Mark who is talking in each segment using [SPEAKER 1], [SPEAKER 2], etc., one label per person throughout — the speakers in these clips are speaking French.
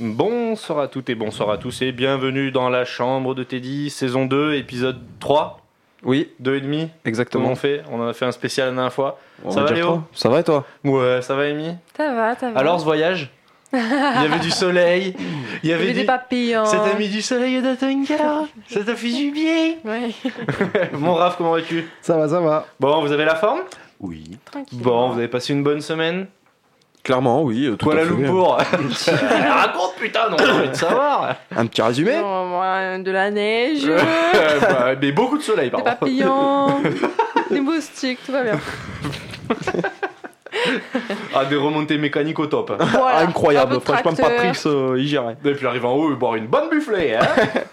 [SPEAKER 1] Bonsoir à toutes et bonsoir à tous et bienvenue dans la chambre de Teddy, saison 2, épisode 3,
[SPEAKER 2] Oui,
[SPEAKER 1] 2,5. Comment
[SPEAKER 2] exactement.
[SPEAKER 1] on fait On en a fait un spécial la dernière fois.
[SPEAKER 2] On
[SPEAKER 1] Ça
[SPEAKER 2] va
[SPEAKER 1] va,
[SPEAKER 2] dire
[SPEAKER 1] Léo
[SPEAKER 2] toi Ça va et toi
[SPEAKER 1] Ouais, ça va Amy
[SPEAKER 3] Ça va, ça va.
[SPEAKER 1] Alors ce voyage Il y avait du soleil, il y
[SPEAKER 3] il y
[SPEAKER 1] avait
[SPEAKER 3] avait
[SPEAKER 1] du...
[SPEAKER 3] des papillons.
[SPEAKER 1] Ça t'a mis du soleil et de tanga Ça t'a fait du bien
[SPEAKER 3] Ouais,
[SPEAKER 1] Bon Raph, comment vas-tu
[SPEAKER 4] Ça va, ça va.
[SPEAKER 1] Bon, vous avez la forme
[SPEAKER 2] Oui.
[SPEAKER 3] tranquille.
[SPEAKER 1] Bon, vous avez passé une bonne semaine
[SPEAKER 2] Clairement, oui. euh, tout
[SPEAKER 1] Toi
[SPEAKER 2] à
[SPEAKER 1] la
[SPEAKER 2] fait.
[SPEAKER 1] Lumpur Raconte putain, non, j'ai envie de savoir
[SPEAKER 2] Un petit résumé
[SPEAKER 3] Non, moi, de la neige,
[SPEAKER 1] Euh, bah, Mais beaucoup de soleil
[SPEAKER 3] des
[SPEAKER 1] par contre.
[SPEAKER 3] papillons, des moustiques, tout va bien.
[SPEAKER 1] Ah, des remontées mécaniques au top
[SPEAKER 3] Voilà. Un
[SPEAKER 2] Incroyable,
[SPEAKER 3] peu de
[SPEAKER 2] franchement,
[SPEAKER 3] tracteur.
[SPEAKER 2] Patrice, euh, il gérait.
[SPEAKER 1] Et puis arrive en haut et boire une bonne bufflée. Hein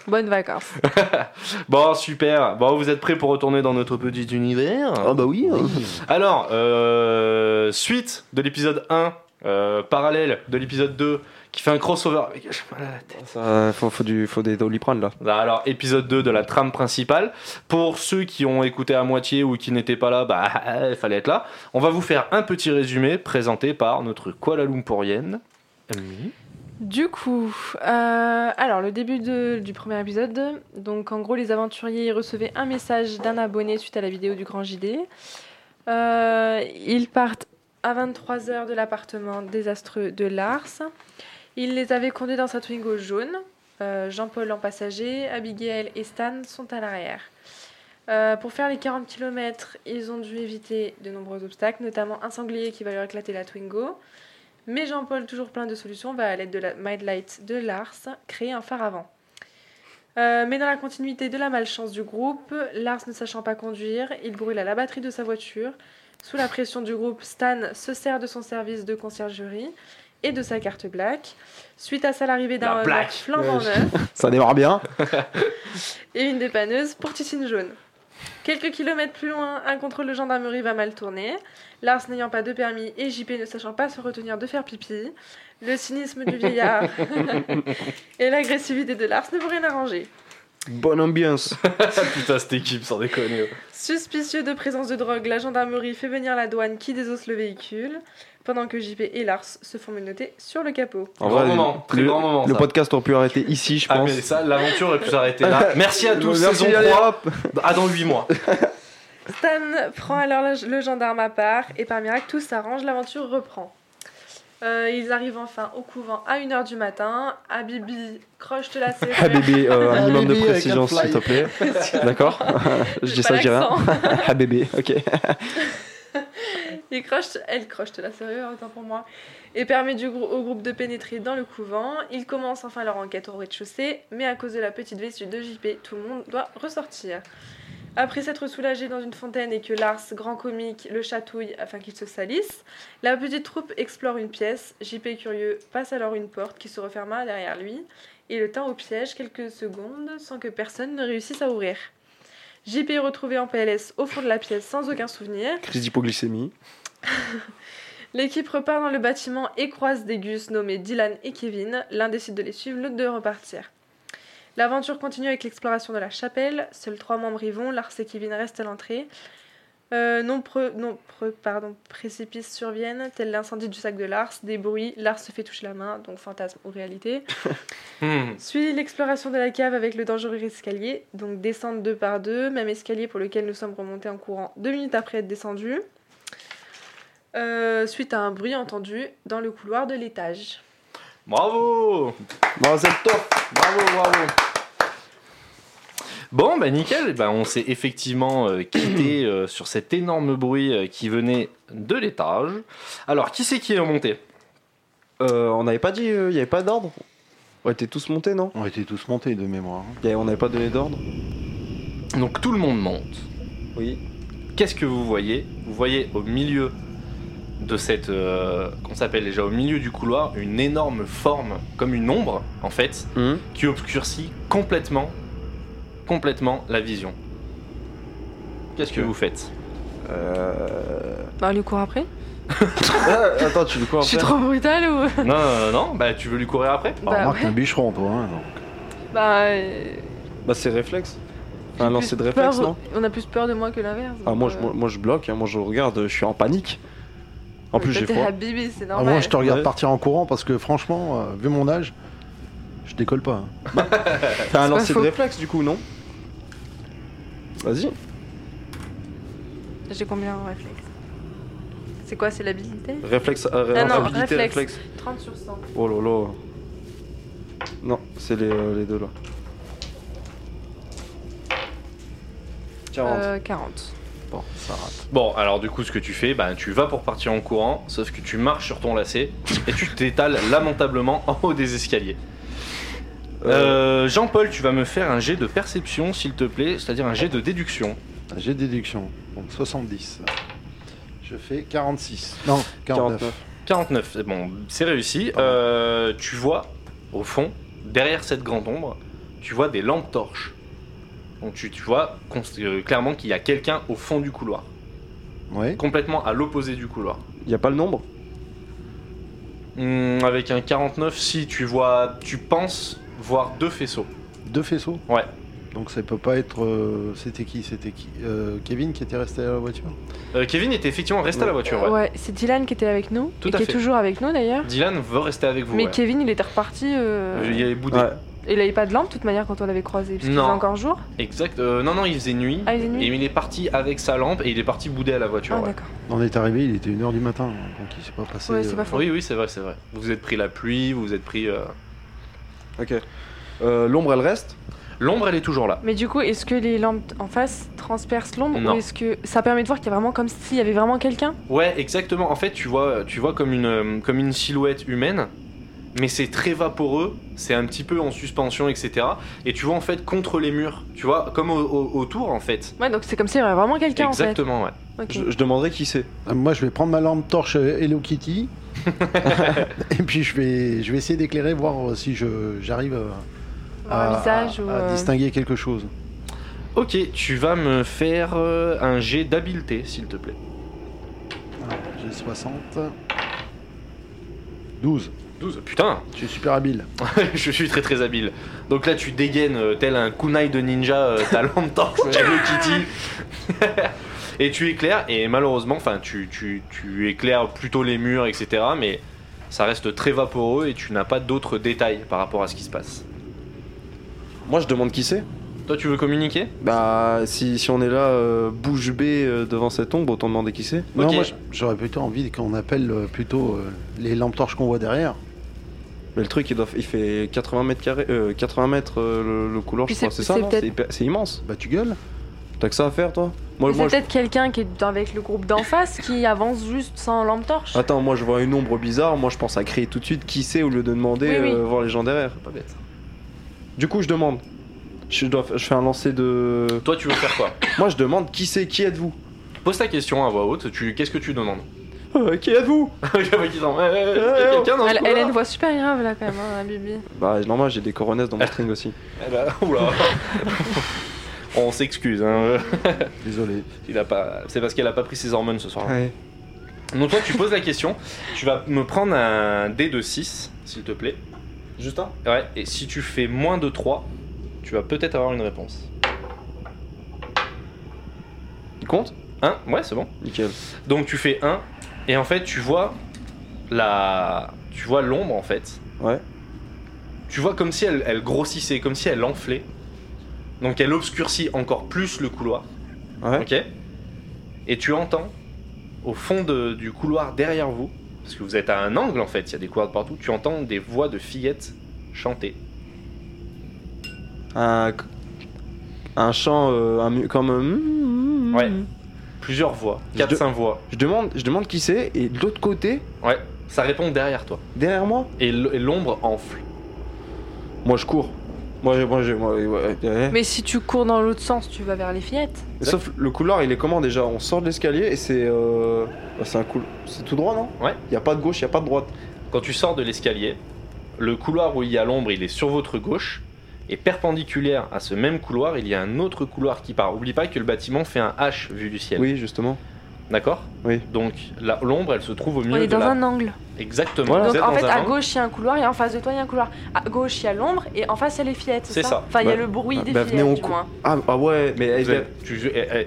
[SPEAKER 3] Bonnes vacances.
[SPEAKER 1] bon, super. Bon, vous êtes prêts pour retourner dans notre petit univers
[SPEAKER 2] bah oui.
[SPEAKER 1] Alors, euh, suite de l'épisode 1, euh, parallèle de l'épisode 2, qui fait un crossover. Mec, j'ai mal à la tête. Bah,
[SPEAKER 2] Ça, faut, faut, du, faut des doliprane là.
[SPEAKER 1] Alors, épisode 2 de la trame principale. Pour ceux qui ont écouté à moitié ou qui n'étaient pas là, bah, il fallait être là. On va vous faire un petit résumé présenté par notre Kuala Lumpurienne. Amy.
[SPEAKER 3] Du coup, euh, alors le début de- du premier épisode, donc en gros les aventuriers recevaient un message d'un abonné suite à la vidéo du Grand JD. Euh, ils partent à 23h de l'appartement désastreux de Lars. Il les avait conduits dans sa Twingo jaune. Euh, Jean-Paul en passager, Abigail et Stan sont à l'arrière. Euh, pour faire les 40 km, ils ont dû éviter de nombreux obstacles, notamment un sanglier qui va leur éclater la Twingo. Mais Jean-Paul, toujours plein de solutions, va à l'aide de la Mad Light de Lars créer un phare avant. Euh, mais dans la continuité de la malchance du groupe, Lars ne sachant pas conduire, il brûle à la batterie de sa voiture. Sous la pression du groupe, Stan se sert de son service de conciergerie et de sa carte black. Suite à ça, l'arrivée
[SPEAKER 1] La
[SPEAKER 3] d'un
[SPEAKER 1] black.
[SPEAKER 3] Honda flambant
[SPEAKER 2] Ouais,
[SPEAKER 3] neuf,
[SPEAKER 2] Ça démarre bien.
[SPEAKER 3] et une dépanneuse pour Titine Jaune. Quelques kilomètres plus loin, un contrôle de gendarmerie va mal tourner. Lars n'ayant pas de permis et JP ne sachant pas se retenir de faire pipi. Le cynisme du vieillard et l'agressivité de Lars ne vont rien arranger.
[SPEAKER 2] Bonne ambiance.
[SPEAKER 1] Putain, cette équipe, sans déconner.
[SPEAKER 3] Suspicieux de présence de drogue, la gendarmerie fait venir la douane qui désosse le véhicule, pendant que JP et Lars se font menotter sur le capot.
[SPEAKER 2] En
[SPEAKER 1] Grand
[SPEAKER 2] vrai,
[SPEAKER 1] moment, très
[SPEAKER 2] le,
[SPEAKER 1] grand moment,
[SPEAKER 2] Le
[SPEAKER 1] ça.
[SPEAKER 2] podcast aurait pu arrêter ici, je
[SPEAKER 1] Ah,
[SPEAKER 2] pense.
[SPEAKER 1] mais ça, l'aventure aurait pu s'arrêter là. Merci à tous,
[SPEAKER 2] Merci,
[SPEAKER 1] saison
[SPEAKER 2] allez,
[SPEAKER 1] 3.
[SPEAKER 2] hop.
[SPEAKER 1] Ah, dans 8 mois.
[SPEAKER 3] Stan prend alors la- le gendarme à part et par miracle tout s'arrange, l'aventure reprend. Euh, ils arrivent enfin au couvent à 1h du matin. Habibi croche de la
[SPEAKER 2] Ah,
[SPEAKER 3] serrure.
[SPEAKER 2] bébé, euh, un minimum de
[SPEAKER 4] Habibi avec
[SPEAKER 2] précision,
[SPEAKER 4] un fly.
[SPEAKER 2] s'il te plaît. D'accord Je
[SPEAKER 3] J'ai
[SPEAKER 2] dis
[SPEAKER 3] pas
[SPEAKER 2] ça, je dis rien.
[SPEAKER 3] l'accent.
[SPEAKER 2] Ah, bébé, ok.
[SPEAKER 3] Il croche, elle croche de la serrure, autant pour moi. Et permet du grou- au groupe de pénétrer dans le couvent. Ils commencent enfin leur enquête au rez-de-chaussée, mais à cause de la petite vessie de JP, tout le monde doit ressortir. Après s'être soulagé dans une fontaine et que Lars, grand comique, le chatouille afin qu'il se salisse, la petite troupe explore une pièce. JP curieux passe alors une porte qui se referma derrière lui et le tint au piège quelques secondes sans que personne ne réussisse à ouvrir. JP est retrouvé en PLS au fond de la pièce sans aucun souvenir.
[SPEAKER 2] Crise d'hypoglycémie.
[SPEAKER 3] L'équipe repart dans le bâtiment et croise des gus nommés Dylan et Kevin. L'un décide de les suivre, l'autre de repartir. L'aventure continue avec l'exploration de la chapelle. Seuls trois membres y vont. Lars et Kevin restent à l'entrée. Euh, nombreux, nombreux, pardon, précipices surviennent, tel l'incendie du sac de Lars, des bruits, Lars se fait toucher la main, donc fantasme ou réalité.
[SPEAKER 1] Hmm.
[SPEAKER 3] Suit l'exploration de la cave avec le dangereux escalier, donc descendre deux par deux, même escalier pour lequel nous sommes remontés en courant deux minutes après être descendus, Euh, suite à un bruit entendu dans le couloir de l'étage.
[SPEAKER 1] Bravo
[SPEAKER 2] Bon, c'est le top.
[SPEAKER 1] Bravo, bravo Bon, bah nickel, bah, on s'est effectivement euh, quitté euh, sur cet énorme bruit euh, qui venait de l'étage. Alors, qui c'est qui est monté
[SPEAKER 2] Euh, on n'avait pas dit, il n'y avait pas d'ordre On était tous montés, non
[SPEAKER 4] On était tous montés de mémoire. hein.
[SPEAKER 2] Y a- On n'avait pas donné d'ordre
[SPEAKER 1] Donc tout le monde monte.
[SPEAKER 2] Oui.
[SPEAKER 1] Qu'est-ce que vous voyez Vous voyez au milieu de cette... euh, qu'on s'appelle déjà au milieu du couloir, une énorme forme, comme une ombre en fait,
[SPEAKER 2] Euh,
[SPEAKER 1] qui obscurcit complètement, complètement la vision. Qu'est-ce que
[SPEAKER 2] Ok.
[SPEAKER 1] vous faites
[SPEAKER 2] Euh...
[SPEAKER 3] Bah, le cours après
[SPEAKER 2] Ah, attends, tu le crois en
[SPEAKER 3] Je suis
[SPEAKER 2] fait
[SPEAKER 3] trop brutale ou
[SPEAKER 2] Oh,
[SPEAKER 1] Non, non, non, non, bah tu veux lui courir après
[SPEAKER 4] Bah, remarque, t'es un bûcheron, toi. hein, donc.
[SPEAKER 3] Bah, euh,
[SPEAKER 2] Bah c'est réflexe. Un
[SPEAKER 3] j'ai
[SPEAKER 2] lancer de
[SPEAKER 3] plus
[SPEAKER 2] réflexe,
[SPEAKER 3] peur-
[SPEAKER 2] non
[SPEAKER 3] On a plus peur de moi que l'inverse.
[SPEAKER 2] Ah moi je,
[SPEAKER 3] donc, euh,
[SPEAKER 2] moi, moi, je bloque, hein, moi je regarde, je suis en panique. En plus j'ai
[SPEAKER 3] peut-être
[SPEAKER 2] froid.
[SPEAKER 3] Habibi, c'est
[SPEAKER 4] Ah,
[SPEAKER 3] normal.
[SPEAKER 4] moi, je te regarde
[SPEAKER 2] Ouais.
[SPEAKER 4] partir en courant parce que, franchement, euh, vu mon âge, Je décolle pas. hein.
[SPEAKER 2] T'as un
[SPEAKER 3] C'est pas
[SPEAKER 2] lancer de
[SPEAKER 3] faux.
[SPEAKER 2] réflexe du coup, non Vas-y.
[SPEAKER 3] J'ai combien en réflexe C'est quoi, c'est l'habilité
[SPEAKER 2] Réflexe, euh,
[SPEAKER 3] Ah non,
[SPEAKER 2] habilité,
[SPEAKER 3] réflexe.
[SPEAKER 2] réflexe.
[SPEAKER 3] 30 sur 100.
[SPEAKER 2] Oh là là. Non, c'est les, euh, les deux là. 40.
[SPEAKER 3] Euh, 40.
[SPEAKER 2] Bon, ça rate.
[SPEAKER 1] Bon, alors du coup, ce que tu fais, bah, tu vas pour partir en courant, sauf que tu marches sur ton lacet et tu t'étales lamentablement en haut des escaliers. Euh, Jean-Paul, tu vas me faire un jet de perception, s'il te plaît, c'est-à-dire un jet de déduction.
[SPEAKER 4] J'ai déduction. Donc 70. Je fais 46. Non, 49.
[SPEAKER 1] 49, c'est bon, c'est réussi. Euh, tu vois, au fond, derrière cette grande ombre, tu vois des lampes torches. Donc tu, tu vois cons- euh, clairement qu'il y a quelqu'un au fond du couloir,
[SPEAKER 4] Ouais.
[SPEAKER 1] complètement à l'opposé du couloir.
[SPEAKER 2] Y a pas le nombre
[SPEAKER 1] Hum, avec un 49, si tu vois, tu penses voir deux faisceaux.
[SPEAKER 4] Deux faisceaux
[SPEAKER 1] Ouais.
[SPEAKER 4] Donc ça peut pas être. euh, C'était qui C'était qui Euh, Kevin qui était resté à la voiture
[SPEAKER 1] Euh, Kevin était effectivement resté à la voiture.
[SPEAKER 3] ouais,
[SPEAKER 1] ouais.
[SPEAKER 3] c'est Dylan qui était avec nous.
[SPEAKER 1] Tout
[SPEAKER 3] et
[SPEAKER 1] à
[SPEAKER 3] qui
[SPEAKER 1] fait.
[SPEAKER 3] est toujours avec nous d'ailleurs.
[SPEAKER 1] Dylan veut rester avec vous.
[SPEAKER 3] Mais
[SPEAKER 1] ouais.
[SPEAKER 3] Kevin, il était reparti. euh,
[SPEAKER 1] Il y avait boudé.
[SPEAKER 2] Ouais.
[SPEAKER 3] Il avait pas de lampe de toute manière quand on l'avait croisé. Parce qu'il faisait
[SPEAKER 1] Non.
[SPEAKER 3] encore jour.
[SPEAKER 1] Exact. euh, non, non, il faisait nuit.
[SPEAKER 3] Ah, il faisait nuit.
[SPEAKER 1] Et il est parti avec sa lampe et il est parti bouder à la voiture.
[SPEAKER 3] Ah,
[SPEAKER 1] ouais.
[SPEAKER 3] d'accord.
[SPEAKER 4] On est arrivé, il était 1h du matin. hein, Donc il s'est pas passé.
[SPEAKER 3] Ouais, c'est pas faux.
[SPEAKER 1] Oui, oui, c'est vrai, c'est vrai. Vous vous êtes pris la pluie, vous vous êtes pris. euh,
[SPEAKER 2] Ok. Euh, L'ombre elle reste
[SPEAKER 1] L'ombre, elle est toujours là.
[SPEAKER 3] Mais du coup, est-ce que les lampes en face transpercent l'ombre
[SPEAKER 1] Non.
[SPEAKER 3] ou est-ce que ça permet de voir qu'il y a vraiment comme s'il y avait vraiment quelqu'un
[SPEAKER 1] Ouais, exactement. En fait, tu vois, tu vois comme une, euh, comme une silhouette humaine, mais c'est très vaporeux, c'est un petit peu en suspension, etc. Et tu vois en fait contre les murs, tu vois, comme au- au- autour en fait.
[SPEAKER 3] Ouais, donc c'est comme s'il y avait vraiment quelqu'un en fait.
[SPEAKER 1] Exactement, ouais.
[SPEAKER 3] Ok.
[SPEAKER 2] je, je demanderai qui c'est.
[SPEAKER 4] Euh, Moi, je vais prendre ma lampe torche euh, Hello Kitty. et puis je vais, je vais essayer d'éclairer, voir euh, si je- j'arrive euh,
[SPEAKER 3] Un
[SPEAKER 4] à,
[SPEAKER 3] visage
[SPEAKER 4] à-
[SPEAKER 3] ou.
[SPEAKER 4] à
[SPEAKER 3] euh,
[SPEAKER 4] distinguer quelque chose.
[SPEAKER 1] Ok, tu vas me faire euh, un jet d'habileté, s'il te plaît.
[SPEAKER 4] Alors, J'ai 60. 12.
[SPEAKER 1] 12. Putain,
[SPEAKER 4] Je suis super habile.
[SPEAKER 1] je suis très très habile. Donc là, tu dégaines euh, tel un kunai de ninja euh, ta lampe torche Hello Kitty. et tu éclaires, et malheureusement, enfin, tu, tu, tu éclaires plutôt les murs, etc. Mais ça reste très vaporeux et tu n'as pas d'autres détails par rapport à ce qui se passe.
[SPEAKER 2] Moi je demande qui c'est.
[SPEAKER 1] Toi, tu veux communiquer
[SPEAKER 2] Bah si, si on est là euh, bouche bée euh, devant cette ombre, autant demander qui c'est.
[SPEAKER 4] Non,
[SPEAKER 1] Ok.
[SPEAKER 4] moi, j- j'aurais plutôt envie qu'on appelle euh, plutôt euh, les lampes torches qu'on voit derrière.
[SPEAKER 2] Mais le truc il, doit, il fait 80 mètres carrés, euh, 80 mètres euh, le, le couloir
[SPEAKER 3] Puis
[SPEAKER 2] je crois,
[SPEAKER 3] c'est-
[SPEAKER 2] c'est ça
[SPEAKER 3] c'est
[SPEAKER 2] non
[SPEAKER 3] peut-être-
[SPEAKER 2] C'est hyper- C'est immense.
[SPEAKER 4] Bah, tu gueules
[SPEAKER 2] T'as que ça à faire toi moi,
[SPEAKER 3] mais
[SPEAKER 2] moi,
[SPEAKER 3] c'est peut-être quelqu'un qui est dans- avec le groupe d'en face qui avance juste sans lampe torche.
[SPEAKER 2] je-
[SPEAKER 1] Ah,
[SPEAKER 2] Attends, moi je vois une ombre bizarre, moi je pense à crier tout de suite qui c'est au lieu de demander
[SPEAKER 3] Oui, oui.
[SPEAKER 2] euh, voir les gens derrière.
[SPEAKER 1] Pas bête.
[SPEAKER 2] Du coup je demande. Je, dois, je fais un lancer de...
[SPEAKER 1] Toi, tu veux faire quoi
[SPEAKER 2] Moi je demande qui c'est, qui êtes-vous
[SPEAKER 1] Pose ta question à voix haute. Tu, qu'est-ce que tu demandes
[SPEAKER 2] Euh, Qui êtes-vous
[SPEAKER 1] J'avais dit non. Eh, eh, eh, il y a quelqu'un dans ce
[SPEAKER 3] elle, elle a une
[SPEAKER 1] couloir
[SPEAKER 3] voix super grave là quand même, hein, la Bibi.
[SPEAKER 2] Bah normal j'ai des coronesses dans mon string aussi.
[SPEAKER 1] Eh ben, oula. On s'excuse. Hein.
[SPEAKER 4] Désolé.
[SPEAKER 1] Il a pas. C'est parce qu'elle a pas pris ses hormones ce soir. Donc toi tu poses la question, tu vas me prendre un dé de 6, s'il te plaît.
[SPEAKER 2] Juste un
[SPEAKER 1] Ouais, et si tu fais moins de 3, tu vas peut-être avoir une réponse.
[SPEAKER 2] Il compte
[SPEAKER 1] 1 Ouais, c'est bon.
[SPEAKER 2] Nickel.
[SPEAKER 1] Donc tu fais 1, et en fait tu vois la. Tu vois l'ombre en fait.
[SPEAKER 2] Ouais.
[SPEAKER 1] Tu vois comme si elle, elle grossissait, comme si elle enflait. Donc elle obscurcit encore plus le couloir.
[SPEAKER 2] Ouais.
[SPEAKER 1] Ok Et tu entends, au fond de- du couloir derrière vous, parce que vous êtes à un angle en fait, il y a des couloirs de partout, tu entends des voix de fillettes chanter.
[SPEAKER 2] Un, un chant euh, un mu- comme... euh,
[SPEAKER 1] Ouais. Plusieurs voix,
[SPEAKER 2] Je
[SPEAKER 1] 4-5 voix.
[SPEAKER 2] Je demande, je demande qui c'est et de l'autre côté,
[SPEAKER 1] Ouais, ça répond derrière toi.
[SPEAKER 2] derrière moi,
[SPEAKER 1] Et l- et l'ombre enfle.
[SPEAKER 2] moi je cours. Moi j'ai... Moi, j'ai- moi, ouais, ouais, ouais.
[SPEAKER 3] Mais si tu cours dans l'autre sens, tu vas vers les fillettes.
[SPEAKER 2] Sauf le couloir il est comment déjà On sort de l'escalier et c'est... euh, bah, c'est un coul... C'est tout droit non
[SPEAKER 1] Ouais.
[SPEAKER 2] Y a pas de gauche, y a pas de droite.
[SPEAKER 1] Quand tu sors de l'escalier, le couloir où il y a l'ombre, il est sur votre gauche. Et perpendiculaire à ce même couloir, il y a un autre couloir qui part. Oublie pas que le bâtiment fait un H vu du ciel.
[SPEAKER 2] Oui justement.
[SPEAKER 1] D'accord
[SPEAKER 2] Oui.
[SPEAKER 1] Donc la- l'ombre, elle se trouve au
[SPEAKER 3] On
[SPEAKER 1] milieu
[SPEAKER 3] est
[SPEAKER 1] de
[SPEAKER 3] dans
[SPEAKER 1] la.
[SPEAKER 3] un angle.
[SPEAKER 1] Exactement.
[SPEAKER 2] Voilà.
[SPEAKER 1] vous
[SPEAKER 3] Donc
[SPEAKER 1] êtes
[SPEAKER 3] en
[SPEAKER 1] dans
[SPEAKER 3] fait,
[SPEAKER 1] un
[SPEAKER 3] à
[SPEAKER 1] angle.
[SPEAKER 3] gauche il y a un couloir et en face de toi il y a un couloir. À gauche il y a l'ombre et en face il y a les fillettes.
[SPEAKER 1] C'est ça.
[SPEAKER 3] Enfin, il y a
[SPEAKER 2] Bah-
[SPEAKER 3] le bruit
[SPEAKER 2] bah-
[SPEAKER 3] des
[SPEAKER 2] bah, venez,
[SPEAKER 3] fillettes
[SPEAKER 2] on
[SPEAKER 3] du
[SPEAKER 2] cou-
[SPEAKER 3] moins.
[SPEAKER 2] Ah, ah ouais mais... eh,
[SPEAKER 1] Vous
[SPEAKER 2] ben,
[SPEAKER 1] êtes- tu- eh, eh,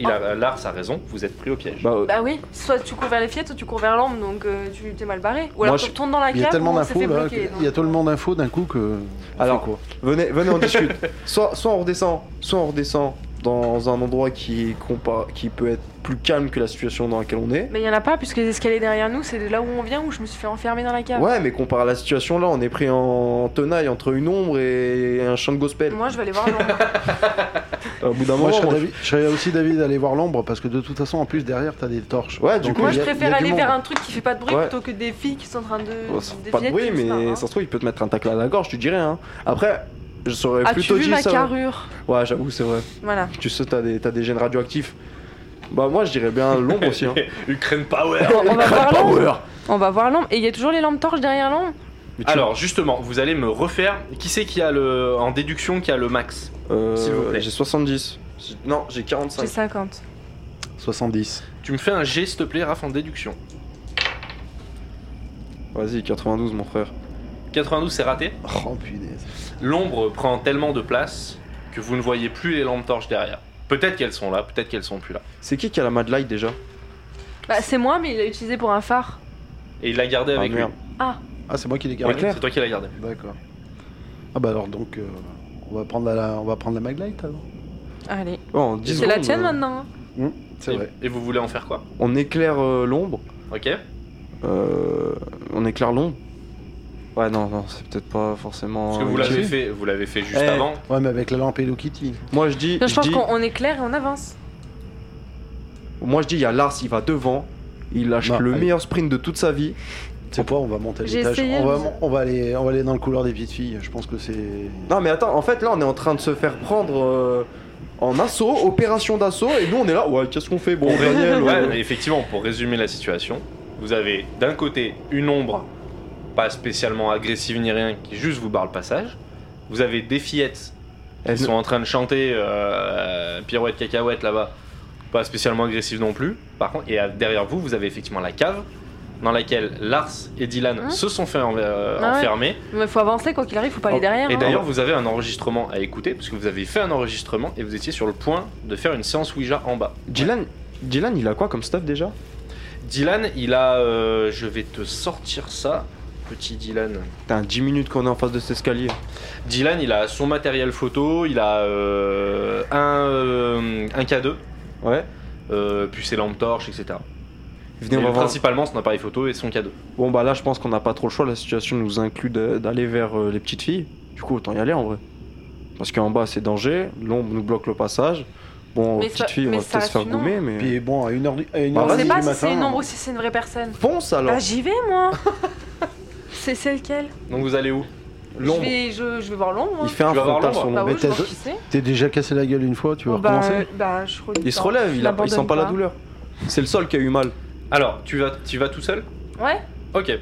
[SPEAKER 1] Il a Lars a raison, vous êtes pris au piège.
[SPEAKER 2] Bah, euh,
[SPEAKER 3] Bah oui, soit tu cours vers les fillettes, soit tu cours vers l'ombre, donc euh, tu t'es mal barré. Ou
[SPEAKER 2] Moi,
[SPEAKER 3] alors
[SPEAKER 2] je-
[SPEAKER 3] tu retournes dans la
[SPEAKER 4] Il y a
[SPEAKER 3] cave,
[SPEAKER 4] tellement
[SPEAKER 3] on s'est
[SPEAKER 4] d'infos
[SPEAKER 3] Ah, fait
[SPEAKER 4] là,
[SPEAKER 3] bloquer.
[SPEAKER 4] il y a tellement d'infos d'un coup que. on
[SPEAKER 2] Alors,
[SPEAKER 4] fait quoi
[SPEAKER 2] venez, venez, on discute. soit, soit on redescend, soit on redescend dans un endroit qui, est compa- qui peut être plus calme que la situation dans laquelle on est.
[SPEAKER 3] Mais il y en a pas, puisque les escaliers derrière nous, c'est de là où on vient, où je me suis fait enfermer dans la cave.
[SPEAKER 2] Ouais, mais comparé à la situation là, on est pris en tenaille entre une ombre et un chant de gospel.
[SPEAKER 3] Moi, je vais aller voir l'ombre.
[SPEAKER 2] Au bout d'un
[SPEAKER 4] Moi,
[SPEAKER 2] moment,
[SPEAKER 4] je serais,
[SPEAKER 2] moi,
[SPEAKER 4] d'avis- je serais aussi d'avis d'aller voir l'ombre parce que de toute façon, en plus, derrière, t'as des torches.
[SPEAKER 2] Ouais, du coup,
[SPEAKER 3] Moi,
[SPEAKER 4] il
[SPEAKER 3] je
[SPEAKER 4] y a- il
[SPEAKER 3] préfère
[SPEAKER 4] y a du
[SPEAKER 3] aller
[SPEAKER 4] monde.
[SPEAKER 3] vers un truc qui fait pas de bruit
[SPEAKER 2] Ouais.
[SPEAKER 3] plutôt que des filles qui sont en train de.
[SPEAKER 2] Bon, ça
[SPEAKER 3] des
[SPEAKER 2] fait pas de
[SPEAKER 3] fillettes
[SPEAKER 2] bruit,
[SPEAKER 3] qui
[SPEAKER 2] mais
[SPEAKER 3] se marrent, hein.
[SPEAKER 2] ça se trouve, il peut te mettre un tacle à la gorge, tu dirais. Hein. Après, je saurais
[SPEAKER 3] As-tu
[SPEAKER 2] plutôt
[SPEAKER 3] vu
[SPEAKER 2] dit
[SPEAKER 3] Ah, ma
[SPEAKER 2] ça.
[SPEAKER 3] carrure
[SPEAKER 2] Ouais, j'avoue, c'est vrai.
[SPEAKER 3] Voilà.
[SPEAKER 2] Tu sais, t'as des, t'as des gènes radioactifs. Bah, moi, je dirais bien l'ombre aussi. Hein.
[SPEAKER 1] Ukraine Power
[SPEAKER 3] On va voir l'ombre.
[SPEAKER 2] Power
[SPEAKER 3] On va voir l'ombre. Et il y a toujours les lampes torches derrière l'ombre
[SPEAKER 2] Mais tu-
[SPEAKER 1] Alors justement, vous allez me refaire. Qui c'est qui a le en déduction qui a le max
[SPEAKER 2] Euh,
[SPEAKER 1] S'il vous plaît.
[SPEAKER 2] J'ai 70. J'ai- Non, j'ai
[SPEAKER 3] J'ai
[SPEAKER 2] 45.
[SPEAKER 3] 50.
[SPEAKER 4] 70.
[SPEAKER 1] Tu me fais un G s'il te plaît, Raph en déduction.
[SPEAKER 2] Vas-y, 92, mon frère.
[SPEAKER 1] 92 c'est raté.
[SPEAKER 4] Oh punaise.
[SPEAKER 1] L'ombre prend tellement de place que vous ne voyez plus les lampes torches derrière. Peut-être qu'elles sont là, peut-être qu'elles sont plus là.
[SPEAKER 2] C'est qui qui a la Mad Light déjà
[SPEAKER 3] Bah, c'est moi, mais il l'a utilisé pour un phare.
[SPEAKER 1] Et il l'a gardé
[SPEAKER 2] Ah,
[SPEAKER 1] avec lui.
[SPEAKER 2] merde.
[SPEAKER 4] Ah, c'est moi qui l'ai
[SPEAKER 1] Ouais,
[SPEAKER 4] gardé.
[SPEAKER 2] clair.
[SPEAKER 1] c'est toi qui l'as gardé.
[SPEAKER 4] D'accord. Ah, bah alors, donc, euh, on, va prendre la, on va prendre la maglite alors.
[SPEAKER 3] Allez.
[SPEAKER 2] Oh, en 10
[SPEAKER 3] C'est la
[SPEAKER 2] secondes,
[SPEAKER 3] tienne
[SPEAKER 2] euh,
[SPEAKER 3] maintenant. hein.
[SPEAKER 4] C'est
[SPEAKER 1] Et-
[SPEAKER 4] vrai.
[SPEAKER 1] Et vous voulez en faire quoi
[SPEAKER 2] On éclaire euh, l'ombre.
[SPEAKER 1] Ok
[SPEAKER 2] Euh, on éclaire l'ombre. Ouais, non, non, c'est peut-être pas forcément.
[SPEAKER 1] Parce que vous
[SPEAKER 2] utile.
[SPEAKER 1] l'avez fait, vous l'avez fait juste
[SPEAKER 2] Eh.
[SPEAKER 1] avant.
[SPEAKER 4] Ouais, mais avec la lampe Hello Kitty.
[SPEAKER 2] Moi, je dis.
[SPEAKER 3] Non, je
[SPEAKER 2] je
[SPEAKER 3] pense
[SPEAKER 2] dis-
[SPEAKER 3] qu'on on est clair et on avance.
[SPEAKER 2] Moi je dis, il y a Lars, il va devant, il lâche
[SPEAKER 4] Non,
[SPEAKER 2] le
[SPEAKER 4] allez.
[SPEAKER 2] meilleur sprint de toute sa vie.
[SPEAKER 4] C'est quoi On va monter à
[SPEAKER 3] J'ai
[SPEAKER 4] l'étage.
[SPEAKER 3] essayé,
[SPEAKER 4] On va,
[SPEAKER 3] mais-
[SPEAKER 4] on, va aller, on va aller dans le couloir des petites filles. Je pense que c'est.
[SPEAKER 2] Non mais attends, en fait là on est en train de se faire prendre euh, en assaut, opération d'assaut, et nous on est là, ouais qu'est-ce qu'on fait Bon
[SPEAKER 1] Pour ré-
[SPEAKER 2] Daniel,
[SPEAKER 1] Ouais,
[SPEAKER 2] euh,
[SPEAKER 1] mais effectivement, pour résumer la situation, vous avez d'un côté une ombre, pas spécialement agressive ni rien, qui juste vous barre le passage. Vous avez des fillettes
[SPEAKER 2] elles
[SPEAKER 1] qui sont en train de chanter euh, pirouette cacahuète là-bas, pas spécialement agressives non plus. Par contre, et à- derrière vous, vous avez effectivement la cave dans laquelle Lars et Dylan
[SPEAKER 3] Hein
[SPEAKER 1] se sont fait enver- euh,
[SPEAKER 3] Ah ouais.
[SPEAKER 1] enfermer.
[SPEAKER 3] Mais faut avancer quoi qu'il arrive, faut pas aller
[SPEAKER 2] Oh,
[SPEAKER 3] derrière.
[SPEAKER 1] Et
[SPEAKER 3] hein.
[SPEAKER 1] d'ailleurs, vous avez un enregistrement à écouter, parce que vous avez fait un enregistrement et vous étiez sur le point de faire une séance Ouija en bas.
[SPEAKER 2] Dylan, Dylan il a quoi comme stuff déjà
[SPEAKER 1] Dylan, il a. euh, je vais te sortir ça, petit Dylan.
[SPEAKER 2] T'as 10 minutes qu'on est en face de cet escalier.
[SPEAKER 1] Dylan, il a son matériel photo, il a euh, un, euh, un K2,
[SPEAKER 2] Ouais
[SPEAKER 1] euh, puis ses lampes torches, etc.
[SPEAKER 2] Venez, on
[SPEAKER 1] Mais
[SPEAKER 2] va voir.
[SPEAKER 1] principalement son appareil photo et son K2.
[SPEAKER 2] Bon bah là je pense qu'on n'a pas trop le choix, la situation nous inclut de- d'aller vers euh, les petites filles. Du coup autant y aller en vrai. Parce qu'en bas c'est danger, l'ombre nous bloque le passage. Bon,
[SPEAKER 3] Mais
[SPEAKER 2] petites
[SPEAKER 3] ça-
[SPEAKER 2] filles on
[SPEAKER 3] mais
[SPEAKER 2] va
[SPEAKER 3] ça
[SPEAKER 2] peut-être se
[SPEAKER 3] reste
[SPEAKER 2] faire
[SPEAKER 3] une ombre.
[SPEAKER 2] gommer, mais...
[SPEAKER 4] Puis bon, à 1h du, à une
[SPEAKER 2] Bah,
[SPEAKER 4] heure
[SPEAKER 3] Je
[SPEAKER 2] vas-y,
[SPEAKER 3] sais
[SPEAKER 4] du
[SPEAKER 3] pas si
[SPEAKER 4] matin. hein.
[SPEAKER 3] c'est une ombre ou si c'est une vraie personne.
[SPEAKER 2] Fonce alors
[SPEAKER 3] Bah, j'y vais moi. c'est c'est lequel
[SPEAKER 1] Donc vous allez où
[SPEAKER 3] je
[SPEAKER 2] L'ombre.
[SPEAKER 3] vais, je, je vais voir l'ombre. moi.
[SPEAKER 2] Il fait un
[SPEAKER 1] Tu vas voir
[SPEAKER 2] frontal
[SPEAKER 1] l'ombre hein.
[SPEAKER 2] sur
[SPEAKER 3] Bah
[SPEAKER 2] l'ombre.
[SPEAKER 3] oui, je
[SPEAKER 4] t'as-
[SPEAKER 3] vois qui c'est.
[SPEAKER 4] T'es déjà cassé la gueule une fois, tu veux
[SPEAKER 3] Bon, bah,
[SPEAKER 4] recommencer
[SPEAKER 3] euh, bah, je relève
[SPEAKER 2] Il se
[SPEAKER 3] pas.
[SPEAKER 2] relève,
[SPEAKER 3] Je
[SPEAKER 2] il, a, il
[SPEAKER 3] l'abandonne
[SPEAKER 2] sent pas la douleur. C'est le sol qui a eu mal.
[SPEAKER 1] Alors, tu vas, tu vas tout seul
[SPEAKER 3] Ouais.
[SPEAKER 1] Ok.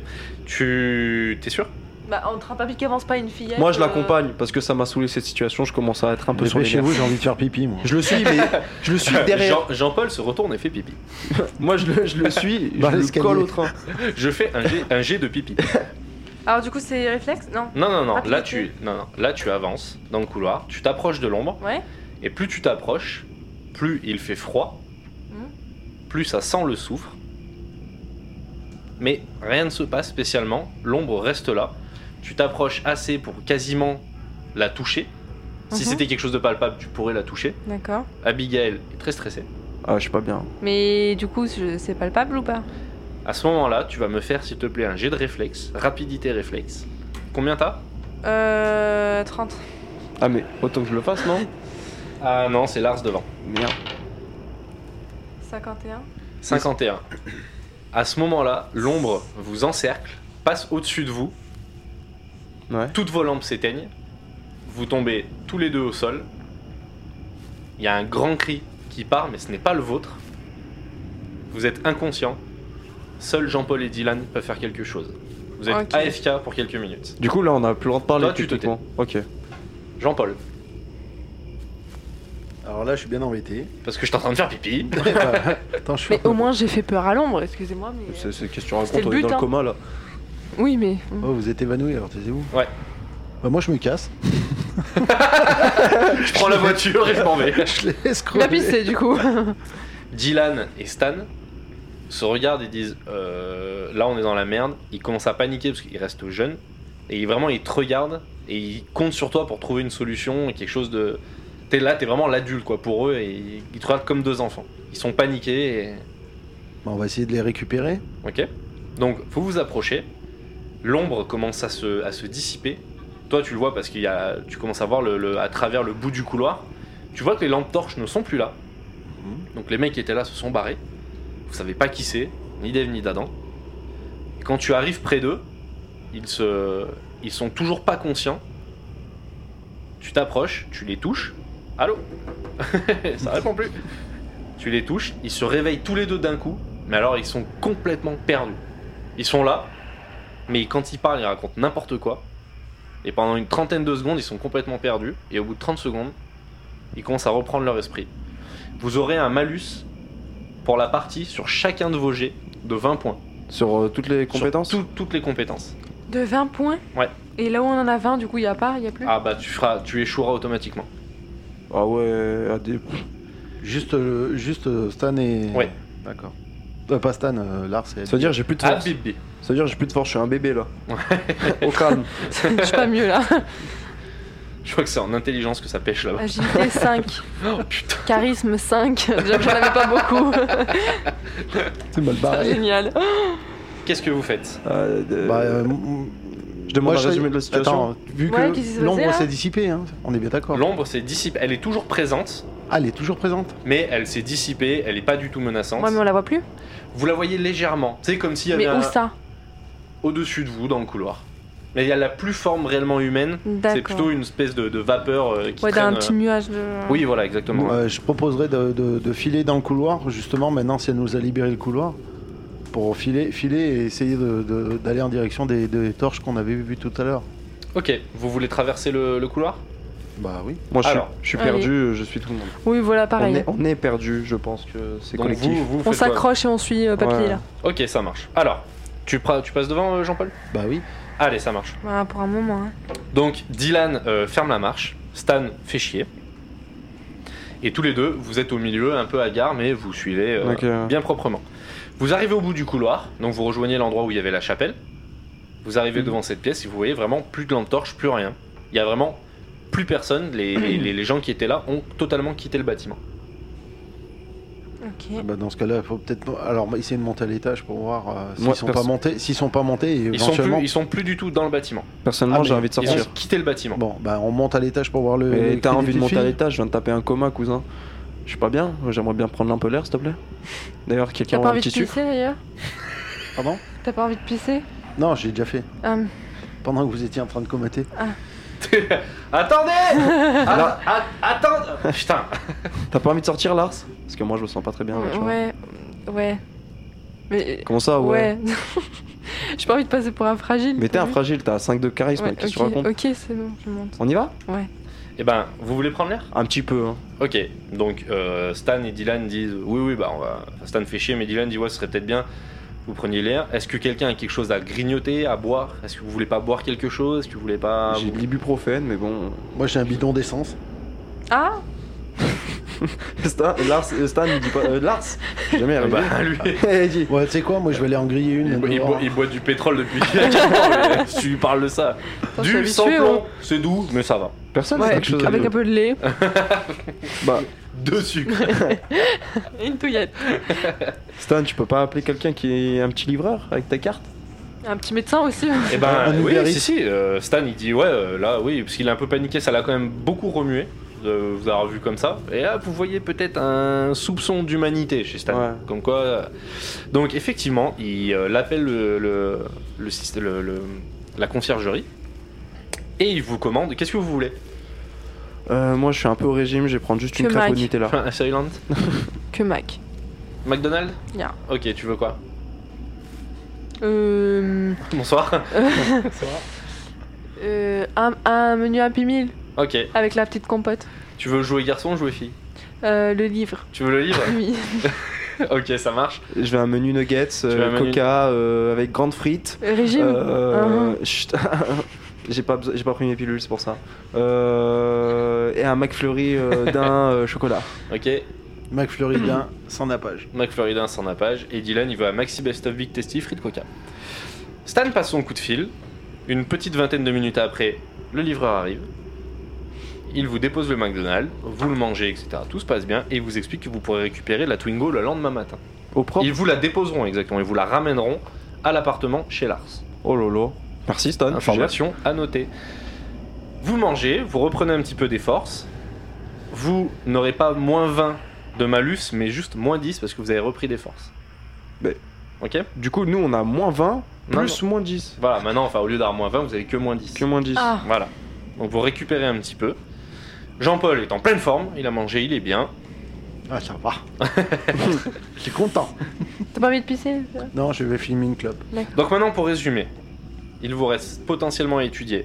[SPEAKER 1] Tu. T'es sûr
[SPEAKER 3] Bah, entre un papy qui avance pas et une fillette.
[SPEAKER 2] Moi je
[SPEAKER 3] euh,
[SPEAKER 2] l'accompagne parce que ça m'a saoulé cette situation, je commence à être un peu sur les
[SPEAKER 4] chez
[SPEAKER 2] nerfs.
[SPEAKER 4] vous, j'ai envie de faire pipi, moi.
[SPEAKER 2] Je le suis, mais je le suis derrière.
[SPEAKER 1] Jean- Jean-Paul se retourne et fait pipi.
[SPEAKER 2] Moi je le, je le suis, je
[SPEAKER 4] Dans
[SPEAKER 2] le
[SPEAKER 4] l'escalier.
[SPEAKER 2] colle au train.
[SPEAKER 1] Je fais un jet, un jet de pipi.
[SPEAKER 3] Alors, du coup, c'est réflexe Non.
[SPEAKER 1] Non, non, non.
[SPEAKER 3] Ah,
[SPEAKER 1] Là,
[SPEAKER 3] pipi.
[SPEAKER 1] tu, non, non. Là, tu avances dans le couloir, tu t'approches de l'ombre.
[SPEAKER 3] Ouais.
[SPEAKER 1] Et plus tu t'approches, plus il fait froid,
[SPEAKER 3] Mhm.
[SPEAKER 1] plus ça sent le soufre. Mais rien ne se passe spécialement, l'ombre reste là. Tu t'approches assez pour quasiment la toucher. Si
[SPEAKER 3] Mhm.
[SPEAKER 1] c'était quelque chose de palpable, tu pourrais la toucher.
[SPEAKER 3] D'accord.
[SPEAKER 1] Abigail est très stressée.
[SPEAKER 2] Ah, je suis pas bien.
[SPEAKER 3] Mais du coup, je- c'est palpable ou pas
[SPEAKER 1] À ce moment-là, tu vas me faire, s'il te plaît, un jet de réflexe, rapidité réflexe. Combien t'as
[SPEAKER 3] Euh. 30.
[SPEAKER 2] Ah, mais autant que je le fasse, non
[SPEAKER 1] Ah non, c'est Lars devant.
[SPEAKER 2] Merde.
[SPEAKER 3] 51.
[SPEAKER 1] 51. À ce moment-là, l'ombre vous encercle, passe au-dessus de vous,
[SPEAKER 2] Ouais.
[SPEAKER 1] toutes vos lampes s'éteignent, vous tombez tous les deux au sol. Il y a un grand cri qui part, mais ce n'est pas le vôtre. Vous êtes inconscient. Seuls Jean-Paul et Dylan peuvent faire quelque chose. Vous êtes
[SPEAKER 3] Ok.
[SPEAKER 1] AFK pour quelques minutes.
[SPEAKER 2] Du coup, là on a plus le droit de parler
[SPEAKER 1] Toi, tu te
[SPEAKER 2] techniquement. Ok.
[SPEAKER 1] Jean-Paul,
[SPEAKER 4] Alors là, je suis bien embêté.
[SPEAKER 1] parce que je suis en train de faire pipi.
[SPEAKER 4] Ouais, bah, Attends, je suis.
[SPEAKER 3] Mais au moins, j'ai fait peur à l'ombre, excusez-moi. Mais...
[SPEAKER 2] C'est c'est qu'est-ce que tu racontes,
[SPEAKER 3] C'était le
[SPEAKER 2] on est
[SPEAKER 3] but,
[SPEAKER 2] dans
[SPEAKER 3] hein.
[SPEAKER 2] le coma là.
[SPEAKER 3] Oui, mais.
[SPEAKER 4] Oh, vous êtes évanoui alors, taisez-vous.
[SPEAKER 1] Ouais.
[SPEAKER 4] Bah, moi, je me casse.
[SPEAKER 1] Je prends la voiture et je m'en vais.
[SPEAKER 4] Je les laisse
[SPEAKER 3] Il
[SPEAKER 4] crever.
[SPEAKER 3] a pissé du coup.
[SPEAKER 1] Dylan et Stan se regardent et disent euh, là on est dans la merde. Ils commencent à paniquer parce qu'ils restent jeunes et ils- vraiment ils te regardent et ils comptent sur toi pour trouver une solution et quelque chose de t'es là t'es vraiment l'adulte quoi pour eux et ils te regardent comme deux enfants. Ils sont paniqués. Et...
[SPEAKER 4] Bah, on va essayer de les récupérer.
[SPEAKER 1] Ok. Donc vous vous approchez, l'ombre commence à se, à se dissiper. Toi tu le vois parce qu'il y a, tu commences à voir le, le- à travers le bout du couloir. Tu vois que les lampes torches ne sont plus là. Donc les mecs qui étaient là se sont barrés. Vous savez pas qui c'est, ni d'Eve ni d'Adam. Et quand tu arrives près d'eux, ils se, ils sont toujours pas conscients. Tu t'approches, tu les touches. Allô Ça répond plus. Tu les touches, ils se réveillent tous les deux d'un coup, mais alors ils sont complètement perdus. Ils sont là, mais quand ils parlent, ils racontent n'importe quoi. Et pendant une trentaine de secondes, ils sont complètement perdus. Et au bout de 30 secondes, ils commencent à reprendre leur esprit. Vous aurez un malus pour la partie sur chacun de vos jets de 20 points.
[SPEAKER 2] Sur euh, toutes les
[SPEAKER 1] Sur
[SPEAKER 2] compétences
[SPEAKER 1] tout- Toutes les compétences.
[SPEAKER 3] De 20 points
[SPEAKER 1] Ouais.
[SPEAKER 3] Et là où on en a 20, du coup, il n'y a pas, il n'y a plus.
[SPEAKER 1] Ah bah tu feras, tu échoueras automatiquement.
[SPEAKER 2] Ah ouais, à des-
[SPEAKER 4] Juste, euh, juste euh, Stan et.
[SPEAKER 1] Ouais.
[SPEAKER 4] D'accord. Euh, pas Stan, euh, Lars et.
[SPEAKER 2] Ça veut dire que j'ai plus de
[SPEAKER 1] Ah
[SPEAKER 2] force.
[SPEAKER 1] bébé.
[SPEAKER 2] Ça veut dire que j'ai plus de force, je suis un bébé là. Au calme.
[SPEAKER 3] Je suis pas mieux là.
[SPEAKER 1] Je crois que c'est en intelligence que ça pêche là-bas.
[SPEAKER 3] Agilité 5,
[SPEAKER 1] Oh putain.
[SPEAKER 3] charisme 5. Déjà que j'en avais pas beaucoup.
[SPEAKER 4] C'est mal
[SPEAKER 3] C'est
[SPEAKER 4] barré.
[SPEAKER 3] génial.
[SPEAKER 1] Qu'est-ce que vous faites
[SPEAKER 2] Euh, de-
[SPEAKER 4] Bah, euh,
[SPEAKER 2] je demande
[SPEAKER 4] moi,
[SPEAKER 2] un
[SPEAKER 4] serais-
[SPEAKER 2] résumé de la situation.
[SPEAKER 4] Attends, vu
[SPEAKER 3] Ouais, qu'est-ce qui s'est
[SPEAKER 4] que
[SPEAKER 3] passé,
[SPEAKER 4] l'ombre
[SPEAKER 3] là
[SPEAKER 4] s'est dissipée, hein, on est bien d'accord.
[SPEAKER 1] L'ombre s'est dissipée. Elle est toujours présente,
[SPEAKER 4] Ah, elle est toujours présente.
[SPEAKER 1] mais elle s'est dissipée. Elle est pas du tout menaçante.
[SPEAKER 3] Moi, mais on la voit plus.
[SPEAKER 1] Vous la voyez légèrement. C'est comme s'il y avait
[SPEAKER 3] Mais
[SPEAKER 1] un-
[SPEAKER 3] où ça
[SPEAKER 1] au-dessus de vous dans le couloir. Mais il y a la plus forme réellement humaine. C'est plutôt
[SPEAKER 3] D'accord.
[SPEAKER 1] une espèce de, de vapeur euh, qui
[SPEAKER 3] Ouais, d'un
[SPEAKER 1] traîne.
[SPEAKER 3] petit
[SPEAKER 1] euh,
[SPEAKER 3] nuage de.
[SPEAKER 1] Oui, voilà, exactement.
[SPEAKER 4] Euh, je proposerais de, de- de filer dans le couloir, justement, maintenant, si elle nous a libéré le couloir, pour filer, filer et essayer de- de- d'aller en direction des, des torches qu'on avait vues tout à l'heure.
[SPEAKER 1] Ok, vous voulez traverser le, le couloir
[SPEAKER 4] Bah oui.
[SPEAKER 2] Moi je suis,
[SPEAKER 1] Alors.
[SPEAKER 2] je suis
[SPEAKER 3] Allez.
[SPEAKER 2] perdu, je suis tout le monde.
[SPEAKER 3] Oui, voilà,
[SPEAKER 2] On
[SPEAKER 3] pareil.
[SPEAKER 2] est, on est perdu, je pense que c'est
[SPEAKER 1] Donc
[SPEAKER 2] collectif.
[SPEAKER 1] vous, vous
[SPEAKER 3] On
[SPEAKER 1] faites quoi
[SPEAKER 3] s'accroche et on suit euh, Papier
[SPEAKER 2] Ouais.
[SPEAKER 3] là.
[SPEAKER 1] Ok, ça marche. Alors, tu, pra- tu passes devant, euh, Jean-Paul
[SPEAKER 4] Bah oui.
[SPEAKER 1] Allez, ça marche.
[SPEAKER 3] Bah, pour un moment. hein.
[SPEAKER 1] Donc Dylan euh, ferme la marche, Stan fait chier. Et tous les deux, vous êtes au milieu, un peu à gare, mais vous suivez euh,
[SPEAKER 2] Ok, ouais.
[SPEAKER 1] bien proprement. Vous arrivez au bout du couloir, donc vous rejoignez l'endroit où il y avait la chapelle. Vous arrivez devant cette pièce et vous voyez vraiment plus de lampe torche, plus rien. Il y a vraiment plus personne. Les, les- les- les gens qui étaient là ont totalement quitté le bâtiment.
[SPEAKER 3] Ok.
[SPEAKER 4] Bah, dans ce cas-là, il faut peut-être. Alors, essayer de monter à l'étage pour voir euh, s'ils
[SPEAKER 2] Moi,
[SPEAKER 4] sont pas
[SPEAKER 2] perso-
[SPEAKER 4] montés. S'ils sont pas montés,
[SPEAKER 1] Ils sont, plus,
[SPEAKER 4] éventuellement.
[SPEAKER 1] ils sont plus du tout dans le bâtiment.
[SPEAKER 2] Personnellement,
[SPEAKER 4] Ah,
[SPEAKER 2] j'ai
[SPEAKER 4] mais-
[SPEAKER 2] envie de
[SPEAKER 1] Ils
[SPEAKER 2] sortir.
[SPEAKER 1] ont quitté le bâtiment.
[SPEAKER 4] Bon, bah on monte à l'étage pour voir le.
[SPEAKER 2] Mais
[SPEAKER 4] le
[SPEAKER 2] t'as
[SPEAKER 4] cri des
[SPEAKER 2] envie de
[SPEAKER 4] petites
[SPEAKER 2] monter à
[SPEAKER 4] filles
[SPEAKER 2] l'étage, je viens de taper un coma, cousin. Je suis pas bien, j'aimerais bien prendre un peu l'air, s'il te plaît. D'ailleurs, quelqu'un a
[SPEAKER 3] T'as pas
[SPEAKER 2] un
[SPEAKER 3] envie de
[SPEAKER 2] petit
[SPEAKER 3] pisser
[SPEAKER 2] sucre
[SPEAKER 3] d'ailleurs
[SPEAKER 4] Pardon
[SPEAKER 3] T'as pas envie de pisser
[SPEAKER 4] Non, j'ai déjà fait.
[SPEAKER 3] Hum,
[SPEAKER 4] Pendant que vous étiez en train de comater.
[SPEAKER 1] Attendez Ah, ah, Attends Putain
[SPEAKER 2] T'as pas envie de sortir, Lars Parce que moi, je me sens pas très bien. là, tu vois.
[SPEAKER 3] Ouais. Ouais. Mais.
[SPEAKER 2] Comment ça, Ah ouais,
[SPEAKER 3] Ouais. J'ai pas envie de passer pour un fragile.
[SPEAKER 2] Mais t'es
[SPEAKER 3] t'as
[SPEAKER 2] un
[SPEAKER 3] vu
[SPEAKER 2] fragile, t'as 5 de charisme,
[SPEAKER 3] Ouais,
[SPEAKER 2] qu'est-ce que tu
[SPEAKER 3] ok,
[SPEAKER 2] racontes
[SPEAKER 3] ok, c'est bon, je monte.
[SPEAKER 2] On y va
[SPEAKER 1] Eh ben, vous voulez prendre l'air
[SPEAKER 2] Un petit peu, hein.
[SPEAKER 1] Ok, donc euh, Stan et Dylan disent oui, oui, bah on va. enfin, Stan fait chier, mais Dylan dit ouais, ce serait peut-être bien. Vous preniez l'air. Est-ce que quelqu'un a quelque chose à grignoter, à boire Est-ce que vous voulez pas boire quelque chose Est-ce que vous voulez pas
[SPEAKER 2] J'ai de l'ibuprofène, mais bon.
[SPEAKER 4] Moi j'ai un bidon d'essence.
[SPEAKER 3] Ah
[SPEAKER 2] Stan, Lars, euh, Stan, il dit pas. euh, Lars J'ai Jamais
[SPEAKER 1] Ah
[SPEAKER 2] arrivé.
[SPEAKER 1] bah, lui,
[SPEAKER 2] Eh, il dit.
[SPEAKER 4] Ouais, tu sais quoi, moi je vais aller en griller une.
[SPEAKER 1] il, bo- il
[SPEAKER 4] dehors.
[SPEAKER 1] bo- il boit du pétrole depuis. ans, si tu lui parles de ça,
[SPEAKER 3] Attends, je suis
[SPEAKER 1] du sans
[SPEAKER 3] habituée,
[SPEAKER 1] plomb, c'est doux, mais ça va.
[SPEAKER 2] Personne
[SPEAKER 3] Ouais,
[SPEAKER 2] n'a quelque chose à
[SPEAKER 3] avec
[SPEAKER 2] dire.
[SPEAKER 3] un peu de lait
[SPEAKER 2] Ah. Bah,
[SPEAKER 1] Deux sucres.
[SPEAKER 3] et une touillette.
[SPEAKER 2] Stan, tu peux pas appeler quelqu'un qui est un petit livreur avec ta carte
[SPEAKER 3] Un petit médecin aussi.
[SPEAKER 1] Et ben
[SPEAKER 4] Un
[SPEAKER 1] oui,
[SPEAKER 4] Uber
[SPEAKER 1] si,
[SPEAKER 4] Eats.
[SPEAKER 1] si, euh, Stan il dit ouais, euh, là oui, parce qu'il a un peu paniqué, ça l'a quand même beaucoup remué. de vous avoir vu comme ça. Et là, vous voyez peut-être un soupçon d'humanité chez Stan.
[SPEAKER 2] Ouais.
[SPEAKER 1] Comme quoi. euh, Donc, effectivement, il euh, l'appelle le, le, le syst- le- le- la conciergerie et il vous commande qu'est-ce que vous voulez
[SPEAKER 2] Euh, moi, je suis un peu au régime, je vais prendre juste
[SPEAKER 3] Que
[SPEAKER 2] une crêpe au
[SPEAKER 3] Mac.
[SPEAKER 2] Nutella.
[SPEAKER 1] Un Silent
[SPEAKER 3] Que Mac.
[SPEAKER 1] McDonald's
[SPEAKER 3] Yeah.
[SPEAKER 1] Ok, tu veux quoi
[SPEAKER 3] Euh,
[SPEAKER 1] Bonsoir.
[SPEAKER 3] euh, un, un menu Happy Meal
[SPEAKER 1] ok,
[SPEAKER 3] avec la petite compote.
[SPEAKER 1] tu veux jouer garçon ou jouer fille
[SPEAKER 3] Euh, le livre.
[SPEAKER 1] Tu veux le livre
[SPEAKER 3] Oui.
[SPEAKER 1] Ok, ça marche.
[SPEAKER 2] Je vais à un menu nuggets, euh,
[SPEAKER 1] vas à un menu-
[SPEAKER 2] coca euh, avec grandes frites.
[SPEAKER 3] Régime
[SPEAKER 2] Euh, chut. J'ai pas, beso- j'ai pas pris mes pilules, c'est pour ça. Euh, et un McFlurry euh, d'un euh, chocolat.
[SPEAKER 1] Ok,
[SPEAKER 4] McFlurry d'un sans nappage.
[SPEAKER 1] McFlurry d'un sans nappage. Et Dylan, il veut un maxi best of Big Testy, frites coca. Stan passe son coup de fil. Une petite vingtaine de minutes après, le livreur arrive. Il vous dépose le McDonald's, vous le mangez, etc. Tout se passe bien et il vous explique que vous pourrez récupérer la Twingo le lendemain matin.
[SPEAKER 2] Au propre.
[SPEAKER 1] Ils vous la déposeront exactement, ils vous la ramèneront à l'appartement chez Lars.
[SPEAKER 2] Oh lolo. Merci Stan.
[SPEAKER 1] Information à noter. Vous mangez, vous reprenez un petit peu des forces. Vous n'aurez pas moins 20 de malus, mais juste moins 10 parce que vous avez repris des forces.
[SPEAKER 2] Mais-
[SPEAKER 1] Ok
[SPEAKER 2] Du coup, nous, on a moins 20,
[SPEAKER 1] Non,
[SPEAKER 2] plus moins 10.
[SPEAKER 1] Voilà, maintenant, enfin, au lieu d'avoir moins 20, vous avez que moins 10.
[SPEAKER 2] Que moins 10.
[SPEAKER 3] Ah,
[SPEAKER 1] Voilà. Donc vous récupérez un petit peu. Jean-Paul est en pleine forme, il a mangé, il est bien.
[SPEAKER 4] Ah, ça va. Je suis content.
[SPEAKER 3] t'as pas envie de pisser ça
[SPEAKER 4] Non, je vais filmer une clope.
[SPEAKER 1] Donc maintenant, pour résumer, il vous reste potentiellement à étudier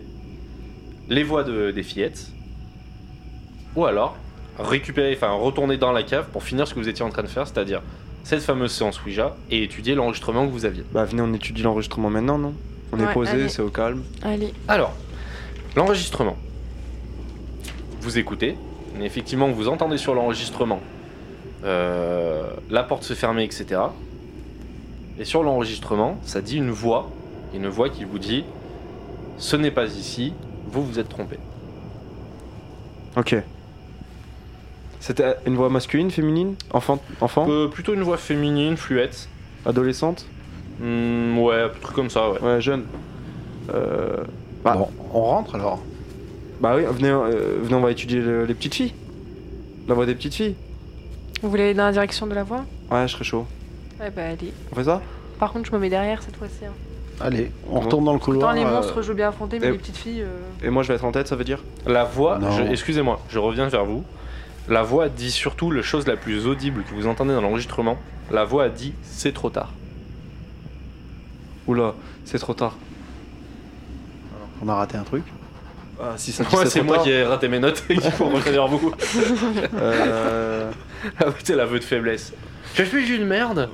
[SPEAKER 1] les voix de, des fillettes, ou alors récupérer, enfin retourner dans la cave pour finir ce que vous étiez en train de faire, c'est-à-dire cette fameuse séance Ouija et étudier l'enregistrement que vous aviez.
[SPEAKER 2] Bah, venez, on étudie l'enregistrement maintenant, non On est
[SPEAKER 3] Ouais,
[SPEAKER 2] posé,
[SPEAKER 3] allez.
[SPEAKER 2] c'est au calme.
[SPEAKER 3] Allez.
[SPEAKER 1] Alors, l'enregistrement. Vous écoutez, mais effectivement, vous entendez sur l'enregistrement euh, la porte se fermer, etc. Et sur l'enregistrement, ça dit une voix, une voix qui vous dit Ce n'est pas ici, vous vous êtes trompé.
[SPEAKER 2] Ok. C'était une voix masculine, féminine Enfant, enfant
[SPEAKER 1] Euh, plutôt une voix féminine, fluette.
[SPEAKER 2] Adolescente
[SPEAKER 1] Hmm, ouais, un truc comme ça, ouais.
[SPEAKER 2] Ouais, jeune. Euh, Bah.
[SPEAKER 4] Bon, on rentre alors.
[SPEAKER 2] bah oui, venez, euh, venez, on va étudier le- les petites filles. La voix des petites filles.
[SPEAKER 3] Vous voulez aller dans la direction de la voie
[SPEAKER 2] Ouais, je serais chaud.
[SPEAKER 3] Ouais, bah allez.
[SPEAKER 2] On fait ça
[SPEAKER 3] Par contre, je me mets derrière cette fois-ci. hein.
[SPEAKER 4] Allez, on
[SPEAKER 2] Comment
[SPEAKER 4] retourne dans le couloir.
[SPEAKER 3] Tant les
[SPEAKER 4] euh,
[SPEAKER 3] monstres, je veux bien affronter, mais
[SPEAKER 2] et-
[SPEAKER 3] les petites filles. euh,
[SPEAKER 2] Et moi, je vais être en tête, ça veut dire
[SPEAKER 1] La voix,
[SPEAKER 4] Non.
[SPEAKER 1] je- excusez-moi, je reviens vers vous. La voix dit surtout la chose la plus audible que vous entendez dans l'enregistrement. La voix a dit C'est trop tard.
[SPEAKER 2] Oula, c'est trop tard.
[SPEAKER 4] On a raté un truc.
[SPEAKER 2] Ah, si ça
[SPEAKER 1] Ouais, c'est moi qui ai raté mes notes et qui faut rentrer vers vous.
[SPEAKER 2] Euh...
[SPEAKER 1] Ah, c'est l'aveu de faiblesse. Je suis une merde.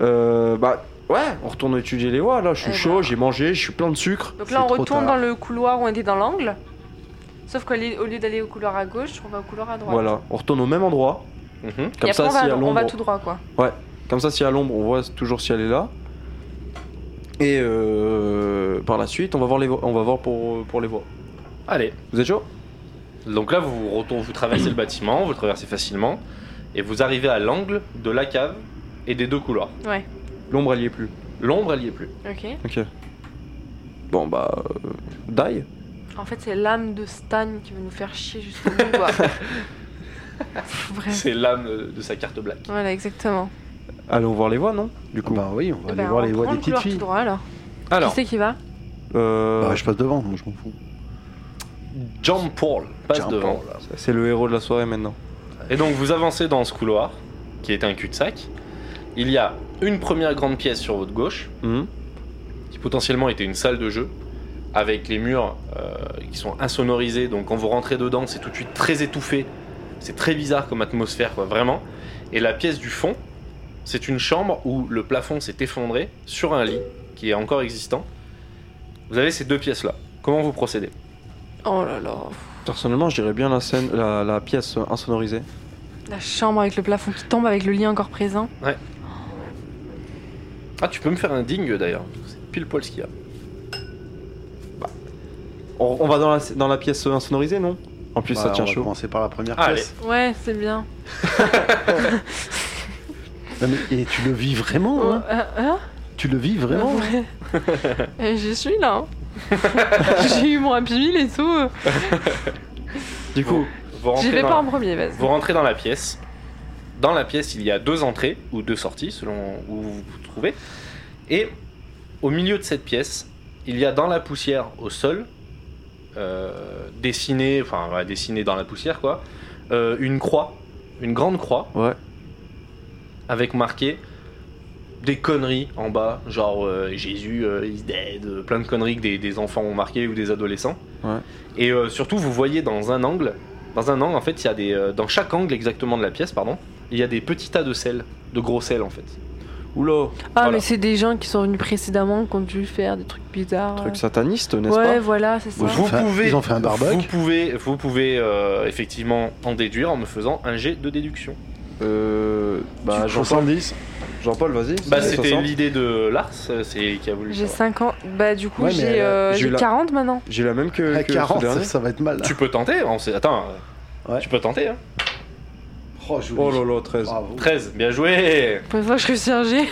[SPEAKER 2] euh, bah, ouais, on retourne étudier les voix, là. Je suis
[SPEAKER 3] Eh ben.
[SPEAKER 2] chaud, j'ai mangé, je suis plein de sucre.
[SPEAKER 3] Donc
[SPEAKER 2] C'est
[SPEAKER 3] là, on
[SPEAKER 2] trop
[SPEAKER 3] retourne
[SPEAKER 2] tard.
[SPEAKER 3] dans le couloir où on était dans l'angle. Sauf qu'au lieu au lieu d'aller au couloir à gauche, on va au couloir à droite.
[SPEAKER 2] Voilà, on retourne au même endroit.
[SPEAKER 1] Mhm.
[SPEAKER 3] Et
[SPEAKER 2] Comme
[SPEAKER 3] après,
[SPEAKER 2] ça,
[SPEAKER 3] on va,
[SPEAKER 2] s'il y a
[SPEAKER 3] on va
[SPEAKER 2] l'ombre,
[SPEAKER 3] tout droit, quoi.
[SPEAKER 2] Comme ça, s'il y a l'ombre, on voit toujours si elle est là. Et euh, par la suite, on va voir, les vo- on va voir pour, pour les voix.
[SPEAKER 1] Allez.
[SPEAKER 2] Vous êtes chaud
[SPEAKER 1] Donc là, vous retournez, vous traversez le bâtiment, vous le traversez facilement, et vous arrivez à l'angle de la cave et des deux couloirs.
[SPEAKER 3] Ouais,
[SPEAKER 2] L'ombre, elle y est plus.
[SPEAKER 1] L'ombre, elle y est plus.
[SPEAKER 3] ok.
[SPEAKER 2] Ok. Bon, bah. euh, die
[SPEAKER 3] En fait, c'est l'âme de Stan qui veut nous faire chier jusqu'au bout, quoi. Vraiment.
[SPEAKER 1] C'est l'âme euh, de sa carte black.
[SPEAKER 3] Voilà, exactement.
[SPEAKER 2] Allons voir les voix, non Du coup.
[SPEAKER 4] Bah oui, on va
[SPEAKER 3] Eh
[SPEAKER 4] aller
[SPEAKER 3] ben,
[SPEAKER 4] voir
[SPEAKER 3] on
[SPEAKER 4] les voix
[SPEAKER 3] prend
[SPEAKER 4] des
[SPEAKER 3] le
[SPEAKER 4] petites
[SPEAKER 3] couloir
[SPEAKER 4] filles.
[SPEAKER 3] tout droit, alors.
[SPEAKER 1] Alors,
[SPEAKER 3] Qui c'est qui va
[SPEAKER 2] Euh,
[SPEAKER 4] Bah, je passe devant, moi, je m'en fous.
[SPEAKER 1] John Paul passe
[SPEAKER 4] Jean
[SPEAKER 1] devant.
[SPEAKER 4] Paul, là.
[SPEAKER 2] C'est le héros de la soirée maintenant.
[SPEAKER 1] Et donc vous avancez dans ce couloir, qui est un cul-de-sac. Il y a une première grande pièce sur votre gauche,
[SPEAKER 4] Hmm.
[SPEAKER 2] Hum,
[SPEAKER 1] qui potentiellement était une salle de jeu, avec les murs euh, qui sont insonorisés, donc quand vous rentrez dedans, c'est tout de suite très étouffé, c'est très bizarre comme atmosphère, quoi, vraiment. Et la pièce du fond, c'est une chambre où le plafond s'est effondré sur un lit qui est encore existant. Vous avez ces deux pièces-là. Comment vous procédez
[SPEAKER 3] Oh là là.
[SPEAKER 2] Personnellement, je dirais bien la scène, la, la pièce euh, insonorisée.
[SPEAKER 3] La chambre avec le plafond qui tombe, avec le lit encore présent.
[SPEAKER 1] Ah, tu peux me faire un dingue d'ailleurs, parce que c'est pile poil ce qu'il y a.
[SPEAKER 2] On, on va dans la, dans la pièce euh, insonorisée, non En plus, ça
[SPEAKER 4] Bah,
[SPEAKER 2] tient
[SPEAKER 4] on va
[SPEAKER 2] chaud.
[SPEAKER 4] commencer par la première
[SPEAKER 1] Allez.
[SPEAKER 4] pièce.
[SPEAKER 3] Ouais, c'est bien.
[SPEAKER 4] Non, mais- et tu le vis vraiment,
[SPEAKER 3] Oh,
[SPEAKER 4] hein
[SPEAKER 3] euh, hein
[SPEAKER 4] Tu le vis vraiment hein
[SPEAKER 3] Ouais. Et J'y suis là. hein. J'ai eu mon Happy Meal et tout.
[SPEAKER 2] Du coup,
[SPEAKER 1] Vous rentrez
[SPEAKER 3] J'y vais
[SPEAKER 1] dans
[SPEAKER 3] pas
[SPEAKER 1] la-
[SPEAKER 3] en premier, vas-y.
[SPEAKER 1] Vous rentrez dans la pièce. Dans la pièce, il y a deux entrées ou deux sorties selon où vous vous trouvez. Et au milieu de cette pièce, il y a dans la poussière au sol, euh, dessinée, enfin ouais, dessinée dans la poussière quoi, euh, une croix, une grande croix
[SPEAKER 2] ouais.
[SPEAKER 1] avec marqué des conneries en bas, genre euh, Jésus euh, is dead, euh, plein de conneries que des, des enfants ont marqué ou des adolescents.
[SPEAKER 2] Ouais.
[SPEAKER 1] Et euh, surtout, vous voyez dans un angle, dans un angle en fait, il y a des, euh, dans chaque angle exactement de la pièce, pardon, il y a des petits tas de sel, de gros sel en fait. Oula
[SPEAKER 3] Ah,
[SPEAKER 1] Voilà.
[SPEAKER 3] mais c'est des gens qui sont venus précédemment, qui ont dû faire des trucs bizarres.
[SPEAKER 2] Truc sataniste, n'est-ce
[SPEAKER 3] ouais,
[SPEAKER 2] pas
[SPEAKER 3] voilà, c'est ça.
[SPEAKER 4] Ils
[SPEAKER 1] Vous
[SPEAKER 4] ont fait un-
[SPEAKER 1] pouvez,
[SPEAKER 4] ils ont fait un barbecue.
[SPEAKER 1] Vous pouvez, vous pouvez euh, effectivement en déduire en me faisant un jet de déduction.
[SPEAKER 2] Euh. Bah, Jean-Paul,
[SPEAKER 4] 70.
[SPEAKER 2] Jean-Paul, vas-y.
[SPEAKER 1] Bah,
[SPEAKER 2] c'est
[SPEAKER 1] c'était
[SPEAKER 2] 60.
[SPEAKER 1] l'idée de Lars, euh, c'est qui a voulu.
[SPEAKER 3] J'ai
[SPEAKER 1] ça.
[SPEAKER 3] 5 ans. Bah, du coup,
[SPEAKER 4] Ouais, mais
[SPEAKER 3] j'ai
[SPEAKER 4] elle a-
[SPEAKER 3] euh,
[SPEAKER 2] j'ai
[SPEAKER 3] j'ai
[SPEAKER 2] eu la-
[SPEAKER 3] 40 maintenant.
[SPEAKER 2] J'ai la même que,
[SPEAKER 4] À
[SPEAKER 2] que
[SPEAKER 4] 40,
[SPEAKER 2] ce
[SPEAKER 4] Eh, ça,
[SPEAKER 2] dernier.
[SPEAKER 4] ça va être mal. là.
[SPEAKER 1] Tu peux tenter, on sait- attends,
[SPEAKER 4] Ouais.
[SPEAKER 1] tu peux tenter. Hein.
[SPEAKER 4] Oh, joli.
[SPEAKER 2] Oh là là, 13.
[SPEAKER 4] Bravo.
[SPEAKER 1] 13, bien joué
[SPEAKER 3] Première fois que je réussis un jet.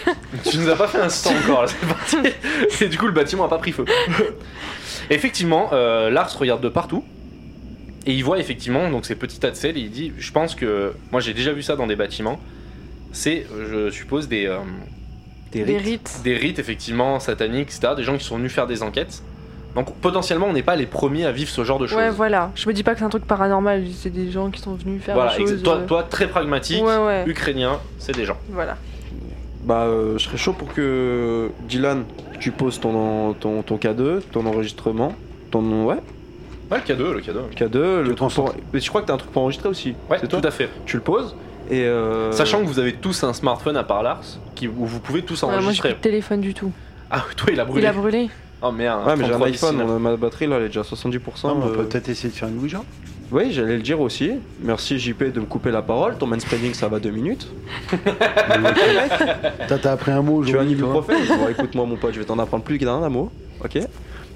[SPEAKER 1] Tu nous as pas fait un stand encore, là, c'est parti Et du coup, le bâtiment a pas pris feu. effectivement, euh, Lars regarde de partout. Et il voit effectivement donc ces petits tas de sel et il dit Je pense que. Moi j'ai déjà vu ça dans des bâtiments. C'est, je suppose, des, euh,
[SPEAKER 2] Des
[SPEAKER 3] Des rites.
[SPEAKER 1] des rites effectivement sataniques, etc. Des gens qui sont venus faire des enquêtes. Donc potentiellement, on n'est pas les premiers à vivre ce genre de choses.
[SPEAKER 3] Ouais, voilà. Je me dis pas que c'est un truc paranormal, c'est des gens qui sont venus faire
[SPEAKER 1] Voilà,
[SPEAKER 3] des choses.
[SPEAKER 1] ex- toi,
[SPEAKER 3] euh,
[SPEAKER 1] toi, très pragmatique,
[SPEAKER 3] Ouais, ouais.
[SPEAKER 1] ukrainien, c'est des gens.
[SPEAKER 3] Voilà.
[SPEAKER 2] Bah, euh, je serais chaud pour que Dylan, tu poses ton, ton, ton K2, ton enregistrement. Ton, ouais,
[SPEAKER 1] Ouais, le cadeau, le cadeau.
[SPEAKER 2] K2, le truc
[SPEAKER 4] transfères.
[SPEAKER 2] pour- Mais je crois que t'as un truc pour enregistrer aussi.
[SPEAKER 1] Ouais,
[SPEAKER 2] c'est
[SPEAKER 1] tout
[SPEAKER 2] toi.
[SPEAKER 1] à fait.
[SPEAKER 2] Tu le poses et. euh,
[SPEAKER 1] Sachant que vous avez tous un smartphone à part Lars, qui, où vous pouvez tous
[SPEAKER 3] Ouais, moi, j'ai
[SPEAKER 1] enregistrer.
[SPEAKER 3] plus de téléphone du tout.
[SPEAKER 1] ah, toi, il a brûlé.
[SPEAKER 3] Il a brûlé.
[SPEAKER 1] Oh merde.
[SPEAKER 2] Ouais, mais j'ai un
[SPEAKER 1] 33,
[SPEAKER 2] iPhone,
[SPEAKER 1] 19.
[SPEAKER 2] on a- ma batterie là, elle est déjà à 70%.
[SPEAKER 1] Ah,
[SPEAKER 4] Non, mais on
[SPEAKER 2] euh,
[SPEAKER 4] peut peut-être essayer de faire une hein. Ouija.
[SPEAKER 2] Oui, j'allais le dire aussi. Merci JP de me couper la parole. Ton mansplaining, ça va deux minutes.
[SPEAKER 4] T'as t'as appris un mot
[SPEAKER 2] Tu as un
[SPEAKER 4] aujourd'hui. toi.
[SPEAKER 2] ibuprofène Bon, écoute-moi, mon pote, je vais t'en apprendre plus d'un un mot. Ok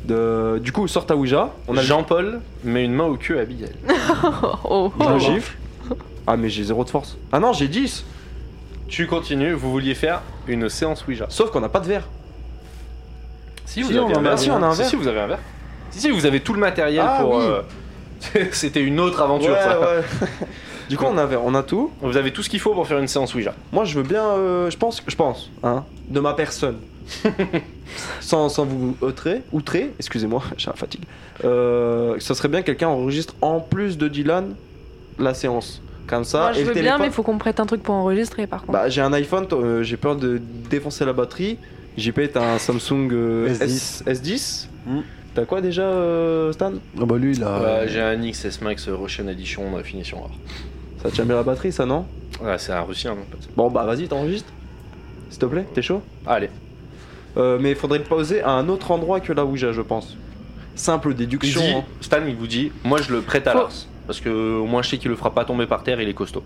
[SPEAKER 2] De- Du coup, sort ta Ouija. On a le
[SPEAKER 1] Jean-Paul met une main au cul à Abigail.
[SPEAKER 3] Oh, oh,
[SPEAKER 2] Je
[SPEAKER 3] oh.
[SPEAKER 2] le gifle. Ah, mais j'ai zéro de force. Ah non, j'ai 10.
[SPEAKER 1] Tu continues, vous vouliez faire une séance Ouija.
[SPEAKER 2] Sauf qu'on n'a pas de verre. Ah,
[SPEAKER 1] Si,
[SPEAKER 4] vous avez un verre.
[SPEAKER 1] Si, on a un
[SPEAKER 2] Si,
[SPEAKER 1] verre. Si,
[SPEAKER 2] si,
[SPEAKER 1] vous avez un verre. Si, si, vous avez tout le matériel
[SPEAKER 2] Ah,
[SPEAKER 1] pour.
[SPEAKER 2] oui.
[SPEAKER 1] euh, C'était une autre aventure, ça.
[SPEAKER 2] du coup, on a un verre, on a tout.
[SPEAKER 1] Vous avez tout ce qu'il faut pour faire une séance Ouija.
[SPEAKER 2] Moi, je veux bien. euh, je pense, je pense, hein, de ma personne. sans, sans vous outrer, outrer, excusez-moi, j'ai la fatigue. Euh, ça serait bien que quelqu'un enregistre en plus de Dylan la séance. Comme ça,
[SPEAKER 3] Moi, je
[SPEAKER 2] et
[SPEAKER 3] veux
[SPEAKER 2] le
[SPEAKER 3] bien,
[SPEAKER 2] téléphone.
[SPEAKER 3] mais faut qu'on me prête un truc pour enregistrer par contre.
[SPEAKER 2] Bah, j'ai un iPhone, toi, euh, j'ai peur de défoncer la batterie. JP, t'as un Samsung euh, S10.
[SPEAKER 4] S10.
[SPEAKER 2] S10.
[SPEAKER 1] Mm.
[SPEAKER 4] Hmm.
[SPEAKER 2] T'as quoi déjà, euh, Stan
[SPEAKER 4] Ah bah lui, il a.
[SPEAKER 1] Bah, J'ai un XS Max Russian Edition euh, finition or.
[SPEAKER 2] Ça tient bien la batterie, ça, non
[SPEAKER 1] Ouais, c'est un russien, mon pote.
[SPEAKER 2] Bon, bah, vas-y, t'enregistres. S'il te plaît, t'es chaud
[SPEAKER 1] Allez.
[SPEAKER 2] Euh, mais il faudrait le poser à un autre endroit que la Ouija, je pense. Simple
[SPEAKER 1] Il
[SPEAKER 2] déduction.
[SPEAKER 1] dit-
[SPEAKER 2] hein.
[SPEAKER 1] Stan, il vous dit Moi, je le prête à
[SPEAKER 3] Faut-
[SPEAKER 1] Lars. Parce que euh, au moins, je sais qu'il le fera pas tomber par terre, il est costaud.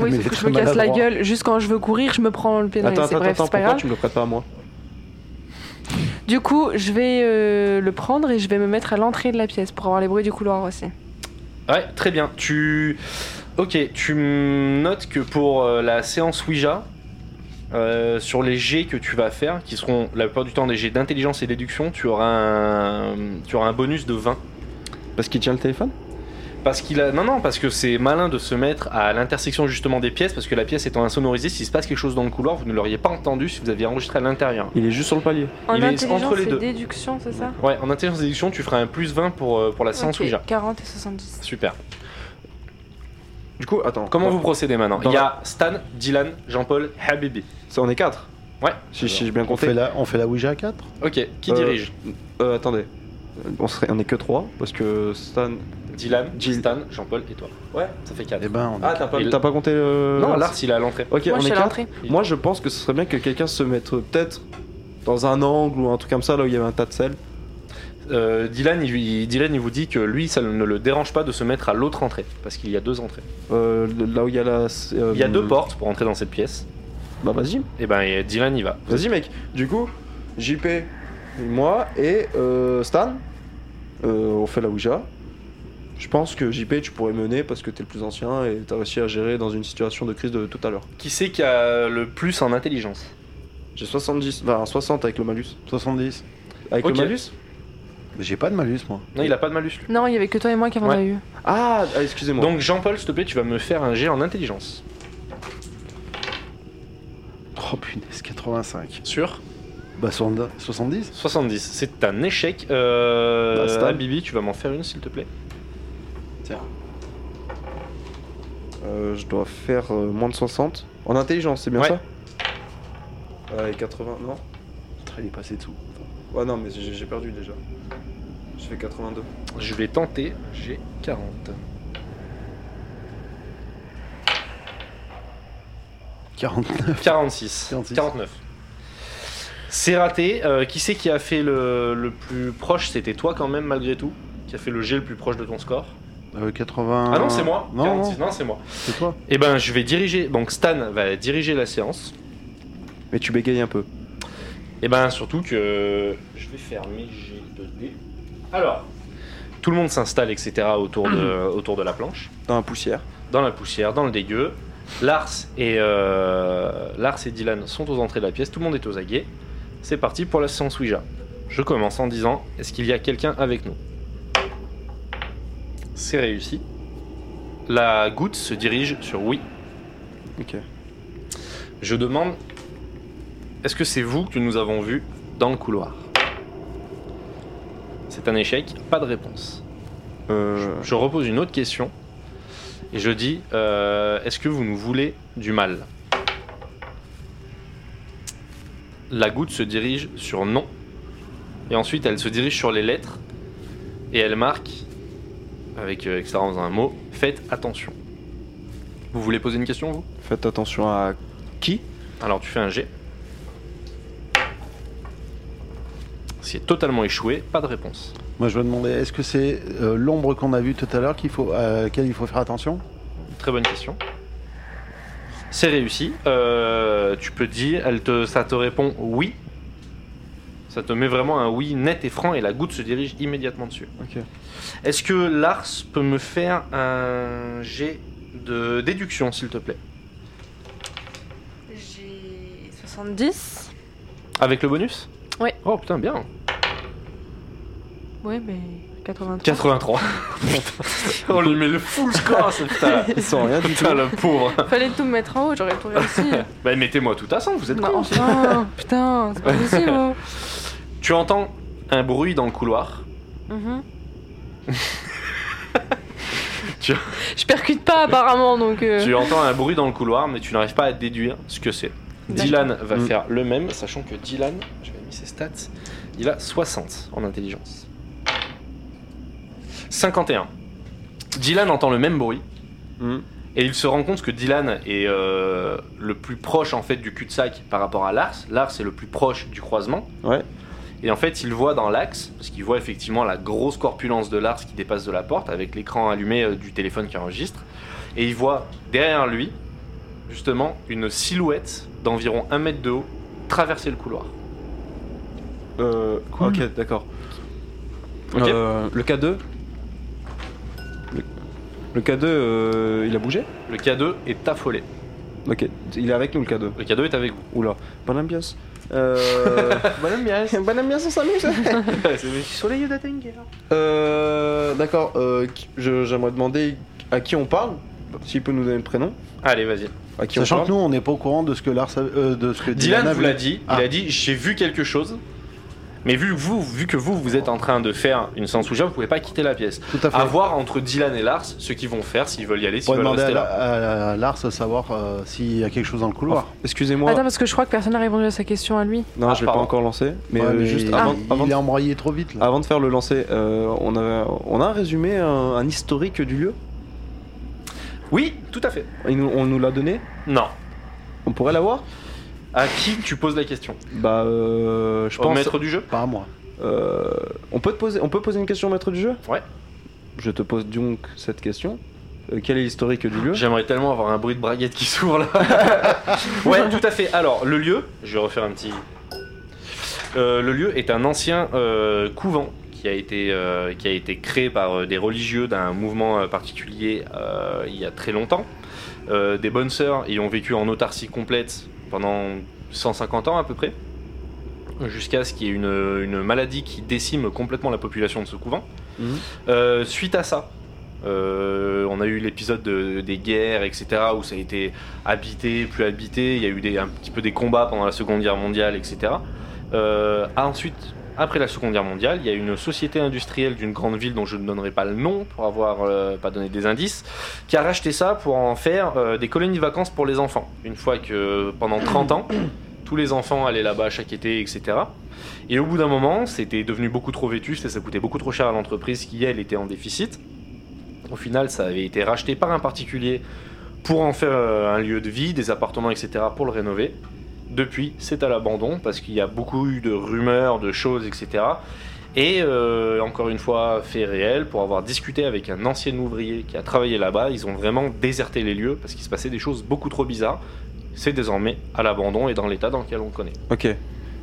[SPEAKER 3] oui, sauf
[SPEAKER 4] mais il est
[SPEAKER 3] que je
[SPEAKER 4] très
[SPEAKER 3] me casse la
[SPEAKER 4] maladroit.
[SPEAKER 3] gueule. Juste quand je veux courir, je me prends le pied dans
[SPEAKER 2] Attends,
[SPEAKER 3] les
[SPEAKER 2] attends,
[SPEAKER 3] Bref,
[SPEAKER 2] attends,
[SPEAKER 3] c'est pas
[SPEAKER 2] pourquoi
[SPEAKER 3] grave.
[SPEAKER 2] tu me le prêtes pas à moi
[SPEAKER 3] Du coup, je vais euh, le prendre et je vais me mettre à l'entrée de la pièce pour avoir les bruits du couloir aussi.
[SPEAKER 1] Ouais, très bien. Tu. Ok, tu m- notes que pour euh, la séance Ouija, euh, sur les jets que tu vas faire, qui seront la plupart du temps des jets d'intelligence et déduction, tu auras un, tu auras un bonus de 20.
[SPEAKER 2] Parce qu'il tient le téléphone
[SPEAKER 1] Parce qu'il a. Non, non, parce que c'est malin de se mettre à l'intersection justement des pièces, parce que la pièce étant insonorisée, s'il se passe quelque chose dans le couloir, vous ne l'auriez pas entendu si vous aviez enregistré à l'intérieur.
[SPEAKER 2] Il est juste sur le palier.
[SPEAKER 3] En
[SPEAKER 1] Il est
[SPEAKER 3] intelligence
[SPEAKER 1] entre les
[SPEAKER 3] et
[SPEAKER 1] deux.
[SPEAKER 3] déduction, c'est ça
[SPEAKER 1] Ouais, en intelligence et déduction, tu feras un plus 20 pour, euh, pour la séance
[SPEAKER 3] Ok,
[SPEAKER 1] Ouija.
[SPEAKER 3] 40 et 70.
[SPEAKER 1] Super.
[SPEAKER 2] Du coup, attends. bah,
[SPEAKER 1] Comment
[SPEAKER 2] Ouais.
[SPEAKER 1] vous procédez maintenant
[SPEAKER 2] Dans
[SPEAKER 1] Il y a Stan, Dylan, Jean-Paul, Habibi.
[SPEAKER 2] Ça, on est 4
[SPEAKER 1] Ouais.
[SPEAKER 2] Si, si j'ai bien
[SPEAKER 4] On fait,
[SPEAKER 2] compté.
[SPEAKER 4] la, on fait la Ouija à 4
[SPEAKER 1] Ok, qui
[SPEAKER 2] Euh,
[SPEAKER 1] dirige
[SPEAKER 2] Euh, attendez. On, serait... on est que 3 parce que Stan.
[SPEAKER 1] Dylan,
[SPEAKER 2] Jill.
[SPEAKER 1] Stan, Jean-Paul et toi.
[SPEAKER 2] Ouais.
[SPEAKER 1] Ça fait 4.
[SPEAKER 4] Eh ben, on
[SPEAKER 2] Ah, t'as pas,
[SPEAKER 1] Il-
[SPEAKER 2] t'as pas compté. euh,
[SPEAKER 1] non, Lars, il est à l'entrée.
[SPEAKER 2] Ok,
[SPEAKER 3] Moi,
[SPEAKER 2] on est
[SPEAKER 3] je suis à
[SPEAKER 2] 4.
[SPEAKER 3] l'entrée.
[SPEAKER 2] Moi, je pense que ce serait bien que quelqu'un se mette euh, peut-être dans un angle ou un truc comme ça là où il y avait un tas de sel.
[SPEAKER 1] Euh, Dylan, il, il- Dylan, il vous dit que lui, ça ne le dérange pas de se mettre à l'autre entrée, parce qu'il y a deux entrées.
[SPEAKER 2] Euh, là où il y a la. euh,
[SPEAKER 1] Il y a deux portes pour entrer dans cette pièce.
[SPEAKER 2] Bah, vas-y.
[SPEAKER 1] Et ben, et Dylan y va.
[SPEAKER 2] Vas-y mec, du coup, JP, et moi et euh, Stan, euh, on fait la Ouija. Je pense que JP, tu pourrais mener parce que t'es le plus ancien et t'as réussi à gérer dans une situation de crise de tout à l'heure.
[SPEAKER 1] Qui c'est qui a le plus en intelligence
[SPEAKER 2] J'ai 70, enfin 60 avec le malus.
[SPEAKER 4] 70.
[SPEAKER 2] Avec
[SPEAKER 1] Ok.
[SPEAKER 2] le malus
[SPEAKER 4] Mais J'ai pas de malus, moi.
[SPEAKER 1] Non, il a pas de malus. lui.
[SPEAKER 3] Non, il y avait que toi et moi qui avons
[SPEAKER 1] Ouais.
[SPEAKER 3] eu.
[SPEAKER 2] Ah, ah, excusez-moi.
[SPEAKER 1] Donc, Jean-Paul, s'il te plaît, tu vas me faire un jet en intelligence.
[SPEAKER 4] Oh punaise, 85.
[SPEAKER 1] Sur
[SPEAKER 4] Bah, soixante- 70
[SPEAKER 1] 70. C'est un échec. Euh,
[SPEAKER 2] Bah, Stan.
[SPEAKER 1] Habibi, tu vas m'en faire une, s'il te plaît.
[SPEAKER 2] Euh, je dois faire euh, moins de 60. En intelligence, c'est bien
[SPEAKER 1] Ouais.
[SPEAKER 2] ça Ouais, 80, non
[SPEAKER 4] Putain, Il est passé dessous.
[SPEAKER 2] Ouais, non, mais j'ai j'ai perdu déjà. Je fais 82.
[SPEAKER 1] Je vais tenter. J'ai 40.
[SPEAKER 4] 49.
[SPEAKER 1] 46.
[SPEAKER 4] 46.
[SPEAKER 1] 49. C'est raté. Euh, qui c'est qui a fait le, le plus proche C'était toi quand même, malgré tout. Qui a fait le G le plus proche de ton score
[SPEAKER 4] Euh, 80.
[SPEAKER 1] Ah non, c'est moi.
[SPEAKER 4] Non,
[SPEAKER 1] 46.
[SPEAKER 4] non,
[SPEAKER 1] non c'est moi.
[SPEAKER 4] c'est toi.
[SPEAKER 1] Eh ben, je vais diriger. Donc, Stan va diriger la séance.
[SPEAKER 2] Mais tu bégayes un peu.
[SPEAKER 1] Et ben surtout que je vais faire mes g 2 d Alors, tout le monde s'installe, etc. autour de, autour de la planche,
[SPEAKER 2] Dans la poussière.
[SPEAKER 1] dans la poussière, dans le dégueu. Lars et, euh, Lars et Dylan sont aux entrées de la pièce, tout le monde est aux aguets. C'est parti pour la séance Ouija. Je commence en disant est-ce qu'il y a quelqu'un avec nous C'est réussi. La goutte se dirige sur oui.
[SPEAKER 2] Ok.
[SPEAKER 1] Je demande Est-ce que c'est vous que nous avons vu dans le couloir C'est un échec, pas de réponse.
[SPEAKER 2] Euh,
[SPEAKER 1] Je repose une autre question et je dis euh, Est-ce que vous nous voulez du mal La goutte se dirige sur non et ensuite elle se dirige sur les lettres et elle marque avec euh, etc. dans un mot Faites attention. Vous voulez poser une question vous
[SPEAKER 2] Faites attention à qui
[SPEAKER 1] alors tu fais un G. C'est totalement échoué, pas de réponse.
[SPEAKER 4] Moi, je vais demander est-ce que c'est euh, l'ombre qu'on a vue tout à l'heure qu'il faut, à laquelle il faut faire attention
[SPEAKER 1] Très bonne question. C'est réussi. Euh, tu peux dire, elle te, ça te répond oui. Ça te met vraiment un oui net et franc et la goutte se dirige immédiatement dessus.
[SPEAKER 2] Ok.
[SPEAKER 1] Est-ce que Lars peut me faire un G de déduction, s'il te plaît
[SPEAKER 3] J'ai 70.
[SPEAKER 1] Avec le bonus
[SPEAKER 3] Ouais.
[SPEAKER 1] Oh putain, bien.
[SPEAKER 3] Ouais, mais 83.
[SPEAKER 1] 83. On lui met Oh, le full score, ce putain.
[SPEAKER 2] Sans rien du tout.
[SPEAKER 1] Putain, le pauvre.
[SPEAKER 3] Fallait tout me mettre en haut, j'aurais tout réussi.
[SPEAKER 1] Bah mettez-moi tout à 100, vous êtes
[SPEAKER 3] Non,
[SPEAKER 1] con.
[SPEAKER 3] enfin, putain, c'est pas possible. hein.
[SPEAKER 1] Tu entends un bruit dans le couloir.
[SPEAKER 3] Mhm.
[SPEAKER 1] Tu-
[SPEAKER 3] Je percute pas apparemment donc. euh,
[SPEAKER 1] Tu entends un bruit dans le couloir, mais tu n'arrives pas à déduire ce que c'est.
[SPEAKER 3] D'accord.
[SPEAKER 1] Dylan va
[SPEAKER 2] Mm.
[SPEAKER 1] faire le même, sachant que Dylan, je vais mis ses stats, il a 60 en intelligence. 51. Dylan entend le même bruit.
[SPEAKER 2] Hmm.
[SPEAKER 1] Et il se rend compte que Dylan est euh, le plus proche en fait du cul-de-sac par rapport à Lars. Lars est le plus proche du croisement.
[SPEAKER 2] Ouais.
[SPEAKER 1] Et en fait, il voit dans l'axe, parce qu'il voit effectivement la grosse corpulence de Lars qui dépasse de la porte avec l'écran allumé euh, du téléphone qui enregistre. Et il voit derrière lui, justement, une silhouette d'environ un mètre de haut traverser le couloir.
[SPEAKER 2] Euh, Ok, d'accord.
[SPEAKER 1] Ok.
[SPEAKER 2] Euh, le K2 Le, le K2, euh, il a bougé
[SPEAKER 1] Le K2 est affolé.
[SPEAKER 2] Ok, il est avec nous le K2.
[SPEAKER 1] Le K2 est avec vous.
[SPEAKER 2] Oula, bonne ambiance. Euh... bonne ambiance. bonne ambiance, on s'amuse.
[SPEAKER 1] Soleil
[SPEAKER 2] euh, d'accord, euh, qui- je- j'aimerais demander à qui on parle, s'il peut nous donner le prénom.
[SPEAKER 1] Allez, vas-y.
[SPEAKER 2] À qui
[SPEAKER 4] Sachant
[SPEAKER 2] on
[SPEAKER 4] que
[SPEAKER 2] parle.
[SPEAKER 4] nous, on n'est pas au courant de ce que Lars, a- euh, de ce que Dylan,
[SPEAKER 1] Dylan
[SPEAKER 4] a
[SPEAKER 1] vous
[SPEAKER 4] vu.
[SPEAKER 1] l'a dit,
[SPEAKER 4] Ah.
[SPEAKER 1] il a dit j'ai vu quelque chose. Mais vu que vous, vu que vous, vous êtes en train de faire une séance Ouija, vous pouvez pas quitter la pièce.
[SPEAKER 4] Tout à fait.
[SPEAKER 1] À
[SPEAKER 2] Ah
[SPEAKER 1] voir entre Dylan et Lars ce qu'ils vont faire, s'ils veulent y aller,
[SPEAKER 4] On
[SPEAKER 1] s'ils
[SPEAKER 4] va
[SPEAKER 1] veulent
[SPEAKER 4] demander
[SPEAKER 1] rester
[SPEAKER 4] à,
[SPEAKER 1] là.
[SPEAKER 4] la- à Lars de savoir euh, s'il y a quelque chose dans le couloir.
[SPEAKER 2] Excusez-moi.
[SPEAKER 3] Attends, parce que je crois que personne n'a répondu à sa question à lui.
[SPEAKER 2] Non,
[SPEAKER 1] Ah,
[SPEAKER 2] je l'ai
[SPEAKER 1] pardon.
[SPEAKER 2] pas encore lancé. Mais,
[SPEAKER 4] Ouais,
[SPEAKER 2] euh,
[SPEAKER 4] mais
[SPEAKER 2] juste
[SPEAKER 4] il-
[SPEAKER 2] avant,
[SPEAKER 4] il,
[SPEAKER 2] avant,
[SPEAKER 4] est embraillé trop vite là.
[SPEAKER 2] avant de faire le lancer, euh, on, a, on a un résumé, un, un historique du lieu.
[SPEAKER 1] Oui, tout à fait.
[SPEAKER 2] Il nous- on nous l'a donné.
[SPEAKER 1] Non.
[SPEAKER 2] On pourrait l'avoir
[SPEAKER 1] À qui tu poses la question
[SPEAKER 2] Bah, euh, je
[SPEAKER 1] Au
[SPEAKER 2] pense.
[SPEAKER 1] maître du jeu
[SPEAKER 4] Pas à moi.
[SPEAKER 2] Euh, on, peut te poser, on peut poser une question au maître du jeu
[SPEAKER 1] Ouais.
[SPEAKER 2] Je te pose donc cette question. Euh, quel est l'historique du lieu
[SPEAKER 1] J'aimerais tellement avoir un bruit de braguette qui s'ouvre là. ouais, tout à fait. Alors, le lieu, je vais refaire un petit. Euh, le lieu est un ancien euh, couvent qui a été, euh, qui a été créé par euh, des religieux d'un mouvement euh, particulier euh, il y a très longtemps. Euh, des bonnes sœurs y ont vécu en autarcie complète pendant 150 ans à peu près, jusqu'à ce qu'il y ait une, une maladie qui décime complètement la population de ce couvent.
[SPEAKER 2] Mhm.
[SPEAKER 1] Euh, suite à ça, euh, on a eu l'épisode de- des guerres, etc., où ça a été habité, plus habité. Il y a eu des, un petit peu des combats pendant la Seconde Guerre mondiale, etc. Euh, ah, ensuite, après la Seconde Guerre mondiale, il y a une société industrielle d'une grande ville dont je ne donnerai pas le nom pour avoir euh, pas donné des indices, qui a racheté ça pour en faire euh, des colonies de vacances pour les enfants. Une fois que pendant 30 ans, tous les enfants allaient là-bas chaque été, etc. Et au bout d'un moment, c'était devenu beaucoup trop vétuste et ça coûtait beaucoup trop cher à l'entreprise qui, elle, était en déficit. Au final, ça avait été racheté par un particulier pour en faire euh, un lieu de vie, des appartements, etc., pour le rénover. Depuis, c'est à l'abandon parce qu'il y a beaucoup eu de rumeurs, de choses, etc. Et euh, encore une fois, fait réel, pour avoir discuté avec un ancien ouvrier qui a travaillé là-bas, ils ont vraiment déserté les lieux parce qu'il se passait des choses beaucoup trop bizarres. C'est désormais à l'abandon et dans l'état dans lequel on le connaît.
[SPEAKER 2] Ok.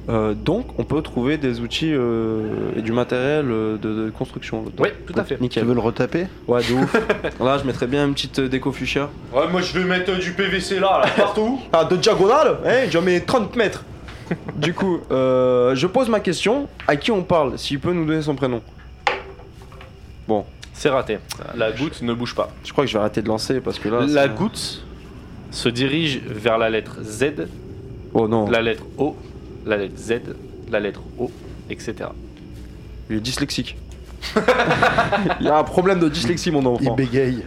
[SPEAKER 2] Euh, donc, on peut trouver des outils euh, et du matériel euh, de, de construction.
[SPEAKER 1] Oui, tout à fait.
[SPEAKER 4] Tu
[SPEAKER 2] Nickel.
[SPEAKER 4] veux le retaper
[SPEAKER 2] Ouais, de ouf. Là, je mettrais bien une petite euh, déco fuchsia.
[SPEAKER 1] Ouais, moi je vais mettre du PVC là, là partout.
[SPEAKER 2] Ah, de diagonale Hein, j'en mets 30 mètres Du coup, euh, je pose ma question. À qui on parle S'il peut nous donner son prénom.
[SPEAKER 1] c'est raté. La goutte ne bouge pas.
[SPEAKER 2] Je crois que je vais arrêter de lancer parce que là.
[SPEAKER 1] La
[SPEAKER 2] Ah, c'est-
[SPEAKER 1] goutte se dirige vers la lettre Z,
[SPEAKER 2] Oh non.
[SPEAKER 1] la lettre O, la lettre Z, la lettre O, etc.
[SPEAKER 2] Il est dyslexique. Il y a un problème de dyslexie, mon
[SPEAKER 4] Il
[SPEAKER 2] enfant.
[SPEAKER 4] bégaye.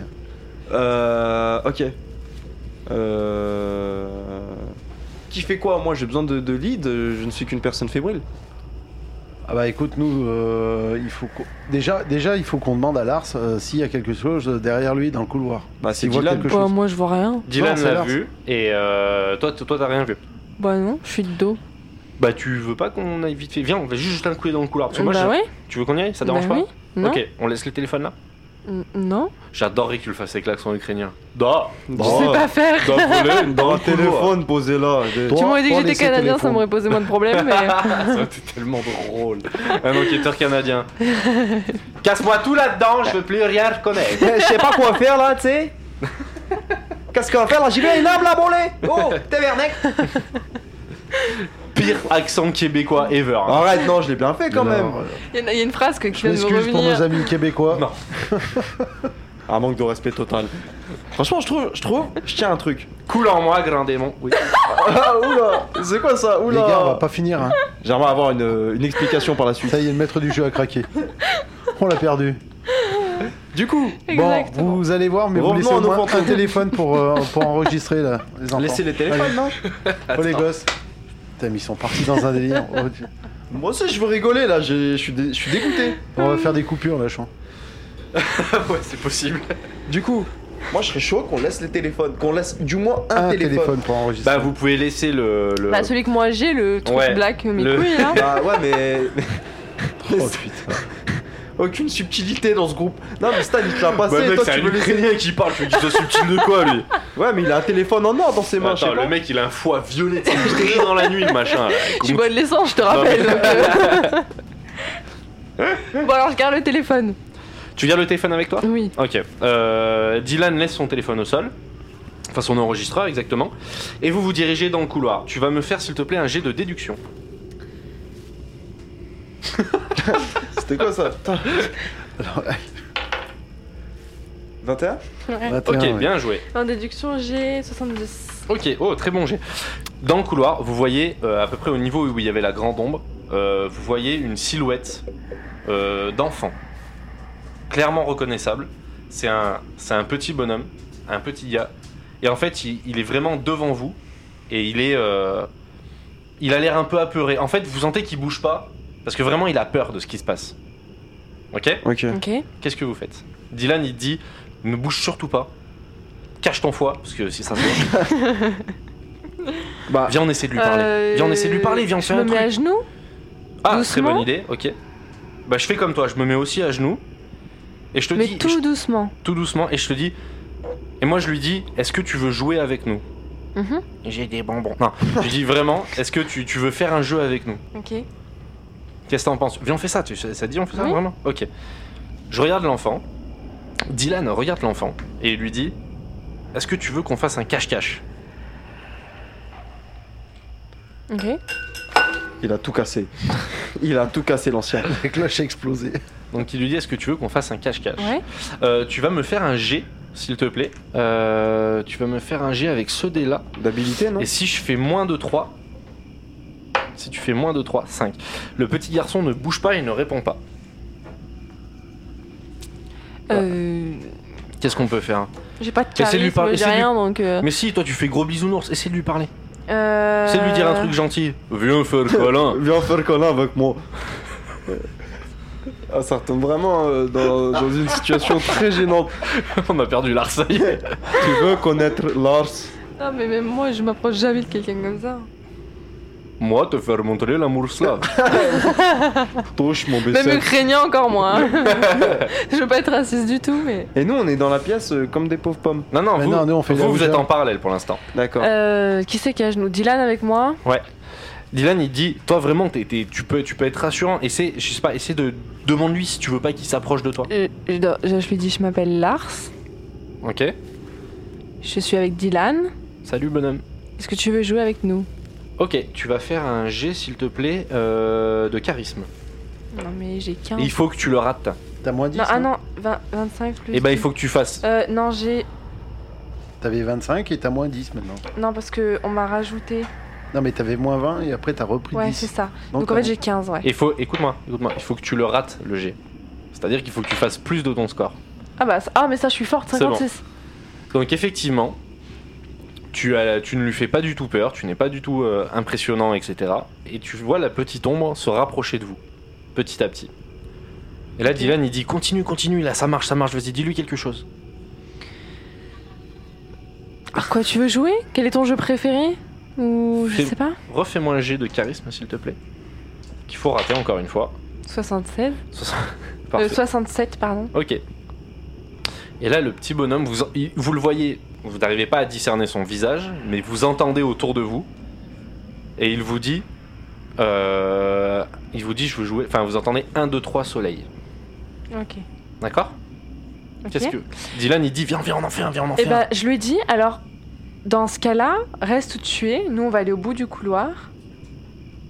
[SPEAKER 2] Euh. Ok. Euh. Qui fait quoi Moi, j'ai besoin de, de lead. euh, Je ne suis qu'une personne fébrile.
[SPEAKER 4] Ah bah écoute, nous, euh, il faut qu'on- déjà, déjà, il faut qu'on demande à Lars euh, s'il y a quelque chose derrière lui dans le couloir.
[SPEAKER 2] Bah, c'est
[SPEAKER 4] Il voit
[SPEAKER 2] Dylan.
[SPEAKER 4] quelque
[SPEAKER 3] Bah,
[SPEAKER 4] chose.
[SPEAKER 3] moi, je vois rien.
[SPEAKER 1] Dylan
[SPEAKER 4] Non, ça a
[SPEAKER 1] l'a
[SPEAKER 4] l'air.
[SPEAKER 1] vu et euh, toi, toi, t'as rien vu.
[SPEAKER 3] Bah, non, je suis de dos.
[SPEAKER 1] Bah, tu veux pas qu'on aille vite fait Viens, on va juste jeter un coup d'œil dans le couloir. Parce que moi,
[SPEAKER 3] bah,
[SPEAKER 1] je-
[SPEAKER 3] ouais.
[SPEAKER 1] Tu veux qu'on y aille Ça dérange
[SPEAKER 3] bah,
[SPEAKER 1] pas
[SPEAKER 3] oui. Non.
[SPEAKER 1] Ok, on laisse les téléphones là
[SPEAKER 3] N- Non.
[SPEAKER 1] J'adorerais que tu le fasses avec l'accent ukrainien. Da
[SPEAKER 2] Bon.
[SPEAKER 3] Je sais pas faire.
[SPEAKER 1] Da voler,
[SPEAKER 2] Dans
[SPEAKER 1] da
[SPEAKER 2] le téléphone, posez là.
[SPEAKER 4] Toi,
[SPEAKER 3] Tu m'aurais dit que
[SPEAKER 4] prends
[SPEAKER 3] j'étais
[SPEAKER 4] les sept
[SPEAKER 3] canadien, ça
[SPEAKER 4] téléphones.
[SPEAKER 3] m'aurait posé moins de problèmes, mais.
[SPEAKER 1] Ça aurait été tellement drôle. Un enquêteur canadien. Casse-moi tout là-dedans, je veux plus rien reconnaître.
[SPEAKER 2] Eh, Je sais pas quoi faire là, tu sais. Qu'est-ce qu'on va faire là J'y vais, une âme là, bolée Oh, t'es vernec
[SPEAKER 1] Pire accent québécois ever. hein.
[SPEAKER 2] Arrête, non, je l'ai bien fait quand
[SPEAKER 4] Alors,
[SPEAKER 2] même.
[SPEAKER 4] euh,
[SPEAKER 3] Il y, en a- il y a une phrase que, qui
[SPEAKER 4] Je
[SPEAKER 3] vient de me
[SPEAKER 4] m'excuse pour nos
[SPEAKER 1] euh.
[SPEAKER 3] revenir.
[SPEAKER 4] amis québécois.
[SPEAKER 1] Non.
[SPEAKER 2] Un manque de respect total. Franchement, je trouve, je trouve, je tiens un truc.
[SPEAKER 1] Coule en moi, grand démon. Oui.
[SPEAKER 2] Ah, oula C'est quoi ça
[SPEAKER 4] Les gars, on va pas finir. hein.
[SPEAKER 2] J'aimerais avoir
[SPEAKER 1] euh,
[SPEAKER 2] une, une explication par la suite.
[SPEAKER 4] Ça y est, le maître du jeu a craqué. On l'a perdu.
[SPEAKER 2] Du coup,
[SPEAKER 3] Exactement.
[SPEAKER 4] Bon, vous allez voir, mais vous
[SPEAKER 2] Revenons
[SPEAKER 4] laissez
[SPEAKER 2] à
[SPEAKER 4] au
[SPEAKER 2] nos
[SPEAKER 4] moins un
[SPEAKER 2] fantômes.
[SPEAKER 4] téléphone pour, euh, pour enregistrer là, les enfants.
[SPEAKER 2] laissez les téléphones, non
[SPEAKER 4] Oh les gosses. Putain, mais ils sont partis dans un délire. Oh, Dieu.
[SPEAKER 2] Moi aussi, je veux rigoler là, j'ai- je suis dé- je suis dégoûté.
[SPEAKER 4] On va faire des coupures là, je sens.
[SPEAKER 1] ouais, c'est possible.
[SPEAKER 2] Du coup, moi je serais chaud qu'on laisse les téléphones, qu'on laisse du moins un,
[SPEAKER 4] Un téléphone.
[SPEAKER 2] téléphone.
[SPEAKER 4] pour enregistrer.
[SPEAKER 1] Bah, vous pouvez laisser le. le-
[SPEAKER 3] Bah, celui que moi j'ai, le truc
[SPEAKER 1] Ouais.
[SPEAKER 3] black, mes
[SPEAKER 1] Le-
[SPEAKER 3] couilles, là.
[SPEAKER 2] Bah ouais, mais.
[SPEAKER 4] Oh putain.
[SPEAKER 2] Aucune subtilité dans ce groupe. Non, mais Stan, il te l'a
[SPEAKER 1] Bah,
[SPEAKER 2] passé,
[SPEAKER 1] mec,
[SPEAKER 2] toi
[SPEAKER 1] c'est
[SPEAKER 2] tu
[SPEAKER 1] un
[SPEAKER 2] veux laisser.
[SPEAKER 1] ukrainien qui parle, je veux qu'il soit subtil de quoi lui
[SPEAKER 2] Ouais, mais il a un téléphone en or dans ses mains, je sais
[SPEAKER 1] Attends, le
[SPEAKER 2] pas.
[SPEAKER 1] mec il a un foie violet, tu sais, il brille dans la nuit le machin. là.
[SPEAKER 3] Je bois de l'essence, je te rappelle. euh. bon, alors je garde le téléphone.
[SPEAKER 1] Tu gardes le téléphone avec toi
[SPEAKER 3] Oui.
[SPEAKER 1] Ok. Euh, Dylan laisse son téléphone au sol. Enfin, son enregistreur, exactement. Et vous vous dirigez dans le couloir. Tu vas me faire, s'il te plaît, un jet de déduction.
[SPEAKER 2] C'était quoi ça Putain.
[SPEAKER 4] Alors,
[SPEAKER 2] 21
[SPEAKER 1] Ok,
[SPEAKER 4] 21, ouais.
[SPEAKER 1] bien joué.
[SPEAKER 3] En déduction, j'ai 72.
[SPEAKER 1] Ok, oh, très bon jet. Dans le couloir, vous voyez, euh, à peu près au niveau où il y avait la grande ombre, euh, vous voyez une silhouette euh, d'enfant. Clairement reconnaissable. C'est un, c'est un petit bonhomme, un petit gars. Et en fait, il, il est vraiment devant vous. Et il est. euh, il a l'air un peu apeuré. En fait, vous sentez qu'il bouge pas. Parce que vraiment, il a peur de ce qui se passe. Ok
[SPEAKER 2] Ok.
[SPEAKER 3] Ok.
[SPEAKER 1] Qu'est-ce que vous faites Dylan, il dit ne bouge surtout pas. Cache ton foie, parce que si ça se voit.
[SPEAKER 2] Bah,
[SPEAKER 1] Ah. Viens, on essaie de lui parler.
[SPEAKER 3] Euh,
[SPEAKER 1] Viens, on essaie de lui parler, viens, on
[SPEAKER 3] je
[SPEAKER 1] fait un
[SPEAKER 3] me mets à
[SPEAKER 1] truc.
[SPEAKER 3] genoux.
[SPEAKER 1] Ah, très
[SPEAKER 3] doucement.
[SPEAKER 1] bonne idée, ok. Bah, je fais comme toi, je me mets aussi à genoux. Et je te
[SPEAKER 3] Mais
[SPEAKER 1] dis,
[SPEAKER 3] tout
[SPEAKER 1] je-
[SPEAKER 3] doucement.
[SPEAKER 1] tout doucement, et je te dis. Et moi, je lui dis, est-ce que tu veux jouer avec nous
[SPEAKER 3] Mhm.
[SPEAKER 1] J'ai des bonbons. Non, je lui dis vraiment, est-ce que tu, tu veux faire un jeu avec nous
[SPEAKER 3] Ok.
[SPEAKER 1] Qu'est-ce que t'en penses Viens, on fait ça, tu, ça ça te dit, on fait ça
[SPEAKER 3] Oui.
[SPEAKER 1] vraiment Ok. Je regarde l'enfant. Dylan regarde l'enfant et il lui dit Est-ce que tu veux qu'on fasse un cache-cache
[SPEAKER 3] Ok.
[SPEAKER 2] il a tout cassé. Il a tout cassé, l'ancien.
[SPEAKER 4] Les cloches explosées.
[SPEAKER 1] Donc il lui dit Est-ce que tu veux qu'on fasse un cache-cache
[SPEAKER 3] Ouais.
[SPEAKER 1] Euh, tu vas me faire un G, s'il te plaît. Euh, tu vas me faire un G avec ce dé-là.
[SPEAKER 2] D'habilité, non
[SPEAKER 1] Et si je fais moins de 3, si tu fais moins de 3, 5. Le petit garçon ne bouge pas et ne répond pas.
[SPEAKER 3] Euh,
[SPEAKER 1] Qu'est-ce qu'on peut faire
[SPEAKER 3] j'ai pas de
[SPEAKER 1] Essaie de lui
[SPEAKER 3] charisme,
[SPEAKER 1] parler,
[SPEAKER 3] j'ai
[SPEAKER 1] essaie de lui-
[SPEAKER 3] rien, donc... Euh...
[SPEAKER 1] Mais si, toi tu fais gros bisounours, essaie de lui parler.
[SPEAKER 3] euh,
[SPEAKER 1] Essaie de lui dire un truc gentil. Viens faire colin.
[SPEAKER 2] Viens faire câlin avec moi. Ah, ça retombe vraiment euh, dans, dans une situation très gênante.
[SPEAKER 1] On a perdu l'art, ça y est.
[SPEAKER 2] Tu veux connaître Lars
[SPEAKER 3] Non, mais même moi, je m'approche jamais de quelqu'un comme ça.
[SPEAKER 1] Moi, te faire montrer l'amour slave.
[SPEAKER 2] Touche mon
[SPEAKER 3] Même
[SPEAKER 2] baiser.
[SPEAKER 3] ukrainien, encore moins. hein. je veux pas être raciste du tout, mais.
[SPEAKER 2] Et nous, on est dans la pièce euh, comme des pauvres pommes.
[SPEAKER 1] Non, non,
[SPEAKER 4] Mais
[SPEAKER 1] vous,
[SPEAKER 4] Bah, non, nous, on fait la
[SPEAKER 1] vous, vous
[SPEAKER 4] rougeur.
[SPEAKER 1] êtes en parallèle pour l'instant.
[SPEAKER 2] D'accord.
[SPEAKER 3] Euh, qui c'est qui a à genoux Dylan avec moi
[SPEAKER 1] Dylan, il dit Toi, vraiment, t'es- t'es- tu, peux, tu peux être rassurant. Essaie, je sais pas, essaie de. Demande-lui si tu veux pas qu'il s'approche de toi.
[SPEAKER 3] Euh, je, dois- je- je lui dis je m'appelle Lars,
[SPEAKER 1] Ok
[SPEAKER 3] je suis avec Dylan.
[SPEAKER 1] Salut, bonhomme.
[SPEAKER 3] Est-ce que tu veux jouer avec nous
[SPEAKER 1] Ok, tu vas faire un jet, s'il te plaît, euh, de charisme.
[SPEAKER 3] Non mais j'ai 15.
[SPEAKER 1] Et il faut que tu le rates.
[SPEAKER 4] T'as moins 10
[SPEAKER 3] Non, ah
[SPEAKER 4] hein
[SPEAKER 3] non, 20 25 plus.
[SPEAKER 1] Et ben, il faut que tu fasses.
[SPEAKER 3] Euh, non, j'ai.
[SPEAKER 4] T'avais 25 et t'as moins 10 maintenant.
[SPEAKER 3] Non, parce que on m'a rajouté.
[SPEAKER 4] Non, mais t'avais moins 20 et après t'as repris
[SPEAKER 3] Ouais,
[SPEAKER 4] 10.
[SPEAKER 3] c'est ça.
[SPEAKER 4] Donc,
[SPEAKER 3] Donc en fait,
[SPEAKER 4] t'as-
[SPEAKER 3] j'ai 15, ouais.
[SPEAKER 1] Il faut, écoute-moi, écoute-moi, il faut que tu le rates le jet. C'est-à-dire qu'il faut que tu fasses plus de ton score.
[SPEAKER 3] Ah bah, ça- ah, mais ça, je suis forte,
[SPEAKER 1] C'est bon.
[SPEAKER 3] 56.
[SPEAKER 1] Donc effectivement, tu, as- tu ne lui fais pas du tout peur, tu n'es pas du tout euh, impressionnant, etc. Et tu vois la petite ombre se rapprocher de vous, petit à petit. Et là, Dylan, il dit continue, continue, là, ça marche, ça marche, vas-y, dis-lui quelque chose.
[SPEAKER 3] À quoi tu veux jouer Quel est ton jeu préféré Ou je
[SPEAKER 1] C'est-
[SPEAKER 3] sais pas
[SPEAKER 1] Refais-moi un jet de charisme, s'il te plaît. Qu'il faut rater encore une fois.
[SPEAKER 3] 76
[SPEAKER 1] Parfait.
[SPEAKER 3] Euh, 67, pardon.
[SPEAKER 1] Ok. Et là, le petit bonhomme, vous, il- vous le voyez, vous n'arrivez pas à discerner son visage, mais vous entendez autour de vous, et il vous dit, euh, il vous dit, je veux jouer, enfin, vous entendez 1, 2, 3 soleil.
[SPEAKER 3] Ok.
[SPEAKER 1] D'accord
[SPEAKER 3] Ok.
[SPEAKER 1] Qu'est-ce que... Dylan, il dit, viens, viens, on en fait un, viens, on en fait
[SPEAKER 3] Et
[SPEAKER 1] un.
[SPEAKER 3] bah, je lui ai dit, alors, dans ce cas-là, reste où tu es, nous on va aller au bout du couloir,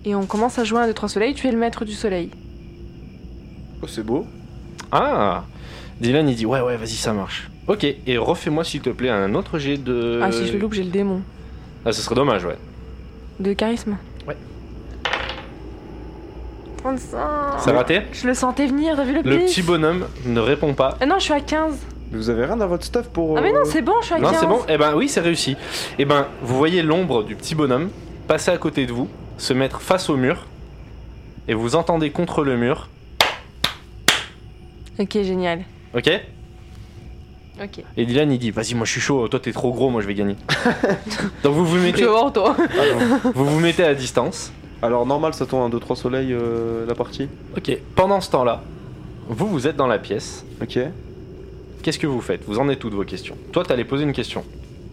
[SPEAKER 3] et on commence à jouer à un, deux, trois soleils, tu es le maître du soleil. Euh.
[SPEAKER 2] Oh, c'est beau.
[SPEAKER 1] Ah Dylan, il dit, ouais, ouais, vas-y, ça marche. Ok, et refais-moi, s'il te plaît, un autre jet de...
[SPEAKER 3] Ah, si je le loupe, j'ai le démon.
[SPEAKER 1] Ah, ce serait dommage, ouais.
[SPEAKER 3] De charisme.
[SPEAKER 1] Ouais.
[SPEAKER 3] 35
[SPEAKER 1] Ça raté
[SPEAKER 3] Je le sentais venir, t'as vu le,
[SPEAKER 1] Le
[SPEAKER 3] pif
[SPEAKER 1] petit bonhomme ne répond pas,
[SPEAKER 3] Ah non, je suis à 15.
[SPEAKER 2] Mais Vous avez rien dans votre stuff pour.
[SPEAKER 3] Ah mais
[SPEAKER 2] euh,
[SPEAKER 3] non, c'est bon, je suis à
[SPEAKER 1] Non,
[SPEAKER 3] 15.
[SPEAKER 1] c'est bon. Eh ben oui, c'est réussi. Eh ben, vous voyez l'ombre du petit bonhomme passer à côté de vous, se mettre face au mur, et vous entendez contre le mur.
[SPEAKER 3] Ok, génial.
[SPEAKER 1] Ok
[SPEAKER 3] Ok.
[SPEAKER 1] Et Dylan il dit Vas-y, moi je suis chaud, toi t'es trop gros, moi je vais gagner. Donc vous vous,
[SPEAKER 3] Je
[SPEAKER 1] mettez,
[SPEAKER 3] vois toi.
[SPEAKER 1] vous vous mettez à distance.
[SPEAKER 2] Ah, Alors, normal, ça tombe un 2-3 soleil euh, la partie.
[SPEAKER 1] Ok. Pendant ce temps-là, vous vous êtes dans la pièce.
[SPEAKER 2] Ok.
[SPEAKER 1] Qu'est-ce que vous faites Vous en êtes toutes vos questions. Toi t'allais poser une question,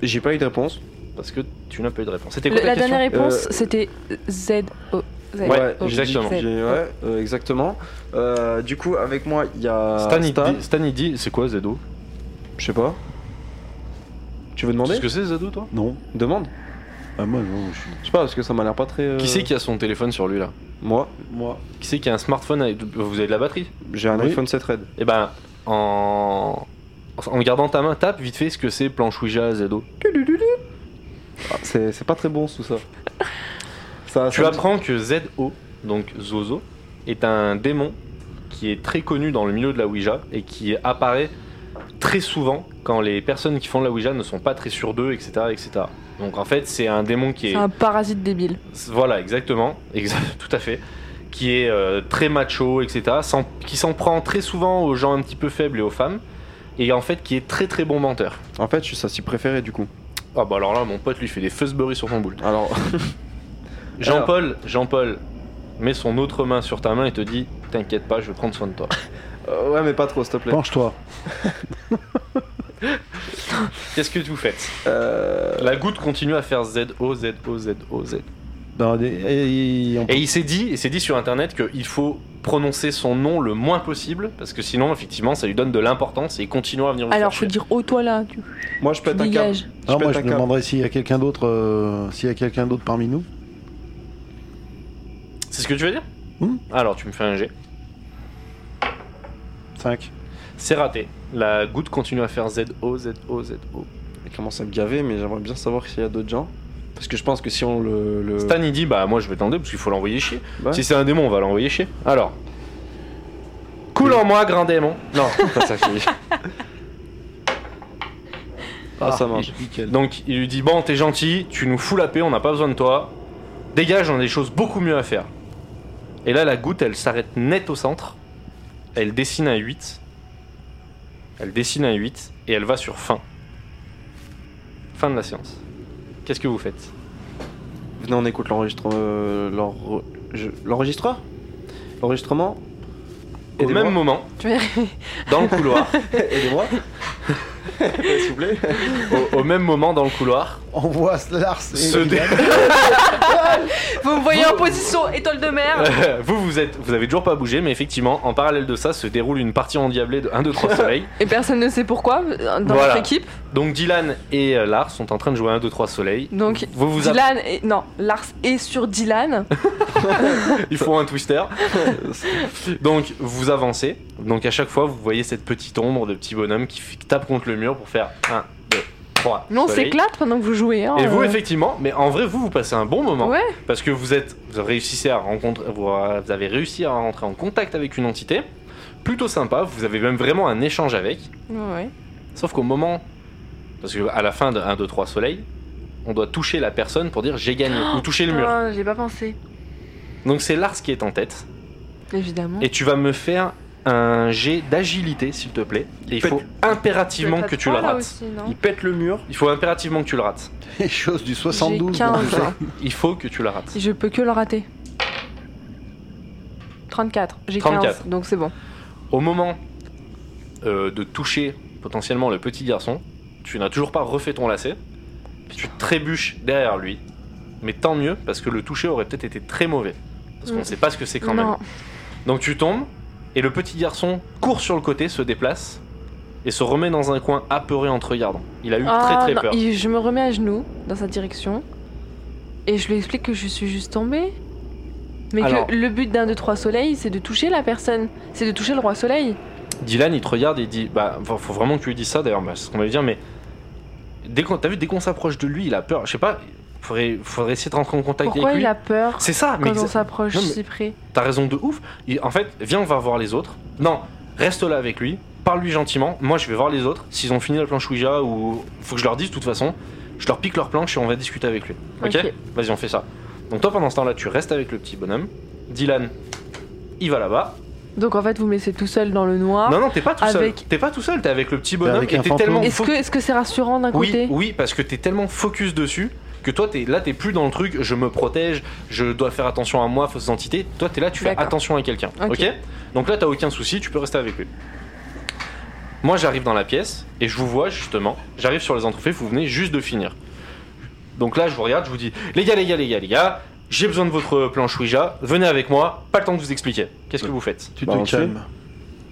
[SPEAKER 2] J'ai pas eu de réponse.
[SPEAKER 1] parce que tu n'as pas eu de réponse. C'était
[SPEAKER 3] Le-
[SPEAKER 1] quoi ta
[SPEAKER 3] la
[SPEAKER 1] question
[SPEAKER 3] dernière réponse,
[SPEAKER 2] Euh,
[SPEAKER 3] c'était Z O Z.
[SPEAKER 1] Ouais,
[SPEAKER 3] O,
[SPEAKER 2] j'ai dit-
[SPEAKER 1] exactement.
[SPEAKER 3] Z,
[SPEAKER 2] j'ai-
[SPEAKER 3] O.
[SPEAKER 2] ouais, euh, exactement. Euh, du coup, avec moi, il y a.
[SPEAKER 1] Stan, il
[SPEAKER 2] Stan.
[SPEAKER 1] dit- Stan, il dit C'est quoi Zedo
[SPEAKER 2] Je sais pas. Tu
[SPEAKER 1] Tu
[SPEAKER 2] veux
[SPEAKER 1] sais
[SPEAKER 2] demander
[SPEAKER 1] ce que c'est Zedo toi
[SPEAKER 4] Non,
[SPEAKER 2] Demande.
[SPEAKER 4] ah, moi, non, je suis.
[SPEAKER 2] Je sais pas, parce que ça m'a l'air pas très. euh,
[SPEAKER 1] Qui c'est qui a son téléphone sur lui là
[SPEAKER 2] Moi,
[SPEAKER 4] Moi.
[SPEAKER 1] Qui c'est qui a un smartphone avec... Vous avez de la batterie
[SPEAKER 2] j'ai un
[SPEAKER 4] Oui.
[SPEAKER 2] iPhone 7 Red.
[SPEAKER 1] Et ben, en... en gardant ta main, tape vite fait ce que c'est planche Ouija Zedo.
[SPEAKER 2] Ah, c'est c'est pas très bon tout ça. ça
[SPEAKER 1] Tu
[SPEAKER 2] ça-
[SPEAKER 1] apprends que ZO, donc Zozo, est un démon qui est très connu dans le milieu de la Ouija et qui apparaît très souvent quand les personnes qui font de la Ouija ne sont pas très sûres d'eux, etc., etc. Donc en fait, c'est un démon qui est...
[SPEAKER 3] C'est un parasite débile.
[SPEAKER 1] Voilà, exactement, Exa- tout à fait. Qui est euh, très macho, etc. s'en- qui s'en prend très souvent aux gens un petit peu faibles et aux femmes. Et en fait, qui est très très bon menteur.
[SPEAKER 2] En fait, je suis sa cible préférée du coup.
[SPEAKER 1] Ah bah alors là, mon pote lui fait des fuzzberry sur son boule.
[SPEAKER 2] Alors,
[SPEAKER 1] Jean-Paul, Jean-Paul, met son autre main sur ta main et te dit T'inquiète pas, je vais prendre soin de toi.
[SPEAKER 2] euh, ouais, mais pas trop, s'il te plaît.
[SPEAKER 4] Penche-toi.
[SPEAKER 1] Qu'est-ce que vous faites
[SPEAKER 2] Euh,
[SPEAKER 1] La goutte continue à faire ZO, ZO, ZO, Z.
[SPEAKER 4] Dans des- et- et- on-
[SPEAKER 1] Et il s'est dit, il s'est dit sur internet qu'il faut prononcer son nom le moins possible parce que sinon, effectivement, ça lui donne de l'importance et il continue à venir vous
[SPEAKER 3] Alors,
[SPEAKER 1] faire
[SPEAKER 3] faut
[SPEAKER 1] chier.
[SPEAKER 3] dire oh toi là, tu,
[SPEAKER 2] moi, je
[SPEAKER 3] tu
[SPEAKER 2] pète un câble.
[SPEAKER 3] dégages.
[SPEAKER 4] Ah, moi,
[SPEAKER 2] pète
[SPEAKER 4] je
[SPEAKER 2] un
[SPEAKER 4] me
[SPEAKER 2] câble.
[SPEAKER 4] demanderais s'il y a quelqu'un d'autre, euh, s'il y a quelqu'un d'autre parmi nous.
[SPEAKER 1] C'est ce que tu veux dire
[SPEAKER 4] Hmm.
[SPEAKER 1] Alors tu me fais un G.
[SPEAKER 4] 5.
[SPEAKER 1] C'est raté. La goutte continue à faire ZO, ZO, ZO.
[SPEAKER 2] Il commence à me gaver, mais j'aimerais bien savoir s'il y a d'autres gens. Parce que je pense que si on le. le-
[SPEAKER 1] Stan il dit Bah, moi je vais tenter parce qu'il faut l'envoyer chier.
[SPEAKER 2] Ouais.
[SPEAKER 1] Si c'est un démon, on va l'envoyer chier. Alors. Coule en moi, grand démon.
[SPEAKER 2] Non, pas ça que je dis. Ah, ça marche.
[SPEAKER 1] Donc il lui dit Bon, t'es gentil, tu nous fous la paix, on n'a pas besoin de toi. Dégage, on a des choses beaucoup mieux à faire. Et là, la goutte, elle s'arrête net au centre. elle dessine un 8. Elle dessine un 8 et elle va sur fin. Fin de la séance. Qu'est-ce que vous faites
[SPEAKER 2] Venez, on écoute l'enregistrement. L'enregistreur L'enregistrement
[SPEAKER 1] Au
[SPEAKER 2] Aidez-moi.
[SPEAKER 1] même moment,
[SPEAKER 3] Tu vas y arriver.
[SPEAKER 1] dans le couloir,
[SPEAKER 2] Aidez-moi S'il vous plaît
[SPEAKER 1] au, au même moment dans le couloir,
[SPEAKER 4] On voit Lars et
[SPEAKER 1] se dé-
[SPEAKER 3] Vous me voyez en position étoile de mer.
[SPEAKER 1] vous, vous, êtes, vous avez toujours pas bougé, mais effectivement, en parallèle de ça, se déroule une partie endiablée de 1, 2, 3 soleil.
[SPEAKER 3] Et personne ne sait pourquoi dans
[SPEAKER 1] Voilà.
[SPEAKER 3] notre équipe.
[SPEAKER 1] Donc Dylan et euh, Lars sont en train de jouer 1, 2, 3 soleil.
[SPEAKER 3] Donc,
[SPEAKER 1] vous vous app-
[SPEAKER 3] Dylan est- Non, Lars est sur Dylan.
[SPEAKER 1] Il faut un twister. Donc vous avancez. Donc à chaque fois, vous voyez cette petite ombre de petit bonhomme qui f- qui tape contre le mur pour faire 1, 2, 3.
[SPEAKER 3] Mais on s'éclate pendant que vous jouez. hein.
[SPEAKER 1] Et vous,
[SPEAKER 3] Euh,
[SPEAKER 1] effectivement, mais en vrai, vous, vous passez un bon moment.
[SPEAKER 3] Ouais,
[SPEAKER 1] Parce que vous êtes, vous réussissez à rencontrer, vous vous avez réussi à rentrer en contact avec une entité plutôt sympa. Vous avez même vraiment un échange avec.
[SPEAKER 3] ouais, ouais.
[SPEAKER 1] Sauf qu'au moment, parce que à la fin de 1, 2, 3 soleil, on doit toucher la personne pour dire j'ai gagné ou toucher le mur.
[SPEAKER 3] Ah, J'ai pas pensé,
[SPEAKER 1] Donc c'est Lars qui est en tête
[SPEAKER 3] évidemment.
[SPEAKER 1] et tu vas me faire un jet d'agilité s'il te plaît. Et il
[SPEAKER 2] Peut-
[SPEAKER 1] faut impérativement que tu le rates.
[SPEAKER 3] hein.
[SPEAKER 2] Il pète le mur.
[SPEAKER 1] Il faut impérativement que tu le rates.
[SPEAKER 4] les choses du
[SPEAKER 3] J'ai
[SPEAKER 4] 72.
[SPEAKER 3] 15. hein.
[SPEAKER 1] Il faut que tu le rates.
[SPEAKER 3] Je peux que le rater. 34. J'ai
[SPEAKER 1] 34.
[SPEAKER 3] 15, donc c'est bon.
[SPEAKER 1] Au moment euh, de toucher potentiellement le petit garçon, tu n'as toujours pas refait ton lacet. Tu trébuches derrière lui. Mais tant mieux, parce que le toucher aurait peut-être été très mauvais. Parce qu'on
[SPEAKER 3] Mm.
[SPEAKER 1] ne sait pas ce que c'est quand même.
[SPEAKER 3] non.
[SPEAKER 1] Donc tu tombes, et le petit garçon court sur le côté, se déplace, et se remet dans un coin apeuré en te regardant. Il a eu
[SPEAKER 3] Ah,
[SPEAKER 1] très très
[SPEAKER 3] non,
[SPEAKER 1] peur.
[SPEAKER 3] il- je me remets à genoux dans sa direction et je lui explique que je suis juste tombée. Mais
[SPEAKER 1] Alors.
[SPEAKER 3] que le but d'un, deux, trois soleils, c'est de toucher la personne. C'est de toucher le roi soleil.
[SPEAKER 1] Dylan, il te regarde et il dit Bah, faut faut vraiment que tu lui dises ça d'ailleurs, bah, c'est ce qu'on va lui dire, mais. Dès qu'on, t'as vu, dès qu'on s'approche de lui, il a peur. Je sais pas, faudrait, faudrait essayer de rentrer en contact
[SPEAKER 3] Pourquoi
[SPEAKER 1] avec lui.
[SPEAKER 3] il a peur
[SPEAKER 1] C'est ça, mais
[SPEAKER 3] quand on
[SPEAKER 1] exa-
[SPEAKER 3] s'approche
[SPEAKER 1] Non, mais-
[SPEAKER 3] si près
[SPEAKER 1] T'as raison de ouf. Il- en fait, viens, on va voir les autres. Non, reste là avec lui. Parle-lui gentiment. Moi, je vais voir les autres. S'ils ont fini la planche Ouija ou. Faut que je leur dise de toute façon. Je leur pique leur planche et on va discuter avec lui. Ok,
[SPEAKER 3] Ok.
[SPEAKER 1] Vas-y, on fait ça. Donc, toi, pendant ce temps-là, tu restes avec le petit bonhomme. Dylan, il va là-bas.
[SPEAKER 3] Donc en fait, vous me laissez tout seul dans le noir.
[SPEAKER 1] non, non, t'es pas tout seul.
[SPEAKER 3] Ah. avec-
[SPEAKER 1] T'es pas tout seul, t'es avec le petit bonhomme
[SPEAKER 4] avec
[SPEAKER 1] et
[SPEAKER 4] un
[SPEAKER 1] t'es
[SPEAKER 4] fantôme.
[SPEAKER 1] tellement.
[SPEAKER 3] Est-ce
[SPEAKER 1] fo-
[SPEAKER 3] que est-ce que c'est rassurant d'un
[SPEAKER 1] Oui,
[SPEAKER 3] côté
[SPEAKER 1] oui, parce que t'es tellement focus dessus que toi, t'es, là, t'es plus dans le truc, je me protège, je dois faire attention à moi, fausse entité. Toi, t'es là, tu fais
[SPEAKER 3] D'accord.
[SPEAKER 1] attention à quelqu'un.
[SPEAKER 3] Ok.
[SPEAKER 1] ok Donc là, t'as aucun souci, tu peux rester avec lui. Moi, j'arrive dans la pièce et je vous vois justement. J'arrive sur les entrefaits, vous venez juste de finir. Donc là, je vous regarde, je vous dis Les gars, les gars, les gars, les gars, j'ai besoin de votre planche Ouija, venez avec moi, pas le temps de vous expliquer. Qu'est-ce que vous faites
[SPEAKER 4] Tu
[SPEAKER 2] Bah, on
[SPEAKER 4] te calmes.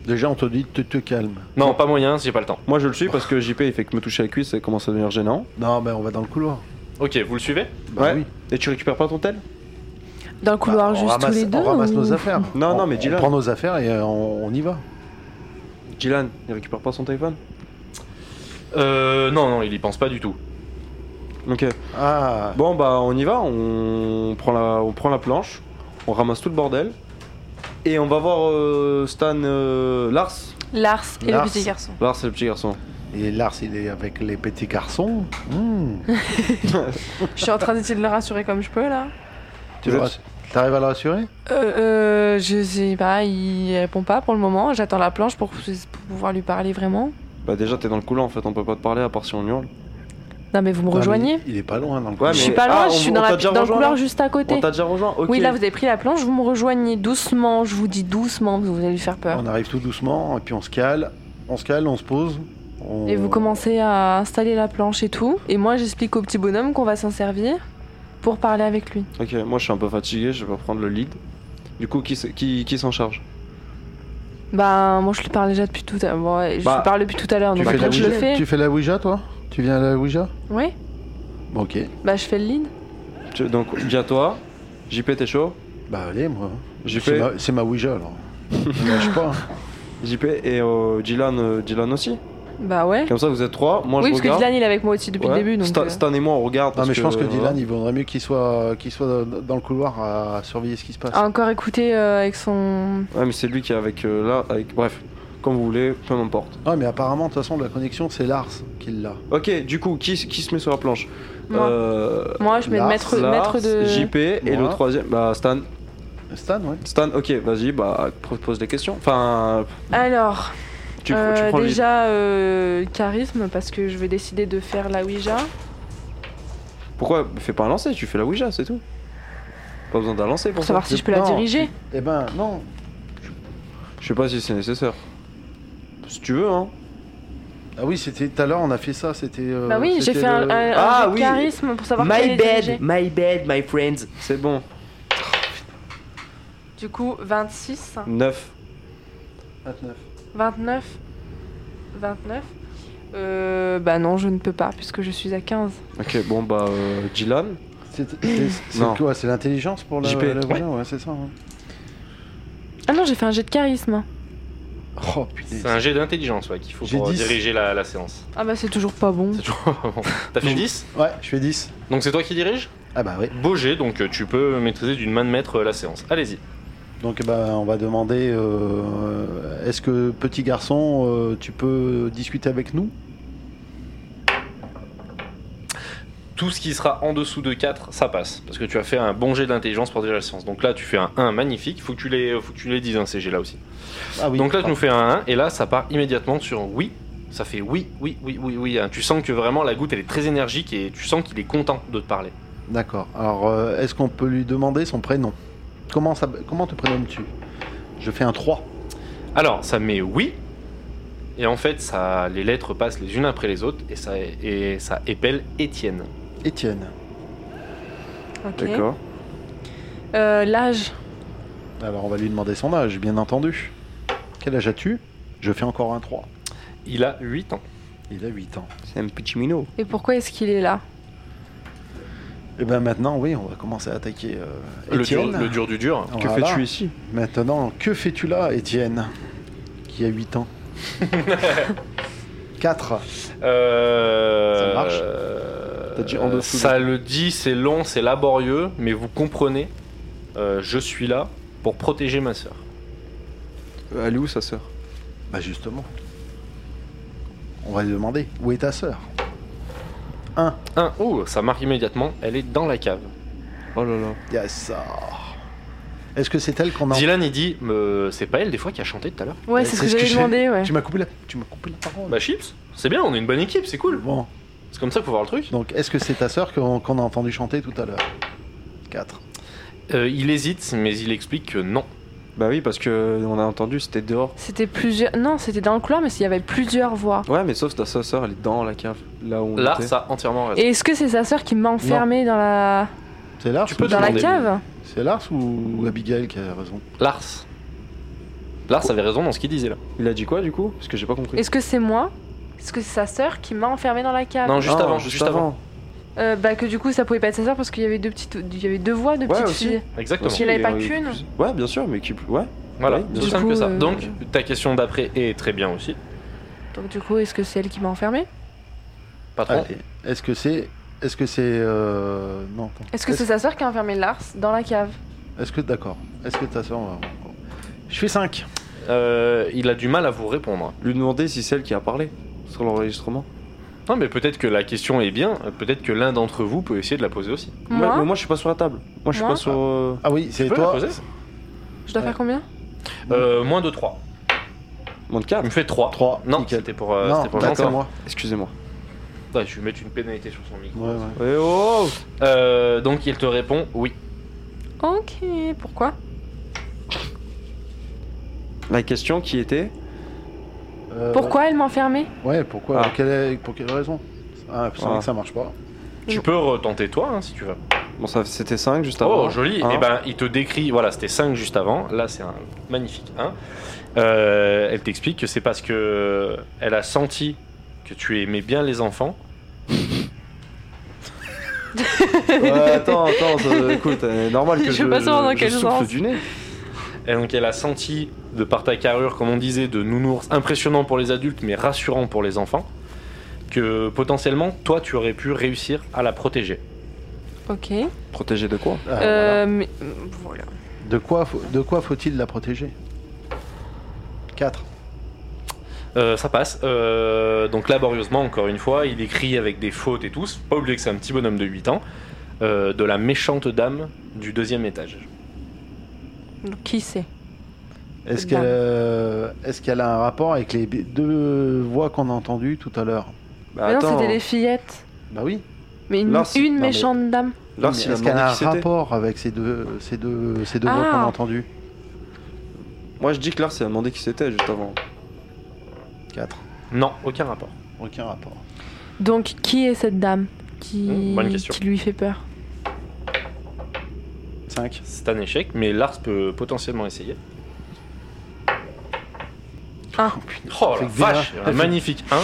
[SPEAKER 4] Déjà, on te dit, tu te calmes.
[SPEAKER 1] Non, pas moyen, j'ai pas le temps.
[SPEAKER 2] Moi je le suis parce que JP il fait que me toucher la cuisse, ça commence à devenir gênant.
[SPEAKER 4] Non, mais on va dans le couloir.
[SPEAKER 1] Ok, vous le suivez
[SPEAKER 4] Bah
[SPEAKER 2] ouais.
[SPEAKER 4] oui.
[SPEAKER 2] Et tu récupères pas ton tel
[SPEAKER 3] Dans le couloir
[SPEAKER 4] Bah, on
[SPEAKER 3] juste
[SPEAKER 4] ramasse,
[SPEAKER 3] tous les deux
[SPEAKER 4] On ramasse
[SPEAKER 3] ou-
[SPEAKER 4] nos affaires.
[SPEAKER 2] Non,
[SPEAKER 4] On-
[SPEAKER 2] non, mais dis-le.
[SPEAKER 4] On prend nos affaires et euh, on, on y va.
[SPEAKER 2] Dylan, il récupère pas son téléphone
[SPEAKER 1] Euh, non, non, il y pense pas du tout.
[SPEAKER 2] Ok.
[SPEAKER 4] Ah,
[SPEAKER 2] Bon bah on y va, on prend la, on prend la planche, on ramasse tout le bordel. Et on va voir euh, Stan euh, Lars.
[SPEAKER 3] Lars et
[SPEAKER 4] Lars.
[SPEAKER 3] le petit garçon.
[SPEAKER 2] Lars c'est le petit garçon.
[SPEAKER 4] et Lars, il est avec les petits garçons. Hmm.
[SPEAKER 3] Je suis en train d'essayer de le rassurer comme je peux là.
[SPEAKER 4] Tu
[SPEAKER 2] Vous
[SPEAKER 4] le
[SPEAKER 2] êtes-
[SPEAKER 4] rass- T'arrives à le rassurer
[SPEAKER 3] Euh, euh, je sais pas, il répond pas pour le moment. J'attends la planche pour, pour pouvoir lui parler vraiment.
[SPEAKER 2] Bah déjà t'es dans le couloir en fait, on peut pas te parler à part si on hurle.
[SPEAKER 3] Non mais vous me
[SPEAKER 4] Non, mais
[SPEAKER 3] rejoignez.
[SPEAKER 4] Il est pas loin dans le
[SPEAKER 2] Ouais,
[SPEAKER 4] couloir.
[SPEAKER 3] Je
[SPEAKER 2] mais-
[SPEAKER 3] suis pas loin,
[SPEAKER 2] Ah,
[SPEAKER 3] je
[SPEAKER 2] on-
[SPEAKER 3] suis
[SPEAKER 2] on
[SPEAKER 3] dans, la-
[SPEAKER 2] t'a déjà
[SPEAKER 3] dans le
[SPEAKER 2] rejoint,
[SPEAKER 3] couloir
[SPEAKER 2] là
[SPEAKER 3] juste à côté.
[SPEAKER 2] On t'a déjà rejoint Ok.
[SPEAKER 3] Oui, là vous avez pris la planche, vous me rejoignez doucement. Je vous dis doucement, vous allez lui faire
[SPEAKER 2] Oh
[SPEAKER 3] peur.
[SPEAKER 4] On arrive tout doucement et puis on se cale. On se cale, on se pose. on-
[SPEAKER 3] Et vous commencez à installer la planche et tout. Et moi j'explique au petit bonhomme qu'on va s'en servir pour parler avec lui.
[SPEAKER 2] Ok, moi je suis un peu fatigué, je vais prendre le lead. Du coup qui, s- qui, qui s'en charge
[SPEAKER 3] Bah moi je lui parle déjà depuis tout à l'heure. Bon, ouais, je
[SPEAKER 2] Bah,
[SPEAKER 3] lui parle depuis tout à l'heure,
[SPEAKER 4] Tu
[SPEAKER 3] donc
[SPEAKER 4] fais, la
[SPEAKER 3] après je le
[SPEAKER 4] Ouija,
[SPEAKER 3] fais.
[SPEAKER 4] tu fais la Ouija, toi Tu viens à la Ouija
[SPEAKER 3] Oui,
[SPEAKER 4] Bon, ok.
[SPEAKER 3] bah je fais le lead.
[SPEAKER 2] Tu- Donc viens toi, JP t'es chaud
[SPEAKER 4] Bah, allez, moi.
[SPEAKER 2] JP,
[SPEAKER 4] C'est ma, c'est ma Ouija, alors. Je lâche pas.
[SPEAKER 2] JP et euh, Dylan, euh, Dylan aussi.
[SPEAKER 3] Bah ouais.
[SPEAKER 2] Comme ça vous êtes trois, moi
[SPEAKER 3] oui,
[SPEAKER 2] je
[SPEAKER 3] parce que
[SPEAKER 2] regarde.
[SPEAKER 3] Dylan il est avec moi aussi depuis
[SPEAKER 2] Ouais.
[SPEAKER 3] le début. Donc,
[SPEAKER 2] Stan,
[SPEAKER 3] euh,
[SPEAKER 2] Stan et moi on regarde.
[SPEAKER 4] Non,
[SPEAKER 2] parce
[SPEAKER 4] Ah, mais je pense que
[SPEAKER 2] voilà.
[SPEAKER 4] Dylan, il vaudrait mieux qu'il soit, qu'il soit dans- dans le couloir à surveiller ce qui se passe.
[SPEAKER 3] a encore écouté euh, avec son.
[SPEAKER 2] Ouais, Ah, mais c'est lui qui est avec euh, là, avec. Bref, comme vous voulez, peu m'importe.
[SPEAKER 4] Ah, mais apparemment, de toute façon, la connexion, c'est Lars qui l'a.
[SPEAKER 2] Ok, du coup, qui, s- qui se met sur la planche
[SPEAKER 3] Moi.
[SPEAKER 2] Euh,
[SPEAKER 3] Moi, je mets
[SPEAKER 4] Lars,
[SPEAKER 3] maître,
[SPEAKER 2] Lars,
[SPEAKER 3] maître de.
[SPEAKER 2] JP et
[SPEAKER 4] Moi.
[SPEAKER 2] le troisième. Bah, Stan.
[SPEAKER 4] Stan, ouais.
[SPEAKER 2] Stan, ok, vas-y, bah pose des questions. Enfin,
[SPEAKER 3] Alors,
[SPEAKER 2] tu, tu
[SPEAKER 3] euh,
[SPEAKER 2] prends le lead.
[SPEAKER 3] déjà euh, charisme parce que je vais décider de faire la Ouija.
[SPEAKER 2] Euh, Pourquoi Fais pas un lancer, tu fais la Ouija, c'est tout. Pas besoin d'un lancer
[SPEAKER 3] Pour
[SPEAKER 2] pour ça.
[SPEAKER 3] savoir si je peux la
[SPEAKER 4] Non.
[SPEAKER 3] diriger.
[SPEAKER 4] Eh ben, non.
[SPEAKER 2] Je sais pas si c'est nécessaire. Si tu veux, hein.
[SPEAKER 4] Ah oui, c'était tout à l'heure, on a fait ça. C'était. euh,
[SPEAKER 3] bah oui, j'ai
[SPEAKER 4] c'était
[SPEAKER 3] fait un,
[SPEAKER 4] le-
[SPEAKER 3] un- un
[SPEAKER 2] Ah
[SPEAKER 3] jet de
[SPEAKER 2] oui.
[SPEAKER 3] charisme pour savoir qui allait diriger.
[SPEAKER 2] my bad, my friends. C'est bon.
[SPEAKER 3] Du coup, 26,
[SPEAKER 2] 9.
[SPEAKER 4] 29.
[SPEAKER 3] 29, 29. Euh, bah non, je ne peux pas puisque je suis à 15.
[SPEAKER 2] Ok, bon bah, euh, Dylan.
[SPEAKER 4] C'est c'est- c'est
[SPEAKER 2] Non.
[SPEAKER 4] quoi C'est l'intelligence pour la.
[SPEAKER 2] JP,
[SPEAKER 4] la-
[SPEAKER 2] ouais.
[SPEAKER 4] voilà, ouais, c'est ça. hein. ouais.
[SPEAKER 3] Ah non, j'ai fait un jet de charisme.
[SPEAKER 4] Oh putain.
[SPEAKER 1] C'est un jet d'intelligence ouais, qu'il faut
[SPEAKER 4] J'ai
[SPEAKER 1] pour euh,
[SPEAKER 4] 10.
[SPEAKER 1] diriger la, la séance.
[SPEAKER 3] Ah bah c'est toujours pas bon.
[SPEAKER 1] C'est toujours- Bon. T'as fait
[SPEAKER 4] Donc-
[SPEAKER 1] 10
[SPEAKER 4] Ouais, je fais 10.
[SPEAKER 1] Donc c'est toi qui dirige
[SPEAKER 4] Ah bah oui.
[SPEAKER 1] Beau jet, donc euh, tu peux maîtriser d'une main de maître euh, la séance. Allez-y.
[SPEAKER 4] Donc bah, on va demander euh, est-ce que petit garçon, euh, tu peux discuter avec nous
[SPEAKER 1] Tout ce qui sera en dessous de 4, ça passe. Parce que tu as fait un bon jet d'intelligence pour diriger la séance. Donc là, tu fais un 1 magnifique. Faut que tu les, faut que tu les dises, hein, ces jets là aussi.
[SPEAKER 4] Ah oui.
[SPEAKER 1] Donc là, tu nous fais un 1 et là, ça part immédiatement sur oui. Ça fait oui, oui, oui, oui, oui. hein. Tu sens que vraiment la goutte, elle est très énergique et tu sens qu'il est content de te parler.
[SPEAKER 4] D'accord. Alors euh, est-ce qu'on peut lui demander son prénom Comment ça comment te prénommes-tu Je fais un 3.
[SPEAKER 1] Alors, ça met oui. Et en fait, ça, les lettres passent les unes après les autres et ça, et ça épelle Étienne.
[SPEAKER 4] Étienne.
[SPEAKER 3] Ok.
[SPEAKER 2] D'accord.
[SPEAKER 3] Euh, L'âge.
[SPEAKER 4] Alors on va lui demander son âge, bien entendu. Quel âge as-tu Je fais encore un 3.
[SPEAKER 1] Il a 8 ans.
[SPEAKER 4] Il a 8 ans.
[SPEAKER 2] C'est un petit minot.
[SPEAKER 3] Et pourquoi est-ce qu'il est là
[SPEAKER 4] Et ben maintenant, oui, on va commencer à attaquer euh,
[SPEAKER 1] Le dur,
[SPEAKER 4] Étienne.
[SPEAKER 1] le dur du dur.
[SPEAKER 2] Que
[SPEAKER 4] Voilà.
[SPEAKER 2] fais-tu ici
[SPEAKER 4] Maintenant, que fais-tu là, Étienne Qui a 8 ans 4.
[SPEAKER 1] Euh,
[SPEAKER 4] Ça marche
[SPEAKER 1] euh,
[SPEAKER 2] T'as dit en dessous
[SPEAKER 1] Ça le dit, c'est long, c'est laborieux, mais vous comprenez. euh, je suis là pour protéger ma sœur.
[SPEAKER 2] Euh, Elle est où sa sœur
[SPEAKER 4] Bah justement. On va lui demander, où est ta sœur
[SPEAKER 1] 1. Ouh, oh, ça marque immédiatement. Elle est dans la cave.
[SPEAKER 2] Oh là là.
[SPEAKER 4] Yes. sir. Est-ce que c'est elle qu'on a...
[SPEAKER 1] Dylan, il dit me- C'est pas elle des fois qui a chanté tout à l'heure
[SPEAKER 2] Bah,
[SPEAKER 3] Ouais,
[SPEAKER 4] Euh,
[SPEAKER 3] c'est ce
[SPEAKER 4] c'est
[SPEAKER 3] que
[SPEAKER 4] ce que
[SPEAKER 3] j'avais
[SPEAKER 4] j'ai-
[SPEAKER 3] demandé, ouais.
[SPEAKER 4] Tu m'as coupé la... Tu m'as coupé la parole.
[SPEAKER 1] Bah, Chips, c'est bien, on est une bonne équipe, c'est cool.
[SPEAKER 4] Bon,
[SPEAKER 1] C'est comme ça qu'il faut voir le truc.
[SPEAKER 4] donc est-ce que c'est ta sœur qu'on qu'on a entendu chanter tout à l'heure 4.
[SPEAKER 1] Euh, il hésite, mais il explique que non.
[SPEAKER 2] Bah oui, parce que euh, on a entendu, c'était dehors.
[SPEAKER 3] C'était plusieurs. Non, c'était dans le couloir, mais il y avait plusieurs voix.
[SPEAKER 2] Ouais, mais sauf que sa sœur, elle est dans la cave. Là où on
[SPEAKER 1] Là,
[SPEAKER 2] était.
[SPEAKER 1] ça a entièrement raison.
[SPEAKER 3] Et est-ce que c'est sa sœur qui m'a enfermée dans la
[SPEAKER 4] C'est Lars
[SPEAKER 1] Tu peux
[SPEAKER 4] ou-
[SPEAKER 1] te
[SPEAKER 3] dans la
[SPEAKER 1] demander.
[SPEAKER 3] cave
[SPEAKER 4] C'est Lars ou Abigail qui a raison
[SPEAKER 1] Lars. Lars avait raison dans ce qu'il disait là.
[SPEAKER 2] Il a dit quoi du coup Parce que j'ai pas compris.
[SPEAKER 3] Est-ce que c'est moi Est-ce que c'est sa sœur qui m'a enfermée dans la cave
[SPEAKER 1] Non, juste
[SPEAKER 2] Ah,
[SPEAKER 1] avant, juste avant.
[SPEAKER 3] Euh, Bah que du coup ça pouvait pas être sa sœur parce qu'il y avait deux petites, il y avait deux voix de petites
[SPEAKER 2] aussi.
[SPEAKER 3] filles.
[SPEAKER 1] Exactement.
[SPEAKER 3] Qu'il avait
[SPEAKER 2] Et,
[SPEAKER 3] pas
[SPEAKER 2] euh,
[SPEAKER 3] qu'une
[SPEAKER 2] plus- Ouais, bien sûr, mais qui. Ouais.
[SPEAKER 1] Voilà,
[SPEAKER 2] Oui, bien
[SPEAKER 1] tout
[SPEAKER 3] sûr.
[SPEAKER 1] simple
[SPEAKER 3] Du
[SPEAKER 1] que
[SPEAKER 3] coup,
[SPEAKER 1] ça.
[SPEAKER 3] euh,
[SPEAKER 1] Donc, ta question d'après est très bien aussi.
[SPEAKER 3] Donc du coup est-ce que c'est elle qui m'a enfermée
[SPEAKER 1] Patron.
[SPEAKER 4] Allez. Est-ce que c'est... Est-ce que c'est... euh, Non, attends.
[SPEAKER 3] Est-ce que c'est sa sœur qui a enfermé Lars dans la cave
[SPEAKER 4] Est-ce que... D'accord. Est-ce que ta sœur... on va- Je fais 5.
[SPEAKER 1] Euh, il a du mal à vous répondre.
[SPEAKER 2] Lui demander si c'est elle qui a parlé sur l'enregistrement.
[SPEAKER 1] Non, mais peut-être que la question est bien. Peut-être que l'un d'entre vous peut essayer de la poser aussi.
[SPEAKER 2] Ouais,
[SPEAKER 3] Moi,
[SPEAKER 2] mais moi, je suis pas sur la table. Moi, je suis
[SPEAKER 3] Moi
[SPEAKER 2] pas sur. euh,
[SPEAKER 4] Ah oui, c'est
[SPEAKER 1] peux
[SPEAKER 4] toi.
[SPEAKER 1] la poser
[SPEAKER 3] je dois
[SPEAKER 4] Ouais.
[SPEAKER 3] faire combien
[SPEAKER 4] Mm.
[SPEAKER 1] Euh, moins de 3.
[SPEAKER 2] Mon de
[SPEAKER 1] Il
[SPEAKER 2] cave.
[SPEAKER 1] me fait 3.
[SPEAKER 4] 3.
[SPEAKER 1] Non,
[SPEAKER 4] Nickel.
[SPEAKER 1] c'était pour, euh,
[SPEAKER 4] non,
[SPEAKER 1] c'était pour
[SPEAKER 4] d'accord.
[SPEAKER 1] Vincent.
[SPEAKER 4] moi.
[SPEAKER 2] Excusez-moi.
[SPEAKER 1] Ouais, je vais mettre une pénalité sur son micro.
[SPEAKER 4] Ouais, ouais.
[SPEAKER 2] Eh oh
[SPEAKER 1] Euh, donc il te répond oui.
[SPEAKER 3] Ok,
[SPEAKER 2] Euh,
[SPEAKER 3] pourquoi
[SPEAKER 2] La question qui était.
[SPEAKER 4] Euh,
[SPEAKER 3] Pourquoi elle m'a enfermée
[SPEAKER 4] Ouais, pourquoi
[SPEAKER 2] Ah.
[SPEAKER 4] Quelle est- Pour quelle raison ah, c'est vrai
[SPEAKER 2] Ah.
[SPEAKER 4] que ça marche pas.
[SPEAKER 1] Tu peux retenter toi hein, si tu veux.
[SPEAKER 2] Bon, ça c'était 5 juste avant.
[SPEAKER 1] Oh joli.
[SPEAKER 2] Hein.
[SPEAKER 1] Et ben il te décrit. Voilà, c'était 5 juste avant. Là c'est un magnifique 1. elle t'explique que c'est parce que elle a senti que tu aimais bien les enfants.
[SPEAKER 2] Ouais, attends, attends, ça- écoute, c'est normal que
[SPEAKER 3] Je
[SPEAKER 2] je.
[SPEAKER 3] sais pas savoir dans
[SPEAKER 2] je
[SPEAKER 3] quel
[SPEAKER 2] souffle
[SPEAKER 3] sens.
[SPEAKER 2] du nez.
[SPEAKER 1] Et donc elle a senti de par ta carrure, comme on disait, de nounours impressionnant pour les adultes mais rassurant pour les enfants, que potentiellement toi tu aurais pu réussir à la protéger.
[SPEAKER 3] Ok.
[SPEAKER 2] Protégé de quoi
[SPEAKER 4] Ah,
[SPEAKER 3] Euh, mais- voilà.
[SPEAKER 4] voilà. De quoi, faut- de quoi faut-il la protéger 4.
[SPEAKER 1] Euh, ça passe. Euh, donc laborieusement, encore une fois, il écrit avec des fautes et tout. Faut Pas oublier que c'est un petit bonhomme de 8 ans. euh, de la méchante dame du deuxième étage.
[SPEAKER 3] Donc, Qui c'est
[SPEAKER 4] Est-ce
[SPEAKER 3] Dame.
[SPEAKER 4] qu'elle euh, est-ce qu'elle a un rapport avec les b- deux voix qu'on a entendues tout à l'heure
[SPEAKER 2] Bah,
[SPEAKER 3] Mais non,
[SPEAKER 2] attends,
[SPEAKER 3] c'était les fillettes.
[SPEAKER 4] Bah oui.
[SPEAKER 3] Mais une,
[SPEAKER 2] Là, c'est-
[SPEAKER 3] une
[SPEAKER 2] non, mais-
[SPEAKER 3] méchante dame.
[SPEAKER 2] Lars,
[SPEAKER 4] Mais
[SPEAKER 2] il a
[SPEAKER 4] Est-ce qu'elle
[SPEAKER 2] demandé
[SPEAKER 4] a un
[SPEAKER 2] qui c'était.
[SPEAKER 4] rapport avec ces deux, ces deux, ces deux voix
[SPEAKER 3] Ah.
[SPEAKER 4] qu'on a entendues
[SPEAKER 2] Moi, je dis que Lars, il a demandé qui c'était juste avant.
[SPEAKER 4] Quatre.
[SPEAKER 1] Non, aucun rapport.
[SPEAKER 4] Aucun rapport.
[SPEAKER 3] Donc, qui est cette dame qui,
[SPEAKER 2] Mmh,
[SPEAKER 1] Hmm, bonne question.
[SPEAKER 3] qui lui fait peur
[SPEAKER 4] Cinq.
[SPEAKER 1] C'est un échec, mais Lars peut potentiellement essayer.
[SPEAKER 3] Un.
[SPEAKER 1] Oh
[SPEAKER 4] Fait
[SPEAKER 1] la
[SPEAKER 4] que déjà-
[SPEAKER 1] vache, il y a un magnifique 1.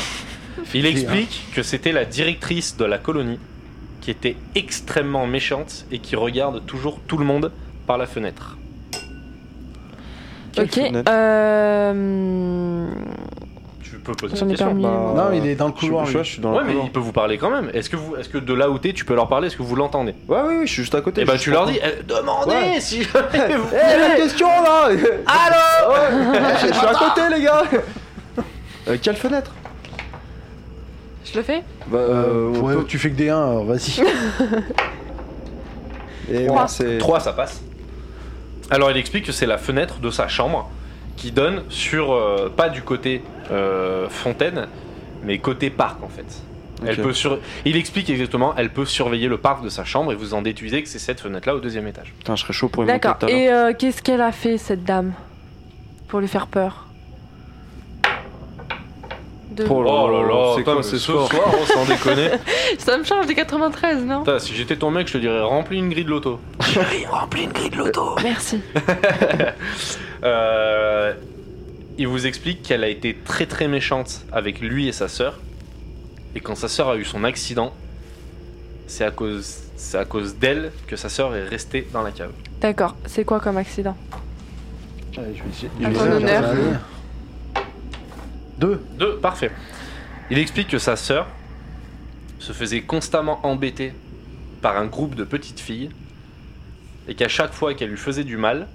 [SPEAKER 1] Il
[SPEAKER 4] J'ai
[SPEAKER 1] explique que c'était la directrice de la colonie qui était extrêmement méchante et qui regarde toujours tout le monde par la fenêtre.
[SPEAKER 2] Quelle
[SPEAKER 3] ok.
[SPEAKER 2] fenêtre
[SPEAKER 3] euh,
[SPEAKER 1] Tu peux poser
[SPEAKER 3] J'en
[SPEAKER 1] une
[SPEAKER 3] ai
[SPEAKER 1] question.
[SPEAKER 3] pas mis.
[SPEAKER 2] Bah,
[SPEAKER 4] Non, il est dans le
[SPEAKER 2] je suis-
[SPEAKER 4] couloir,
[SPEAKER 2] Je,
[SPEAKER 4] lui.
[SPEAKER 2] je suis dans
[SPEAKER 1] Ouais,
[SPEAKER 2] le
[SPEAKER 1] mais
[SPEAKER 2] couloir.
[SPEAKER 1] il peut vous parler quand même. Est-ce que, vous, est que de là où t'es, tu peux leur parler Est-ce que vous l'entendez
[SPEAKER 2] Ouais, oui, oui, je suis juste à côté.
[SPEAKER 1] Et bah,
[SPEAKER 2] je
[SPEAKER 1] tu
[SPEAKER 2] suis
[SPEAKER 1] leur
[SPEAKER 2] pas-
[SPEAKER 1] dis eh, Demandez
[SPEAKER 2] Ouais.
[SPEAKER 1] si jamais vous-
[SPEAKER 2] Eh, la question là
[SPEAKER 1] Allô
[SPEAKER 2] Ouais, Je je suis à côté, les gars Euh, Quelle fenêtre
[SPEAKER 3] Je le fais
[SPEAKER 2] Bah,
[SPEAKER 4] Euh,
[SPEAKER 2] euh, on
[SPEAKER 4] ouais,
[SPEAKER 2] peut-
[SPEAKER 4] Tu fais que des 1, alors vas-y.
[SPEAKER 2] Et
[SPEAKER 3] Trois.
[SPEAKER 2] ouais, c'est-
[SPEAKER 1] 3, ça passe. Alors, il explique que c'est la fenêtre de sa chambre qui donne sur. euh, pas du côté euh, fontaine, mais côté parc en fait.
[SPEAKER 2] Ok.
[SPEAKER 1] Elle peut sur... Il explique exactement, elle peut surveiller le parc de sa chambre et vous en déduisez que c'est cette fenêtre-là au deuxième étage.
[SPEAKER 2] Putain, je serais chaud pour y monter
[SPEAKER 3] D'accord.
[SPEAKER 2] tout à l'heure.
[SPEAKER 3] Et euh, qu'est-ce qu'elle a fait, cette dame Pour lui faire peur De-
[SPEAKER 2] Oh là là, c'est
[SPEAKER 1] putain,
[SPEAKER 2] quoi
[SPEAKER 1] mais
[SPEAKER 2] ce
[SPEAKER 1] soir,
[SPEAKER 2] soir
[SPEAKER 1] oh, sans déconner.
[SPEAKER 3] Ça me change des 93, non
[SPEAKER 1] Putain, si j'étais ton mec, je te dirais remplis une grille de loto. remplis une grille de loto.
[SPEAKER 3] Merci.
[SPEAKER 1] Euh, il vous explique qu'elle a été très très méchante avec lui et sa sœur. Et quand sa sœur a eu son accident, c'est à cause, c'est à cause d'elle que sa sœur est restée dans la cave.
[SPEAKER 3] D'accord. C'est quoi comme accident
[SPEAKER 4] Allez, je vais essayer.
[SPEAKER 2] À
[SPEAKER 4] Je vais
[SPEAKER 2] ton
[SPEAKER 4] essayer,
[SPEAKER 3] honneur.
[SPEAKER 4] je vais essayer. Deux.
[SPEAKER 1] Deux, parfait. Il explique que sa sœur se faisait constamment embêter par un groupe de petites filles et qu'à chaque fois qu'elle lui faisait du mal,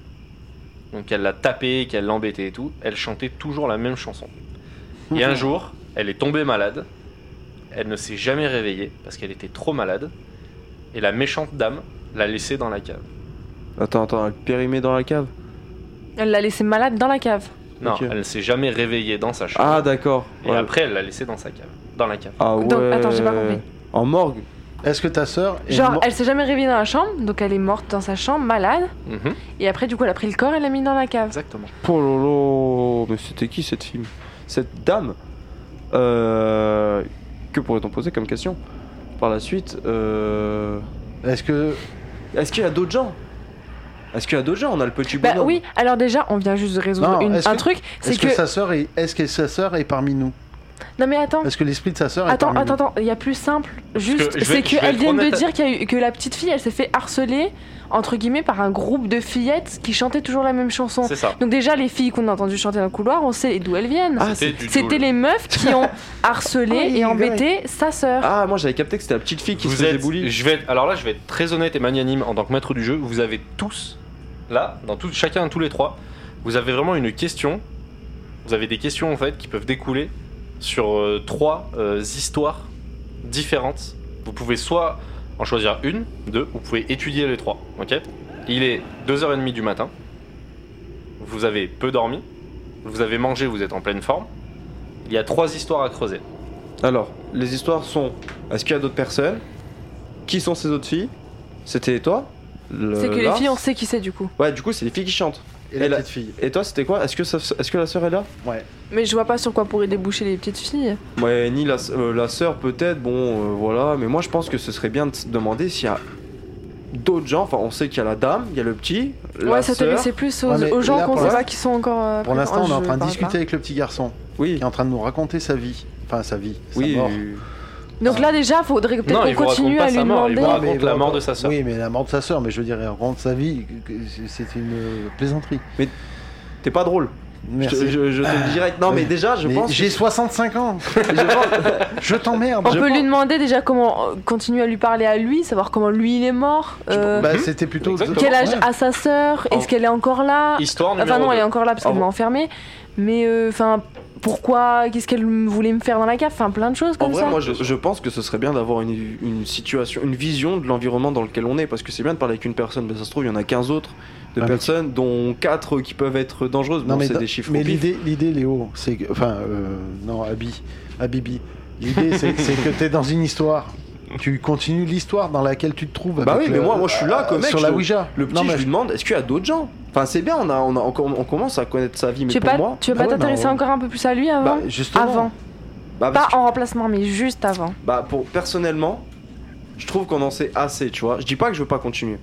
[SPEAKER 1] donc qu'elle la tapait, qu'elle l'embêtait et tout, elle chantait toujours la même chanson. Et
[SPEAKER 2] Mhm.
[SPEAKER 1] un jour, elle est tombée malade. Elle ne s'est jamais réveillée parce qu'elle était trop malade. Et la méchante dame l'a laissée dans la cave.
[SPEAKER 2] Attends, attends, elle périmée dans la cave
[SPEAKER 3] Elle l'a laissé malade dans la cave.
[SPEAKER 1] Non,
[SPEAKER 2] Ok.
[SPEAKER 1] elle ne s'est jamais réveillée dans sa chambre.
[SPEAKER 2] Ah, d'accord.
[SPEAKER 1] et
[SPEAKER 2] Ouais.
[SPEAKER 1] après, elle l'a laissée dans sa cave. Dans la cave.
[SPEAKER 2] Ah ouais.
[SPEAKER 3] Donc, attends, j'ai pas compris.
[SPEAKER 2] En morgue
[SPEAKER 4] Est-ce que ta sœur est
[SPEAKER 3] Genre,
[SPEAKER 4] mor-
[SPEAKER 3] elle s'est jamais réveillée dans la chambre, donc elle est morte dans sa chambre, malade.
[SPEAKER 1] Mhm,
[SPEAKER 3] Et après, du coup, elle a pris le corps et l'a mis dans la cave.
[SPEAKER 1] Exactement.
[SPEAKER 2] Pololo Oh Mais c'était qui cette fille Cette dame Euh. Que pourrait-on poser comme question Par la suite, euh.
[SPEAKER 4] Est-ce que
[SPEAKER 2] Est-ce qu'il y a d'autres gens Est-ce qu'il y a d'autres gens On a le petit
[SPEAKER 3] Bah
[SPEAKER 2] bonhomme.
[SPEAKER 3] oui, alors déjà, on vient juste de résoudre
[SPEAKER 4] Non,
[SPEAKER 3] une-
[SPEAKER 4] est-ce
[SPEAKER 3] un
[SPEAKER 4] que-
[SPEAKER 3] truc. C'est
[SPEAKER 4] est-ce que...
[SPEAKER 3] que.
[SPEAKER 4] sa sœur est est-ce que sa sœur est parmi nous
[SPEAKER 3] Non, mais attends.
[SPEAKER 4] Est-ce que l'esprit de sa sœur est
[SPEAKER 3] Attends,
[SPEAKER 4] parmi
[SPEAKER 3] attends, attends, il y a plus simple.
[SPEAKER 1] Ah, que
[SPEAKER 3] Juste,
[SPEAKER 1] je vais-
[SPEAKER 3] c'est
[SPEAKER 1] je vais
[SPEAKER 3] qu'elle
[SPEAKER 1] être
[SPEAKER 3] vient de
[SPEAKER 1] honnête à-
[SPEAKER 3] dire qu'il y a eu- que la petite fille, elle s'est fait harceler, entre guillemets, par un groupe de fillettes qui chantaient toujours la même chanson.
[SPEAKER 1] C'est ça.
[SPEAKER 3] Donc, déjà, les filles qu'on a entendues chanter dans le couloir, on sait d'où elles viennent.
[SPEAKER 2] Ah,
[SPEAKER 1] C'était du
[SPEAKER 3] C'était
[SPEAKER 1] tout-
[SPEAKER 3] les meufs qui ont harcelé
[SPEAKER 2] Oh,
[SPEAKER 3] et
[SPEAKER 2] il
[SPEAKER 3] embêté sa sœur.
[SPEAKER 2] Ah, moi j'avais capté que c'était la petite fille qui se
[SPEAKER 1] Vous
[SPEAKER 2] faisait
[SPEAKER 1] êtes,
[SPEAKER 2] bully.
[SPEAKER 1] je vais être- alors là, je vais être très honnête et magnanime en tant que maître du jeu. Vous avez tous, là, dans tout, chacun, tous les trois, vous avez vraiment une question. Vous avez des questions en fait qui peuvent découler sur euh, trois euh, histoires différentes. Vous pouvez soit en choisir une, deux, vous pouvez étudier les trois. Ok Il est 2h30 du matin. Vous avez peu dormi. Vous avez mangé, vous êtes en pleine forme. Il y a trois histoires à creuser.
[SPEAKER 2] Alors, les histoires sont est-ce qu'il y a d'autres personnes Qui sont ces autres filles C'était toi Le-
[SPEAKER 3] C'est que les
[SPEAKER 2] Lars
[SPEAKER 3] filles, on sait qui c'est du coup.
[SPEAKER 2] Ouais, du coup, c'est les filles qui chantent.
[SPEAKER 4] Et la
[SPEAKER 2] elle a-
[SPEAKER 4] petite fille.
[SPEAKER 2] Et toi, c'était quoi Est-ce que, ça- est-ce que la sœur est là
[SPEAKER 4] Ouais.
[SPEAKER 3] Mais je vois pas sur quoi pourraient déboucher les petites filles.
[SPEAKER 2] Ouais, ni la, euh, la sœur peut-être, bon, euh, voilà. Mais moi, je pense que ce serait bien de se demander s'il y a d'autres gens. Enfin, on sait qu'il y a la dame, il y a le petit, la
[SPEAKER 3] ouais, ça te
[SPEAKER 2] sœur.
[SPEAKER 3] laissait plus aux,
[SPEAKER 4] Ouais, mais
[SPEAKER 3] aux gens
[SPEAKER 4] là,
[SPEAKER 3] qu'on
[SPEAKER 4] pour
[SPEAKER 3] sait
[SPEAKER 4] l'instant-
[SPEAKER 3] pas qui sont encore. euh,
[SPEAKER 4] Pour
[SPEAKER 3] présents.
[SPEAKER 4] l'instant, on est
[SPEAKER 3] Ah,
[SPEAKER 4] en
[SPEAKER 3] je
[SPEAKER 4] train de
[SPEAKER 3] parle
[SPEAKER 4] discuter avec le petit garçon
[SPEAKER 2] Oui,
[SPEAKER 4] qui est en train de nous raconter sa vie. Enfin, sa vie. Sa
[SPEAKER 2] oui.
[SPEAKER 4] mort.
[SPEAKER 2] euh,
[SPEAKER 3] pas. Donc là, déjà, faudrait
[SPEAKER 1] Non,
[SPEAKER 3] peut-être
[SPEAKER 1] il
[SPEAKER 3] qu'on
[SPEAKER 1] vous
[SPEAKER 3] continue
[SPEAKER 1] raconte
[SPEAKER 3] à
[SPEAKER 1] pas
[SPEAKER 3] lui
[SPEAKER 1] sa mort, il
[SPEAKER 3] demander.
[SPEAKER 1] vous
[SPEAKER 4] Ouais,
[SPEAKER 1] raconte
[SPEAKER 4] mais
[SPEAKER 1] la
[SPEAKER 4] bon,
[SPEAKER 1] mort de sa sœur.
[SPEAKER 4] Oui, mais la mort de sa sœur, mais je veux dire, elle raconte sa vie. que- que- C'est une euh, plaisanterie.
[SPEAKER 2] T'es pas drôle. Je,
[SPEAKER 4] Merci.
[SPEAKER 2] te- je- je te le dis direct. Non, mais déjà, je
[SPEAKER 4] Mais
[SPEAKER 2] pense.
[SPEAKER 4] J'ai
[SPEAKER 2] que-
[SPEAKER 4] 65 ans
[SPEAKER 2] je pense-
[SPEAKER 4] Je t'emmerde
[SPEAKER 3] On
[SPEAKER 4] Je-
[SPEAKER 3] peut lui demander déjà comment euh, continuer à lui parler à lui, savoir comment lui il est mort, euh,
[SPEAKER 4] Bah, c'était plutôt.
[SPEAKER 1] Exactement.
[SPEAKER 3] quel âge
[SPEAKER 4] Ouais.
[SPEAKER 3] a sa sœur,
[SPEAKER 1] En-
[SPEAKER 3] est-ce qu'elle est encore là
[SPEAKER 1] Histoire numéro
[SPEAKER 3] Enfin Ah, non, elle
[SPEAKER 1] deux.
[SPEAKER 3] est encore là parce
[SPEAKER 2] En-
[SPEAKER 3] qu'elle m'a enfermée. Mais euh, enfin, pourquoi, qu'est-ce qu'elle m- voulait me faire dans la cave, enfin plein de choses
[SPEAKER 2] En
[SPEAKER 3] comme
[SPEAKER 2] vrai,
[SPEAKER 3] ça.
[SPEAKER 2] moi, je, je pense que ce serait bien d'avoir une, une situation, une vision de l'environnement dans lequel on est, parce que c'est bien de parler avec une personne, mais ça se trouve, il y en a 15 autres de
[SPEAKER 4] Ah, mais-
[SPEAKER 2] personnes, dont 4 qui peuvent être dangereuses.
[SPEAKER 4] Non,
[SPEAKER 2] bon,
[SPEAKER 4] mais
[SPEAKER 2] c'est
[SPEAKER 4] da-
[SPEAKER 2] des chiffres
[SPEAKER 4] Mais
[SPEAKER 2] au pif.
[SPEAKER 4] l'idée, l'idée, Léo, c'est que. Enfin, euh, non, Abi, Abibi. L'idée, c'est c'est que t'es dans une histoire. Tu continues l'histoire dans laquelle tu te trouves.
[SPEAKER 2] Bah
[SPEAKER 4] avec
[SPEAKER 2] oui, mais
[SPEAKER 4] le-
[SPEAKER 2] moi, moi, je suis là, comme mec,
[SPEAKER 4] Sur
[SPEAKER 2] je
[SPEAKER 4] la
[SPEAKER 2] te-
[SPEAKER 4] Ouija.
[SPEAKER 2] Le petit,
[SPEAKER 4] Non,
[SPEAKER 2] je
[SPEAKER 4] mais
[SPEAKER 2] lui demande, est-ce qu'il y a d'autres gens Enfin, c'est bien, on, a, on, a- on, on commence à connaître sa vie, mais
[SPEAKER 3] tu veux
[SPEAKER 2] pour
[SPEAKER 3] pas,
[SPEAKER 2] moi...
[SPEAKER 3] tu veux
[SPEAKER 4] Bah
[SPEAKER 3] pas
[SPEAKER 4] ouais,
[SPEAKER 3] t'intéresser
[SPEAKER 4] bah, on-
[SPEAKER 3] encore un peu plus à lui avant
[SPEAKER 4] Bah, justement.
[SPEAKER 3] Avant.
[SPEAKER 2] Bah, parce
[SPEAKER 3] Pas
[SPEAKER 2] que-
[SPEAKER 3] en remplacement, mais juste avant.
[SPEAKER 2] bah, pour, personnellement, je trouve qu'on en sait assez, tu vois. Je dis pas que je veux pas continuer.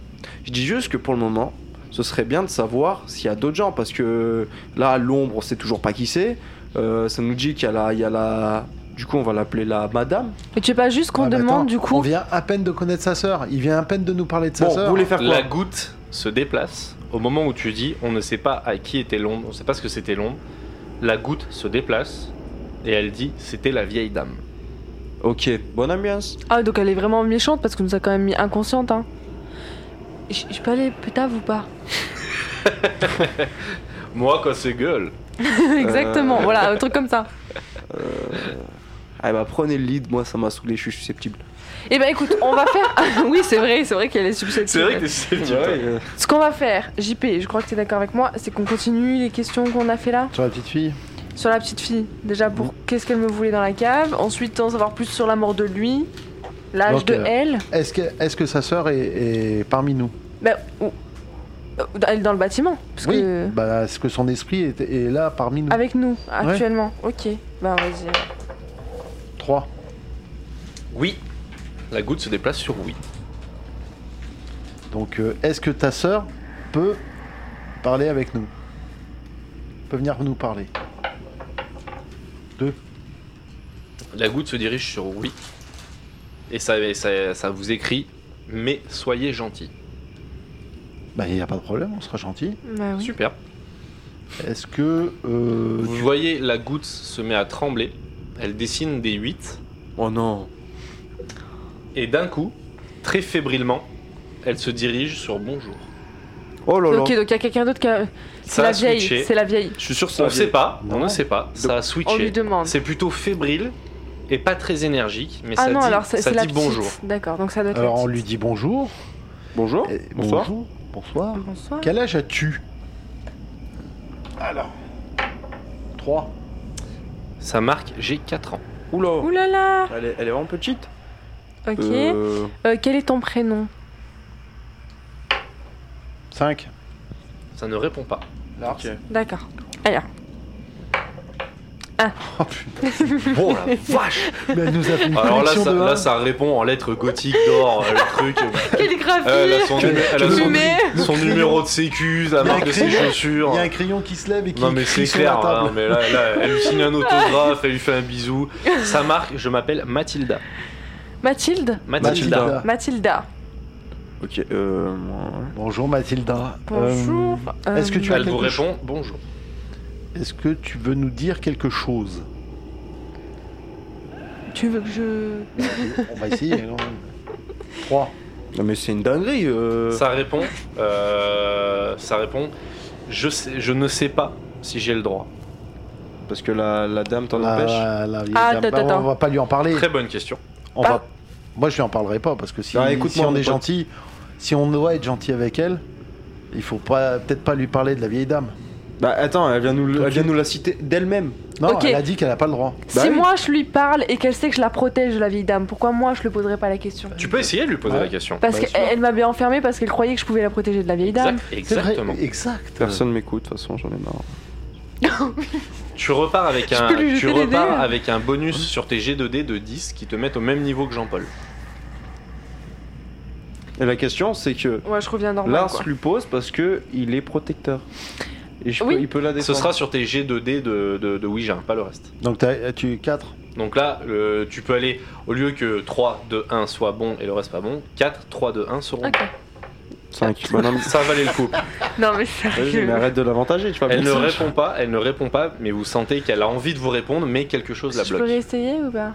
[SPEAKER 2] Je dis juste que pour le moment, ce serait bien de savoir s'il y a d'autres gens, parce que là, l'ombre, on sait toujours pas qui c'est. Euh, ça nous dit qu'il y a la... il Y a la... Du coup, on va l'appeler la madame.
[SPEAKER 3] Mais tu veux pas juste qu'on
[SPEAKER 4] Ah, mais
[SPEAKER 3] demande
[SPEAKER 4] attends,
[SPEAKER 3] du
[SPEAKER 4] On
[SPEAKER 3] coup
[SPEAKER 4] vient à peine de connaître sa sœur. Il vient à peine de nous parler de sa
[SPEAKER 2] Bon,
[SPEAKER 4] sœur.
[SPEAKER 2] vous voulez faire quoi
[SPEAKER 1] La goutte se déplace au moment où tu dis on ne sait pas à qui était l'ombre, on ne sait pas ce que c'était l'ombre. La goutte se déplace et elle dit c'était la vieille dame.
[SPEAKER 2] Ok, bonne ambiance.
[SPEAKER 3] Ah, donc elle est vraiment méchante parce qu'on nous a quand même mis inconsciente, hein. Je je peux aller plus tard ou pas
[SPEAKER 1] Moi, quand c'est gueule.
[SPEAKER 3] Exactement, voilà, un truc comme ça.
[SPEAKER 2] Ah bah prenez le lead, moi ça m'a saoulé, je suis susceptible.
[SPEAKER 3] Eh ben écoute, on va faire. oui, c'est vrai, c'est vrai qu'elle est susceptible.
[SPEAKER 1] C'est vrai que t'es susceptible. toi.
[SPEAKER 2] euh,
[SPEAKER 3] Ce qu'on va faire, JP, je crois que t'es d'accord avec moi, c'est qu'on continue les questions qu'on a fait là
[SPEAKER 4] Sur la petite fille.
[SPEAKER 3] sur la petite fille. Déjà
[SPEAKER 1] Mm.
[SPEAKER 3] pour qu'est-ce qu'elle me voulait dans la cave. Ensuite, en savoir plus sur la mort de lui, l'âge
[SPEAKER 4] Donc,
[SPEAKER 3] de
[SPEAKER 4] euh,
[SPEAKER 3] elle.
[SPEAKER 4] Est-ce que, est-ce que sa sœur est, est parmi nous
[SPEAKER 3] Ben, ou- euh, elle est dans le bâtiment, parce
[SPEAKER 4] Oui.
[SPEAKER 3] que
[SPEAKER 4] Bah, est-ce que son esprit est, est là parmi nous
[SPEAKER 3] avec nous actuellement. Ok, ben vas-y.
[SPEAKER 4] Trois.
[SPEAKER 1] Oui. La goutte se déplace sur oui.
[SPEAKER 4] Donc, euh, est-ce que ta sœur peut parler avec nous Peut venir nous parler
[SPEAKER 1] La goutte se dirige sur oui. Et ça, et ça, ça vous écrit mais soyez gentil.
[SPEAKER 4] Bah, il n'y a pas de problème, on sera gentil.
[SPEAKER 3] Ben oui.
[SPEAKER 1] Super.
[SPEAKER 4] Est-ce que. euh,
[SPEAKER 1] Vous voyez la goutte se met à trembler. Elle dessine des 8.
[SPEAKER 2] Oh non.
[SPEAKER 1] Et d'un coup, très fébrilement, elle se dirige sur bonjour.
[SPEAKER 2] Oh là là.
[SPEAKER 3] Ok, donc il y a quelqu'un d'autre qui a. C'est
[SPEAKER 1] Ça
[SPEAKER 3] la
[SPEAKER 1] a
[SPEAKER 3] vieille,
[SPEAKER 1] switché.
[SPEAKER 3] c'est la vieille.
[SPEAKER 2] Je suis sûr que
[SPEAKER 1] On
[SPEAKER 2] ça
[SPEAKER 1] ne
[SPEAKER 2] va
[SPEAKER 1] sait pas, on
[SPEAKER 4] Non.
[SPEAKER 1] ne sait pas. Ça a
[SPEAKER 3] On lui
[SPEAKER 1] switché.
[SPEAKER 3] demande.
[SPEAKER 1] C'est plutôt fébrile et pas très énergique, mais
[SPEAKER 3] Ah
[SPEAKER 1] ça
[SPEAKER 3] non,
[SPEAKER 1] dit,
[SPEAKER 3] alors c'est
[SPEAKER 1] ça
[SPEAKER 3] c'est la
[SPEAKER 1] dit
[SPEAKER 3] petite.
[SPEAKER 1] bonjour.
[SPEAKER 3] D'accord, donc ça doit être. la
[SPEAKER 4] alors, on
[SPEAKER 3] petite.
[SPEAKER 4] lui dit bonjour.
[SPEAKER 2] Bonjour.
[SPEAKER 4] Eh,
[SPEAKER 2] Bonsoir.
[SPEAKER 4] Bonjour. Bonsoir.
[SPEAKER 3] Bonsoir.
[SPEAKER 4] Quel âge as-tu Alors. 3.
[SPEAKER 1] Ça marque j'ai 4 ans.
[SPEAKER 2] Oula.
[SPEAKER 3] Ouh là là
[SPEAKER 2] Elle est, elle est vraiment petite.
[SPEAKER 3] Ok.
[SPEAKER 2] Euh,
[SPEAKER 3] Euh, quel est ton prénom
[SPEAKER 4] 5.
[SPEAKER 1] Ça ne répond pas.
[SPEAKER 2] ok.
[SPEAKER 3] D'accord. Alors,
[SPEAKER 4] Oh putain. Oh,
[SPEAKER 1] Bon la vache
[SPEAKER 4] Mais elle nous a fait une
[SPEAKER 1] Alors là
[SPEAKER 4] collection
[SPEAKER 1] ça,
[SPEAKER 4] de
[SPEAKER 1] là,
[SPEAKER 4] un.
[SPEAKER 1] ça répond en lettres gothiques d'or, euh, le truc.
[SPEAKER 3] calligraphie
[SPEAKER 1] Euh, elle a son, numé- elle a
[SPEAKER 4] tu
[SPEAKER 1] son-
[SPEAKER 4] me
[SPEAKER 3] mets
[SPEAKER 1] son
[SPEAKER 4] Le
[SPEAKER 1] numéro de sécu, la
[SPEAKER 4] Il y a
[SPEAKER 1] marque de ses
[SPEAKER 4] écrit-
[SPEAKER 1] chaussures.
[SPEAKER 4] Il y a un crayon qui se lève et qui.
[SPEAKER 1] Non mais
[SPEAKER 4] écrit
[SPEAKER 1] c'est
[SPEAKER 4] sur
[SPEAKER 1] clair,
[SPEAKER 4] la table.
[SPEAKER 1] hein, mais là, là, elle lui signe un autographe, elle lui fait un bisou. Ça marque, je m'appelle Mathilda.
[SPEAKER 3] Mathilde
[SPEAKER 1] Mathilda.
[SPEAKER 4] Mathilda.
[SPEAKER 3] Mathilda.
[SPEAKER 2] Ok. Euh...
[SPEAKER 4] Bonjour Mathilda.
[SPEAKER 3] Bonjour.
[SPEAKER 4] Euh, Est-ce que tu as
[SPEAKER 1] Elle vous
[SPEAKER 4] quelque chose
[SPEAKER 1] répond bonjour.
[SPEAKER 4] Euh, Est-ce que tu veux nous dire quelque chose
[SPEAKER 3] Tu veux que je.
[SPEAKER 4] On va essayer. 3.
[SPEAKER 2] Non mais c'est une dinguerie. euh.
[SPEAKER 1] Ça répond, euh, ça répond. Je sais, je ne sais pas si j'ai le droit.
[SPEAKER 2] Parce que la, la dame t'en empêche.
[SPEAKER 4] La, la vieille
[SPEAKER 3] Ah,
[SPEAKER 4] dame.
[SPEAKER 3] attends,
[SPEAKER 4] Bah, on
[SPEAKER 3] attends. Ah.
[SPEAKER 4] va pas lui en parler.
[SPEAKER 1] Très Bah, bonne question.
[SPEAKER 4] On
[SPEAKER 3] Pas-
[SPEAKER 4] va... Moi, je lui en parlerai pas parce que si,
[SPEAKER 2] Ah, écoute-moi,
[SPEAKER 4] si on
[SPEAKER 2] mon
[SPEAKER 4] est
[SPEAKER 2] pote.
[SPEAKER 4] gentil, si on doit être gentil avec elle, il faut pas peut-être pas lui parler de la vieille dame.
[SPEAKER 2] Bah attends, elle vient nous, le-
[SPEAKER 4] Tout
[SPEAKER 2] elle vient
[SPEAKER 4] de
[SPEAKER 2] nous la citer d'elle-même.
[SPEAKER 4] Non,
[SPEAKER 3] Ok.
[SPEAKER 4] elle a dit qu'elle a pas le droit.
[SPEAKER 2] Bah
[SPEAKER 3] si
[SPEAKER 2] oui.
[SPEAKER 3] moi je lui parle et qu'elle sait que je la protège, la vieille dame, pourquoi moi je lui poserais pas la question
[SPEAKER 1] Tu peux essayer de lui poser
[SPEAKER 4] Ouais.
[SPEAKER 1] la question.
[SPEAKER 3] Parce eh,
[SPEAKER 4] Bah, sûr.
[SPEAKER 3] qu'elle elle m'a bien enfermée parce qu'elle croyait que je pouvais la protéger de la vieille dame.
[SPEAKER 1] Exact-
[SPEAKER 4] C'est vrai,
[SPEAKER 1] exactement.
[SPEAKER 4] Exact.
[SPEAKER 2] Personne m'écoute, de toute façon, j'en ai marre.
[SPEAKER 1] Tu repars avec
[SPEAKER 3] Je
[SPEAKER 1] un,
[SPEAKER 3] peux lui
[SPEAKER 1] tu
[SPEAKER 3] jeter des dés,
[SPEAKER 1] repars
[SPEAKER 3] là.
[SPEAKER 1] avec un bonus sur tes G2D de 10 qui te mettent au même niveau que Jean-Paul.
[SPEAKER 2] Et la question, c'est que
[SPEAKER 3] Ouais, je reviens normal.
[SPEAKER 2] Lars
[SPEAKER 3] quoi.
[SPEAKER 2] lui pose parce que il est protecteur. Et je
[SPEAKER 3] Oui.
[SPEAKER 2] peux, il peut la
[SPEAKER 1] Ce
[SPEAKER 2] défendre.
[SPEAKER 1] sera sur tes G2D de, de, de Ouija, pas le reste.
[SPEAKER 4] Donc t'as- tu 4.
[SPEAKER 1] Donc là, euh, tu peux aller, au lieu que 3, 2, 1 soit bon et le reste pas bon, 4, 3, 2, 1 seront
[SPEAKER 3] Ok.
[SPEAKER 2] Cinq. Bah non, mais-
[SPEAKER 1] Ça valait le coup.
[SPEAKER 3] Ah, Non
[SPEAKER 2] Vas-y,
[SPEAKER 3] mais
[SPEAKER 2] mais
[SPEAKER 3] sérieux.
[SPEAKER 2] arrête de l'avantager, tu vas
[SPEAKER 1] Elle ne
[SPEAKER 2] blesser.
[SPEAKER 1] répond pas, elle ne répond pas, mais vous sentez qu'elle a envie de vous répondre, mais quelque chose la
[SPEAKER 3] Je
[SPEAKER 1] bloque.
[SPEAKER 3] peux réessayer ou pas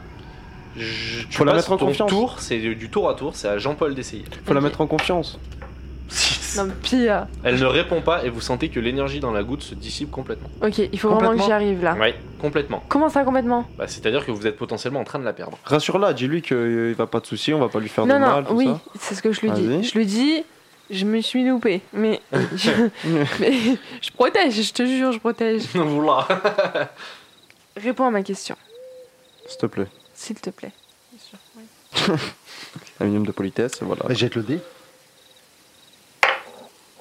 [SPEAKER 1] Je, tu
[SPEAKER 2] Faut la
[SPEAKER 1] passes
[SPEAKER 2] mettre en
[SPEAKER 1] ton
[SPEAKER 2] confiance.
[SPEAKER 1] tour, c'est du du tour à tour, c'est à Jean-Paul d'essayer.
[SPEAKER 2] Faut la mettre en confiance.
[SPEAKER 3] Non, mais pire.
[SPEAKER 1] Elle ne répond pas et vous sentez que l'énergie dans la goutte se dissipe complètement.
[SPEAKER 3] Ok, il faut vraiment que
[SPEAKER 4] Complètement.
[SPEAKER 3] j'y arrive là.
[SPEAKER 1] Ouais, Complètement.
[SPEAKER 3] Comment ça complètement
[SPEAKER 1] Bah, C'est-à-dire que vous êtes potentiellement en train de la perdre.
[SPEAKER 2] Rassure-la, dis-lui qu'il va pas de soucis, on va pas lui faire
[SPEAKER 3] Non,
[SPEAKER 2] de
[SPEAKER 3] non,
[SPEAKER 2] mal, tout
[SPEAKER 3] oui,
[SPEAKER 2] ça.
[SPEAKER 3] c'est ce que je lui dis.
[SPEAKER 2] Vas-y.
[SPEAKER 3] Je lui dis, je me suis loupée, mais je, mais je protège, je te jure, je protège.
[SPEAKER 1] Voilà.
[SPEAKER 3] Réponds à ma question,
[SPEAKER 2] S'il te plaît.
[SPEAKER 3] s'il te plaît.
[SPEAKER 2] Un minimum de politesse, voilà.
[SPEAKER 4] Bah, jette le dé.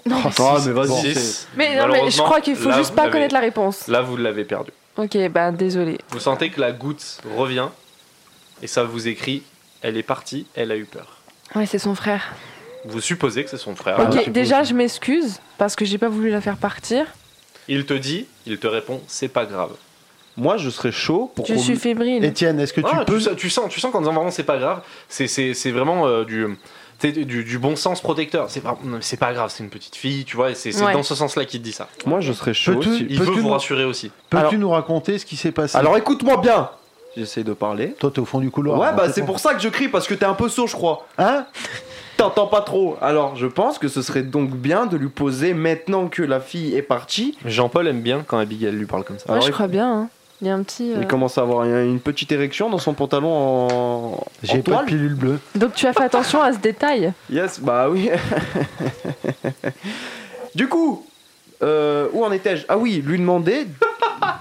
[SPEAKER 3] Non,
[SPEAKER 2] Oh,
[SPEAKER 1] Ah,
[SPEAKER 2] mais vas-y, c'est-
[SPEAKER 3] mais, non, mais je crois qu'il faut juste pas connaître la réponse.
[SPEAKER 1] Là, vous l'avez perdu.
[SPEAKER 3] Ok, bah désolé.
[SPEAKER 1] Vous sentez que la goutte revient et ça vous écrit elle est partie, elle a eu peur.
[SPEAKER 3] Ouais, c'est son frère.
[SPEAKER 1] Vous supposez que c'est son frère.
[SPEAKER 2] Ah,
[SPEAKER 3] ok,
[SPEAKER 2] ouais, c'est
[SPEAKER 3] déjà
[SPEAKER 2] cool.
[SPEAKER 3] je m'excuse parce que j'ai pas voulu la faire partir.
[SPEAKER 1] Il te dit, il te répond c'est pas grave.
[SPEAKER 2] Moi, je serais chaud pour
[SPEAKER 3] Je
[SPEAKER 2] qu'on-
[SPEAKER 3] suis fébrile.
[SPEAKER 4] Étienne, est-ce que tu
[SPEAKER 1] Ah, tu,
[SPEAKER 4] peux.
[SPEAKER 1] sens- tu sens, tu sens qu'en disant vraiment c'est pas grave, c'est- c'est c'est vraiment euh, du, c'est du, du bon sens protecteur. C'est pas, non, mais c'est pas grave, c'est une petite fille, tu vois, et c'est c'est
[SPEAKER 3] Ouais.
[SPEAKER 1] dans ce sens-là qu'il te dit ça.
[SPEAKER 2] Moi, je serais chaud.
[SPEAKER 4] Peux-tu-
[SPEAKER 2] si-
[SPEAKER 1] Il
[SPEAKER 4] Peux-tu
[SPEAKER 1] veut vous
[SPEAKER 4] nous-
[SPEAKER 1] rassurer aussi.
[SPEAKER 4] Peux-tu
[SPEAKER 2] Alors-
[SPEAKER 4] nous raconter ce qui s'est passé
[SPEAKER 2] Alors, écoute-moi bien. J'essaye de parler.
[SPEAKER 4] Toi, t'es au fond du couloir.
[SPEAKER 2] Ouais,
[SPEAKER 4] hein,
[SPEAKER 2] bah
[SPEAKER 4] t'es
[SPEAKER 2] c'est
[SPEAKER 4] con.
[SPEAKER 2] pour ça que je crie parce que t'es un peu sourd, je crois.
[SPEAKER 4] Hein
[SPEAKER 2] T'entends pas trop. Alors, je pense que ce serait donc bien de lui poser maintenant que la fille est partie.
[SPEAKER 1] Jean-Paul aime bien quand Abigail lui parle comme ça.
[SPEAKER 3] Moi
[SPEAKER 2] Alors,
[SPEAKER 3] je
[SPEAKER 2] il-
[SPEAKER 3] crois bien. hein. Il y a un petit. euh,
[SPEAKER 2] Il commence à avoir une une petite érection dans son pantalon en, en
[SPEAKER 4] J'ai pas
[SPEAKER 2] toile.
[SPEAKER 4] de pilule bleue.
[SPEAKER 3] Donc tu as fait attention à ce détail.
[SPEAKER 2] Yes, bah oui. du coup, euh, où en étais-je Ah oui, lui demander.
[SPEAKER 1] Ah,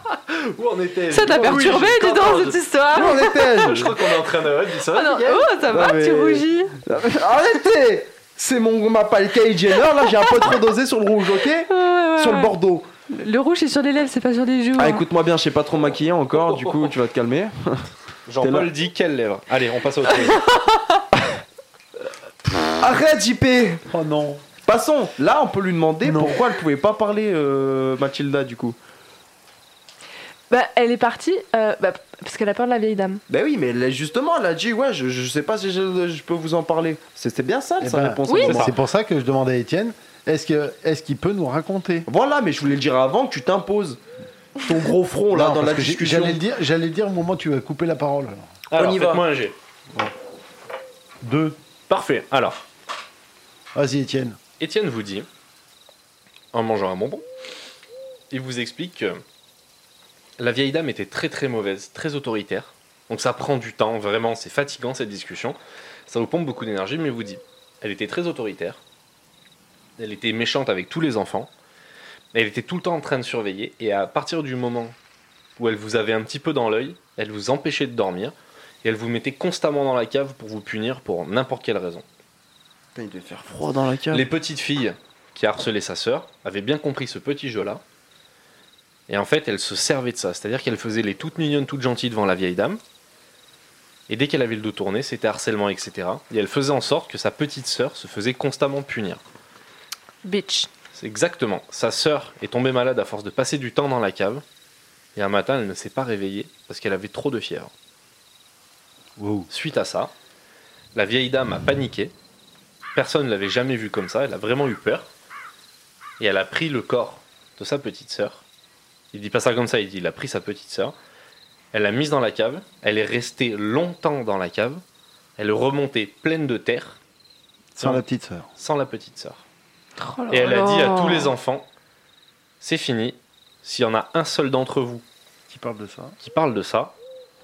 [SPEAKER 1] Où en était
[SPEAKER 3] Ça t'a perturbé, dis donc, cette histoire.
[SPEAKER 2] Où en
[SPEAKER 1] Je
[SPEAKER 2] étais-je
[SPEAKER 1] crois qu'on est en train de dire
[SPEAKER 3] Ah
[SPEAKER 1] ça.
[SPEAKER 3] non, oh, ça
[SPEAKER 2] Non,
[SPEAKER 3] va,
[SPEAKER 2] mais-
[SPEAKER 3] tu rougis.
[SPEAKER 2] Arrêtez C'est mon ma Kylie Jenner, là j'ai un peu trop dosé sur le rouge, ok
[SPEAKER 3] Ouais, ouais,
[SPEAKER 2] Sur le
[SPEAKER 3] ouais.
[SPEAKER 2] Bordeaux.
[SPEAKER 3] Le rouge est sur les lèvres, c'est pas sur les joues.
[SPEAKER 2] Ah
[SPEAKER 3] hein.
[SPEAKER 2] écoute-moi bien, je sais pas trop me maquiller encore, du coup tu vas te calmer. T'es là.
[SPEAKER 1] Jean-Paul dit quelle lèvre. Allez, on passe à autre chose.
[SPEAKER 2] Arrête JP
[SPEAKER 4] Oh non.
[SPEAKER 2] Passons Là on peut lui demander
[SPEAKER 4] Non.
[SPEAKER 2] pourquoi elle pouvait pas parler euh, Mathilda du coup.
[SPEAKER 3] Bah, elle est partie euh, bah, parce qu'elle a peur de la vieille dame.
[SPEAKER 2] Bah oui mais elle a- justement elle a dit ouais je, je sais pas si je, je peux vous en parler. C'était bien ça
[SPEAKER 4] Eh
[SPEAKER 2] sa
[SPEAKER 4] ben,
[SPEAKER 2] réponse. à
[SPEAKER 3] oui.
[SPEAKER 2] mon
[SPEAKER 4] C'est
[SPEAKER 2] moment.
[SPEAKER 4] pour ça que je demandais à Étienne est-ce que est-ce qu'il peut nous raconter
[SPEAKER 2] Voilà mais je voulais le dire avant que tu t'imposes ton gros front Oh là dans
[SPEAKER 4] Non, parce
[SPEAKER 2] la
[SPEAKER 4] que j'ai-
[SPEAKER 2] discussion.
[SPEAKER 4] J'allais le dire, j'allais le dire au moment où tu vas couper la parole. alors.
[SPEAKER 1] Alors,
[SPEAKER 2] On y va.
[SPEAKER 1] faites-moi un jet.
[SPEAKER 4] Deux.
[SPEAKER 1] Parfait. Alors,
[SPEAKER 4] Vas-y, Étienne.
[SPEAKER 1] Étienne vous dit, en mangeant un bonbon, il vous explique que la vieille dame était très très mauvaise, très autoritaire. Donc ça prend du temps, vraiment, c'est fatigant cette discussion. Ça vous pompe beaucoup d'énergie, mais il vous dit, elle était très autoritaire. Elle était méchante avec tous les enfants. Elle était tout le temps en train de surveiller. Et à partir du moment où elle vous avait un petit peu dans l'œil, elle vous empêchait de dormir. Et elle vous mettait constamment dans la cave pour vous punir pour n'importe quelle raison.
[SPEAKER 2] Putain, il devait faire froid dans la cave.
[SPEAKER 1] Les petites filles qui harcelaient sa sœur avaient bien compris ce petit jeu-là. Et en fait, elles se servaient de ça. C'est-à-dire qu'elles faisaient les toutes mignonnes, toutes gentilles devant la vieille dame. Et dès qu'elle avait le dos tourné, c'était harcèlement, etc. Et elle faisait en sorte que sa petite sœur se faisait constamment punir.
[SPEAKER 3] Bitch.
[SPEAKER 1] C'est exactement. Sa sœur est tombée malade à force de passer du temps dans la cave. Et un matin, elle ne s'est pas réveillée parce qu'elle avait trop de fièvre. Suite à ça, la vieille dame a paniqué. Personne ne l'avait jamais vue comme ça. Elle a vraiment eu peur. Et elle a pris le corps de sa petite sœur. Il dit pas ça comme ça, il dit il a pris sa petite sœur. Elle l'a mise dans la cave. Elle est restée longtemps dans la cave. Elle est remontée pleine de terre
[SPEAKER 4] Sans la petite sœur.
[SPEAKER 1] sans la petite sœur.
[SPEAKER 3] Oh là
[SPEAKER 1] Et elle a dit à
[SPEAKER 3] là.
[SPEAKER 1] tous les enfants c'est fini. S'il y en a un seul d'entre vous
[SPEAKER 4] Qui parle de ça
[SPEAKER 1] qui parle de ça,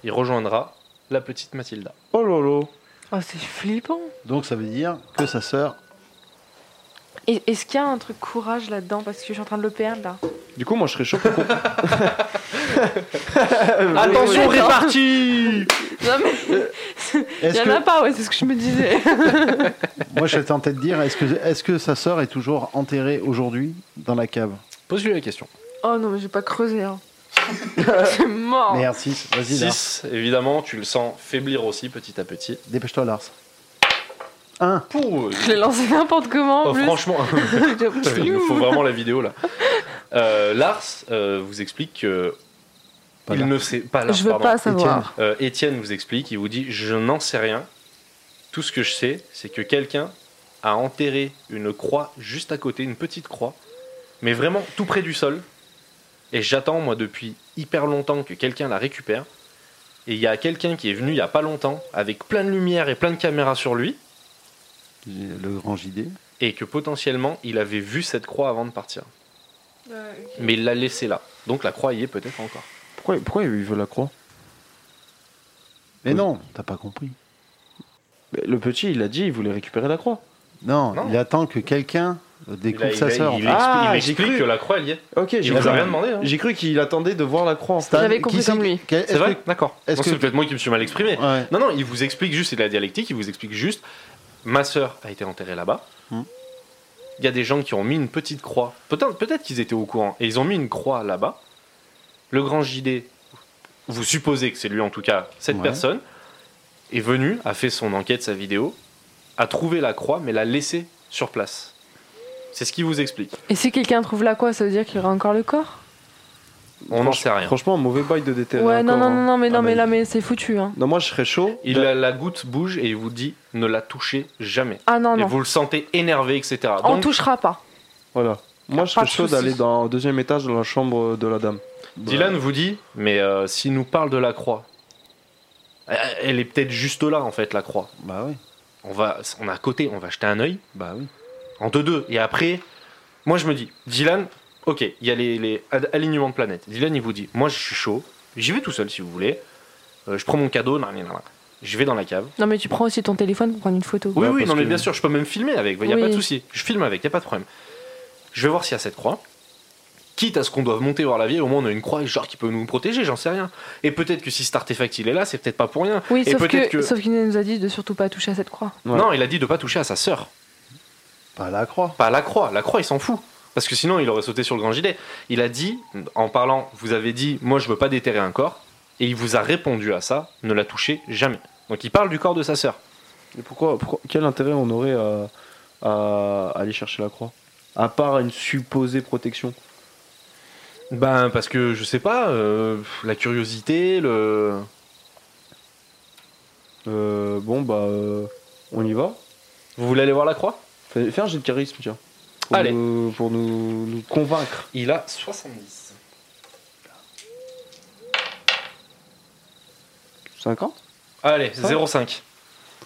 [SPEAKER 1] il rejoindra la petite Mathilda.
[SPEAKER 2] Oh lolo.
[SPEAKER 3] Oh, c'est flippant.
[SPEAKER 4] Donc ça veut dire que sa sœur.
[SPEAKER 3] Et- Est-ce qu'il y a un truc courage là-dedans Parce que je suis en train de le perdre là.
[SPEAKER 2] Du coup, moi, je serais chaud pour qu'on-
[SPEAKER 3] Attention,
[SPEAKER 2] Oui, oui, oui.
[SPEAKER 1] répartie
[SPEAKER 3] Non, mais
[SPEAKER 1] Euh,
[SPEAKER 3] il y
[SPEAKER 4] Est-ce
[SPEAKER 3] en
[SPEAKER 4] que
[SPEAKER 3] a pas, ouais, c'est ce que je me disais.
[SPEAKER 4] moi je tentais de dire est-ce que est-ce que sa sœur est toujours enterrée aujourd'hui dans la cave
[SPEAKER 1] Pose-lui la question.
[SPEAKER 3] oh non, mais je vais pas creuser. Hein. c'est mort.
[SPEAKER 4] Merde, 6, vas-y Lars.
[SPEAKER 1] 6, évidemment, tu le sens faiblir aussi petit à petit.
[SPEAKER 4] Dépêche-toi Lars. 1.
[SPEAKER 1] Pour.
[SPEAKER 3] Je l'ai lancé n'importe comment.
[SPEAKER 1] euh, Oh,
[SPEAKER 3] En plus.
[SPEAKER 1] franchement,
[SPEAKER 3] J'ai-
[SPEAKER 1] il nous faut vraiment la vidéo là. Euh, Lars euh, vous explique que.
[SPEAKER 4] Pas
[SPEAKER 1] il
[SPEAKER 4] Lars.
[SPEAKER 1] ne sait pas Lars,
[SPEAKER 3] je veux
[SPEAKER 1] pardon.
[SPEAKER 3] pas savoir.
[SPEAKER 1] Euh, Étienne vous explique, il vous dit Je n'en sais rien. Tout ce que je sais, c'est que quelqu'un a enterré une croix juste à côté, une petite croix, mais vraiment tout près du sol. Et j'attends, moi, depuis hyper longtemps que quelqu'un la récupère. Et il y a quelqu'un qui est venu il y a pas longtemps, avec plein de lumière et plein de caméras sur lui,
[SPEAKER 4] Le grand JD.
[SPEAKER 1] et que potentiellement il avait vu cette croix avant de partir.
[SPEAKER 3] Euh, ok.
[SPEAKER 1] Mais il l'a laissée là. Donc la croix y est peut-être encore.
[SPEAKER 2] Pourquoi, pourquoi il veut la croix
[SPEAKER 4] Mais non, t'as pas compris.
[SPEAKER 2] Mais Le petit, il a dit, il voulait récupérer la croix.
[SPEAKER 4] Non,
[SPEAKER 1] Non.
[SPEAKER 4] il attend que quelqu'un
[SPEAKER 1] Il, a-
[SPEAKER 4] découvre
[SPEAKER 1] il,
[SPEAKER 4] sa
[SPEAKER 1] a-
[SPEAKER 4] sœur.
[SPEAKER 1] il
[SPEAKER 2] Ah,
[SPEAKER 1] explique- il
[SPEAKER 2] j'ai
[SPEAKER 1] explique
[SPEAKER 2] cru.
[SPEAKER 1] que la croix elle y est.
[SPEAKER 2] Ok, j'ai
[SPEAKER 1] Il vous a
[SPEAKER 2] cru-
[SPEAKER 1] rien demandé. hein.
[SPEAKER 2] j'ai cru qu'il attendait de voir la croix. en fait.
[SPEAKER 4] Stan,
[SPEAKER 3] J'avais
[SPEAKER 4] qui
[SPEAKER 3] compris
[SPEAKER 4] c'est
[SPEAKER 3] comme
[SPEAKER 4] qui-
[SPEAKER 3] lui.
[SPEAKER 4] que- est-ce
[SPEAKER 1] C'est vrai
[SPEAKER 4] que-
[SPEAKER 1] D'accord.
[SPEAKER 4] est-ce
[SPEAKER 1] Non,
[SPEAKER 4] que-
[SPEAKER 1] C'est peut-être moi qui me suis mal exprimé.
[SPEAKER 4] Ouais.
[SPEAKER 1] Non, non, il vous explique juste, c'est de la dialectique, il vous explique juste, ma sœur a été enterrée là-bas.
[SPEAKER 4] Hmm.
[SPEAKER 1] Il y a des gens qui ont mis une petite croix. Peut-être peut qu'ils étaient au courant. Et ils ont mis une croix là-bas. Le grand JD, vous supposez que c'est lui en tout cas, cette
[SPEAKER 4] Ouais.
[SPEAKER 1] personne, est venu, a fait son enquête, sa vidéo, a trouvé la croix, mais l'a laissée sur place. C'est ce qu'il vous explique.
[SPEAKER 3] Et si quelqu'un trouve la quoi, ça veut dire qu'il y aura encore le corps
[SPEAKER 1] On n'en sait rien.
[SPEAKER 2] Franchement, mauvais bail de déterrer
[SPEAKER 3] Ouais,
[SPEAKER 2] un
[SPEAKER 3] non,
[SPEAKER 2] corps,
[SPEAKER 3] non,
[SPEAKER 2] hein.
[SPEAKER 3] non, non, mais
[SPEAKER 4] Ah,
[SPEAKER 1] bah
[SPEAKER 3] non, mais
[SPEAKER 4] mais-
[SPEAKER 3] là, mais c'est foutu. Hein.
[SPEAKER 2] Non, moi, je serais chaud.
[SPEAKER 1] Il a- la goutte bouge et il vous dit ne la touchez jamais.
[SPEAKER 3] Ah non,
[SPEAKER 1] et
[SPEAKER 3] non.
[SPEAKER 1] vous le sentez énervé, etc.
[SPEAKER 3] On
[SPEAKER 1] Donc,
[SPEAKER 3] touchera pas.
[SPEAKER 2] Voilà. Moi, je
[SPEAKER 1] Pas
[SPEAKER 2] serais
[SPEAKER 1] de
[SPEAKER 2] chaud
[SPEAKER 1] soucis.
[SPEAKER 2] d'aller dans au deuxième étage dans la chambre de la dame.
[SPEAKER 1] Dylan vous dit, mais euh, s'il nous parle de la croix, euh, elle est peut-être juste là en fait la croix.
[SPEAKER 4] Bah oui.
[SPEAKER 1] On va, on est à côté, on va jeter un œil
[SPEAKER 4] Bah oui.
[SPEAKER 1] en deux deux. Et après, moi je me dis, Dylan, ok, il y a les, les ad- alignements de planètes. Dylan il vous dit, moi je suis chaud, j'y vais tout seul si vous voulez. Euh, je prends mon cadeau, nan, nan, nan. je vais dans la cave.
[SPEAKER 3] Non, mais tu prends aussi ton téléphone pour prendre une photo.
[SPEAKER 1] Oui,
[SPEAKER 2] Ouais,
[SPEAKER 1] oui,
[SPEAKER 2] parce
[SPEAKER 1] non, mais
[SPEAKER 2] que-
[SPEAKER 1] bien sûr, je peux même filmer avec, il n'y a
[SPEAKER 3] Oui.
[SPEAKER 1] pas de souci. Je filme avec, il a pas de problème. Je vais voir s'il y a cette croix. Quitte à ce qu'on doive monter voir la vieille, au moins on a une croix genre qui peut nous protéger, j'en sais rien. Et peut-être que si cet artefact il est là, c'est peut-être pas pour rien.
[SPEAKER 3] Oui,
[SPEAKER 1] Et
[SPEAKER 3] sauf que,
[SPEAKER 1] peut-être que-
[SPEAKER 3] sauf qu'il nous a dit de surtout pas toucher à cette croix.
[SPEAKER 2] Ouais.
[SPEAKER 1] Non, il a dit de pas toucher à sa sœur,
[SPEAKER 4] Pas la croix.
[SPEAKER 1] pas à la croix. La croix, il s'en fout. Parce que sinon, il aurait sauté sur le grand gilet. Il a dit, en parlant, vous avez dit, moi je veux pas déterrer un corps. Et il vous a répondu à ça, ne la touchez jamais. Donc il parle du corps de sa sœur.
[SPEAKER 2] Et pourquoi, pourquoi- quel intérêt on aurait à, à aller chercher la croix À part une supposée protection.
[SPEAKER 1] Ben parce que je sais pas, euh, la curiosité, le.
[SPEAKER 2] Euh, bon, bah, euh, on y va.
[SPEAKER 1] Vous voulez aller voir la croix
[SPEAKER 2] Fais, fais un jet de charisme, tiens. Pour
[SPEAKER 1] Allez.
[SPEAKER 2] nous- pour nous, nous convaincre.
[SPEAKER 1] Il a 70.
[SPEAKER 2] 50
[SPEAKER 1] Allez,
[SPEAKER 2] Ça
[SPEAKER 1] 0,5.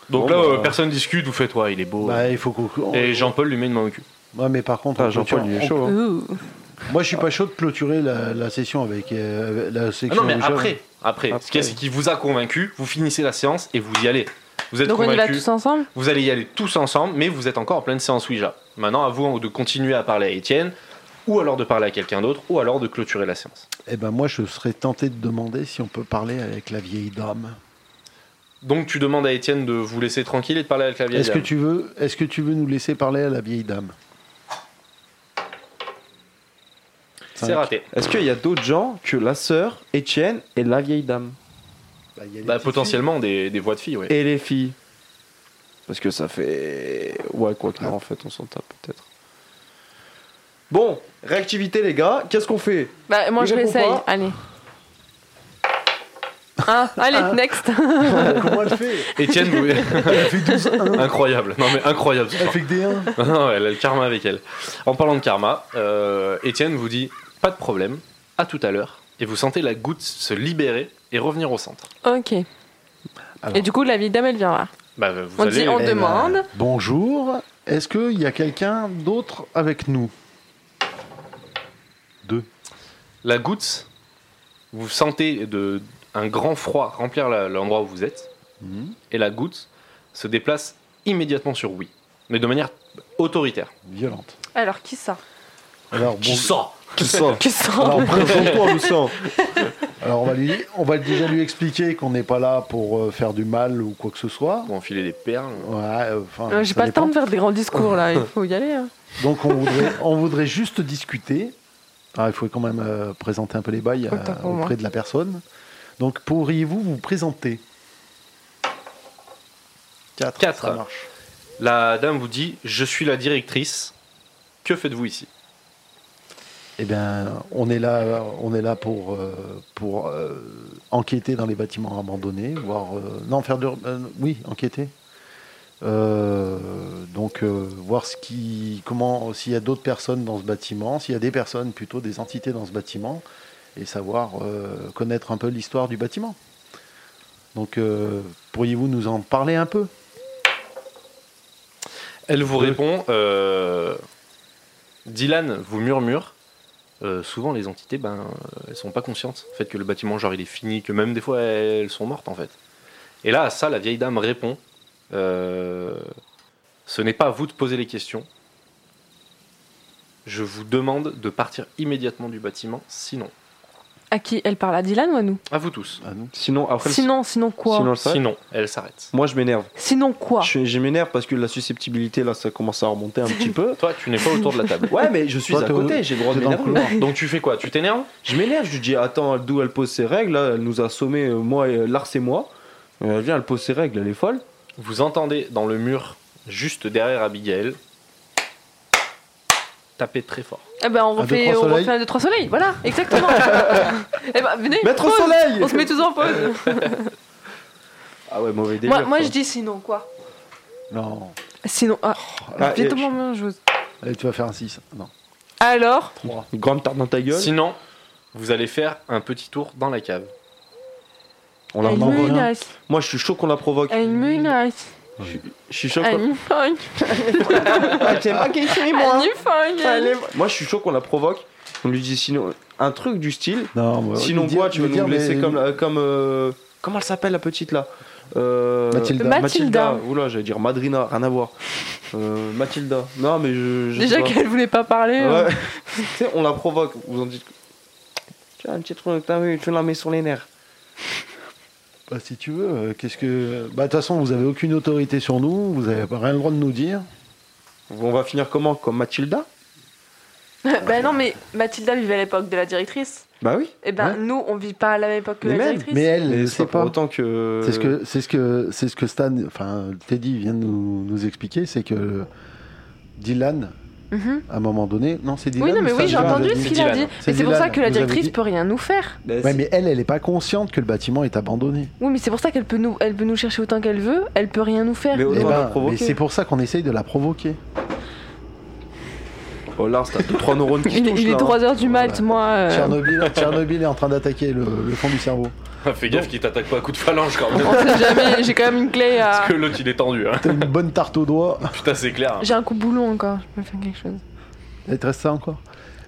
[SPEAKER 1] Donc
[SPEAKER 2] Bon,
[SPEAKER 1] là, euh,
[SPEAKER 2] bah.
[SPEAKER 1] personne discute, vous faites, ouais, il est beau.
[SPEAKER 4] Bah il faut qu'on.
[SPEAKER 1] Et Jean-Paul lui met une main au cul.
[SPEAKER 4] Ouais, mais par contre,
[SPEAKER 2] Ah,
[SPEAKER 4] on
[SPEAKER 2] Jean-Paul,
[SPEAKER 4] clôture-
[SPEAKER 2] il est chaud. hein.
[SPEAKER 3] Ouh.
[SPEAKER 4] on- Moi, je suis pas chaud de clôturer la, la session avec euh, la
[SPEAKER 1] Ah
[SPEAKER 4] section.
[SPEAKER 1] non, mais
[SPEAKER 4] jeune.
[SPEAKER 1] après, après,
[SPEAKER 2] Après.
[SPEAKER 1] ce qu'il y a, c'est qu'il vous a convaincu, vous finissez la séance et vous y allez. Vous êtes
[SPEAKER 3] Donc on y va
[SPEAKER 1] convaincu,
[SPEAKER 3] tous ensemble
[SPEAKER 1] vous allez y aller tous ensemble, mais vous êtes encore en pleine séance Ouija. Maintenant, à vous de continuer à parler à Étienne, ou alors de parler à quelqu'un d'autre, ou alors de clôturer la séance.
[SPEAKER 4] Eh ben moi, je serais tenté de demander si on peut parler avec la vieille dame.
[SPEAKER 1] Donc tu demandes à Étienne de vous laisser tranquille et de parler avec la vieille
[SPEAKER 4] Est-ce que
[SPEAKER 1] dame.
[SPEAKER 4] tu veux, est-ce que tu veux nous laisser parler à la vieille dame
[SPEAKER 1] C'est raté.
[SPEAKER 2] Est-ce qu'il y a d'autres gens que la sœur, Étienne et la vieille dame
[SPEAKER 4] Bah, il y a les
[SPEAKER 1] Bah,
[SPEAKER 4] petites
[SPEAKER 1] potentiellement des, des voix de filles, ouais.
[SPEAKER 2] Et les filles Parce que ça fait. Ouais, quoi que non, en fait, on s'en tape peut-être. Bon, réactivité, les gars, qu'est-ce qu'on fait
[SPEAKER 3] Bah moi
[SPEAKER 2] Il
[SPEAKER 3] je
[SPEAKER 2] répond
[SPEAKER 3] l'essaye,
[SPEAKER 2] pas.
[SPEAKER 3] allez. Ah, allez, next
[SPEAKER 4] filles. Comment elle fait
[SPEAKER 1] Étienne, vous...
[SPEAKER 4] Elle fait 12 1.
[SPEAKER 1] incroyable. Non, mais incroyable. ce
[SPEAKER 4] Elle
[SPEAKER 1] soir.
[SPEAKER 4] fait que des 1.
[SPEAKER 1] Non, non, elle a le karma avec elle. En parlant de karma, euh, Étienne vous dit pas de problème, à tout à l'heure, et vous sentez la goutte se libérer et revenir au centre.
[SPEAKER 3] Ok.
[SPEAKER 4] Alors.
[SPEAKER 3] Et du coup, la vie d'Amel vient là.
[SPEAKER 1] Bah, vous
[SPEAKER 3] On
[SPEAKER 1] allez-
[SPEAKER 3] dit on
[SPEAKER 4] Eh ben,
[SPEAKER 3] demande.
[SPEAKER 4] bonjour, est-ce qu'il y a quelqu'un d'autre avec nous Deux.
[SPEAKER 1] La goutte, vous sentez de un grand froid remplir la- l'endroit où vous êtes,
[SPEAKER 4] Mhm.
[SPEAKER 1] et la goutte se déplace immédiatement sur oui, mais de manière autoritaire.
[SPEAKER 4] Violente.
[SPEAKER 3] Alors, qui ça
[SPEAKER 4] Alors, bon-
[SPEAKER 1] sort
[SPEAKER 2] Tout ça.
[SPEAKER 3] Qui ça
[SPEAKER 4] Alors,
[SPEAKER 2] Présente-toi, Lucien.
[SPEAKER 4] alors, on, va lui, on va déjà lui expliquer qu'on n'est pas là pour euh, faire du mal ou quoi que ce soit.
[SPEAKER 1] Vous enfiler des perles.
[SPEAKER 4] Ouais, euh, enfin,
[SPEAKER 3] Euh, J'ai
[SPEAKER 4] ça
[SPEAKER 3] pas le temps
[SPEAKER 4] dépend.
[SPEAKER 3] de faire des grands discours là, il faut y aller. hein.
[SPEAKER 4] Donc on voudrait, on voudrait juste discuter. Ah, il faut quand même euh, présenter un peu les bails euh,
[SPEAKER 3] Autant pour moi.
[SPEAKER 4] auprès de la personne. Donc pourriez-vous vous présenter 4,
[SPEAKER 1] Quatre.
[SPEAKER 4] ça marche.
[SPEAKER 1] La dame vous dit je suis la directrice. Que faites-vous ici
[SPEAKER 4] Eh bien, on est là, euh, on est là pour, euh, pour euh, enquêter dans les bâtiments abandonnés, voir... euh, non, faire de... euh, oui, enquêter. Euh, donc, euh, voir ce qui, comment, s'il y a d'autres personnes dans ce bâtiment, s'il y a des personnes, plutôt des entités dans ce bâtiment, et savoir euh, connaître un peu l'histoire du bâtiment. Donc, euh, pourriez-vous nous en parler un peu
[SPEAKER 1] Elle vous
[SPEAKER 2] Deux.
[SPEAKER 1] répond euh, Dylan vous murmure euh, souvent les entités, ben, euh, elles sont pas conscientes. En fait, que le bâtiment, genre, il est fini, que même des fois, elles sont mortes, en fait. Et là, à ça, la vieille dame répond euh, Ce n'est pas à vous de poser les questions. Je vous demande de partir immédiatement du bâtiment, sinon.
[SPEAKER 3] À qui elle parle À Dylan ou à nous
[SPEAKER 1] À vous tous.
[SPEAKER 4] Ah non.
[SPEAKER 2] Sinon, après. le-
[SPEAKER 3] Sinon, sinon quoi
[SPEAKER 2] sinon le
[SPEAKER 3] Sinon,
[SPEAKER 2] sac,
[SPEAKER 1] Sinon, elle s'arrête.
[SPEAKER 2] Moi, je m'énerve.
[SPEAKER 3] quoi
[SPEAKER 2] Je, suis- je m'énerve parce que la susceptibilité, là, ça commence à remonter un petit peu.
[SPEAKER 1] Toi, tu n'es pas autour de la table.
[SPEAKER 2] Ouais, mais je suis
[SPEAKER 4] Toi,
[SPEAKER 2] à
[SPEAKER 4] t'es-
[SPEAKER 2] côté, j'ai le droit de
[SPEAKER 4] t'es dans le
[SPEAKER 2] m'énerver.
[SPEAKER 1] Donc, tu fais quoi Tu t'énerves
[SPEAKER 2] Je m'énerve, je lui dis attends, d'où elle pose ses règles, là, elle nous a assommé, euh, moi, et, euh, Lars et moi. Euh, Elle vient, elle pose ses règles, elle est folle.
[SPEAKER 1] Vous entendez dans le mur, juste derrière Abigail, taper très fort.
[SPEAKER 3] Eh ben, on
[SPEAKER 4] Un, deux,
[SPEAKER 3] refait,
[SPEAKER 4] trois
[SPEAKER 3] on
[SPEAKER 4] soleils.
[SPEAKER 3] refait un, deux, trois soleils, voilà, exactement. eh ben, venez,
[SPEAKER 2] Mettre au
[SPEAKER 3] pause.
[SPEAKER 2] soleil
[SPEAKER 3] On se met tous en pause.
[SPEAKER 2] Ah ouais, mauvais délire.
[SPEAKER 3] moi, moi,
[SPEAKER 2] ça.
[SPEAKER 3] je dis sinon quoi
[SPEAKER 4] Non.
[SPEAKER 3] Sinon, ah,
[SPEAKER 2] Ah, et-
[SPEAKER 3] dites-moi une chose.
[SPEAKER 4] Allez, tu vas faire un 6. Non.
[SPEAKER 3] Alors,
[SPEAKER 2] Une grande tarte dans ta gueule.
[SPEAKER 1] Sinon, vous allez faire un petit tour dans la cave.
[SPEAKER 2] On la
[SPEAKER 3] elle
[SPEAKER 2] provoque.
[SPEAKER 4] m'envoie
[SPEAKER 3] me
[SPEAKER 4] un.
[SPEAKER 3] menace,
[SPEAKER 2] Moi, je suis chaud qu'on la provoque.
[SPEAKER 3] elle me menace,
[SPEAKER 2] Je suis chaud
[SPEAKER 3] elle
[SPEAKER 2] qu'on...
[SPEAKER 3] me pogne,
[SPEAKER 2] Ah, t'aimes pas qu'elle crie,
[SPEAKER 3] elle
[SPEAKER 2] moi.
[SPEAKER 3] me pogne, elle-
[SPEAKER 2] Allez, Moi, je suis chaud qu'on la provoque. On lui dit sinon un truc du style.
[SPEAKER 4] Non, bah,
[SPEAKER 2] sinon
[SPEAKER 4] dire-
[SPEAKER 2] quoi, tu vas
[SPEAKER 4] dire,
[SPEAKER 2] nous laisser
[SPEAKER 4] mais-
[SPEAKER 2] comme la- comme euh, comment elle s'appelle la petite là Euh,
[SPEAKER 4] Mathilda.
[SPEAKER 3] Mathilda.
[SPEAKER 2] Oula, j'allais dire Madrina, rien à voir. Euh, Mathilda. Non, mais je. je
[SPEAKER 3] Déjà
[SPEAKER 2] sais pas.
[SPEAKER 3] qu'elle voulait pas parler. euh,
[SPEAKER 2] Ouais. tu sais, on la provoque. Vous en dites. Tiens, un petit truc, t'as vu, tu la mets sur les nerfs.
[SPEAKER 4] Bah, si tu veux, euh, qu'est-ce que. Bah, de toute façon, vous avez aucune autorité sur nous, vous avez rien le droit de nous dire.
[SPEAKER 2] On va finir comment Comme Mathilda
[SPEAKER 3] bah non, mais Mathilda vivait à l'époque de la directrice.
[SPEAKER 2] Bah oui.
[SPEAKER 3] Et ben
[SPEAKER 4] Ouais.
[SPEAKER 3] nous, on vit pas à la même époque que
[SPEAKER 2] Mais
[SPEAKER 3] la
[SPEAKER 2] même,
[SPEAKER 3] directrice.
[SPEAKER 4] Mais elle,
[SPEAKER 2] Mais
[SPEAKER 4] elle
[SPEAKER 2] c'est pas
[SPEAKER 4] sait
[SPEAKER 2] pour euh,
[SPEAKER 4] pas.
[SPEAKER 2] autant que.
[SPEAKER 4] C'est ce que c'est ce que c'est ce que Stan, enfin Teddy vient de nous, nous expliquer, c'est que Dylan,
[SPEAKER 3] Mhm.
[SPEAKER 4] à un moment donné, non c'est Dylan.
[SPEAKER 3] Oui, non, mais
[SPEAKER 4] ou Stan
[SPEAKER 3] oui, j'ai
[SPEAKER 4] Dylan
[SPEAKER 3] entendu
[SPEAKER 4] nous
[SPEAKER 3] ce
[SPEAKER 1] C'est
[SPEAKER 3] qu'il a dit.
[SPEAKER 1] Dylan.
[SPEAKER 3] Mais
[SPEAKER 4] C'est
[SPEAKER 3] c'est pour
[SPEAKER 4] Dylan,
[SPEAKER 3] ça que la
[SPEAKER 4] vous avez
[SPEAKER 3] directrice
[SPEAKER 4] dit.
[SPEAKER 3] peut rien nous faire.
[SPEAKER 2] Bah,
[SPEAKER 4] Ouais,
[SPEAKER 2] si.
[SPEAKER 4] mais elle, elle est pas consciente que le bâtiment est abandonné.
[SPEAKER 3] Oui, mais c'est pour ça qu'elle peut nous, elle peut nous chercher autant qu'elle veut. Elle peut rien nous faire.
[SPEAKER 2] Mais
[SPEAKER 4] Eh
[SPEAKER 2] autant la
[SPEAKER 4] ben, mais
[SPEAKER 2] provoquer.
[SPEAKER 4] c'est pour ça qu'on essaye de la provoquer.
[SPEAKER 2] Oh Lars, t'as deux, trois neurones qui
[SPEAKER 3] Il,
[SPEAKER 2] touchent
[SPEAKER 3] il
[SPEAKER 2] là.
[SPEAKER 3] est
[SPEAKER 2] hein.
[SPEAKER 3] 3h du mat, moi. euh,
[SPEAKER 4] Tchernobyl, Tchernobyl est en train d'attaquer le, le fond du cerveau.
[SPEAKER 1] Ah, Fais gaffe qu'il t'attaque pas à coup de phalange quand même.
[SPEAKER 3] on sait jamais, j'ai quand même une clé à.
[SPEAKER 1] Parce que l'autre il est tendu. Hein.
[SPEAKER 4] T'as une bonne tarte au doigt.
[SPEAKER 1] Putain, c'est clair. hein.
[SPEAKER 3] J'ai un coup de boulon encore, je peux faire quelque chose.
[SPEAKER 4] Il te reste ça encore.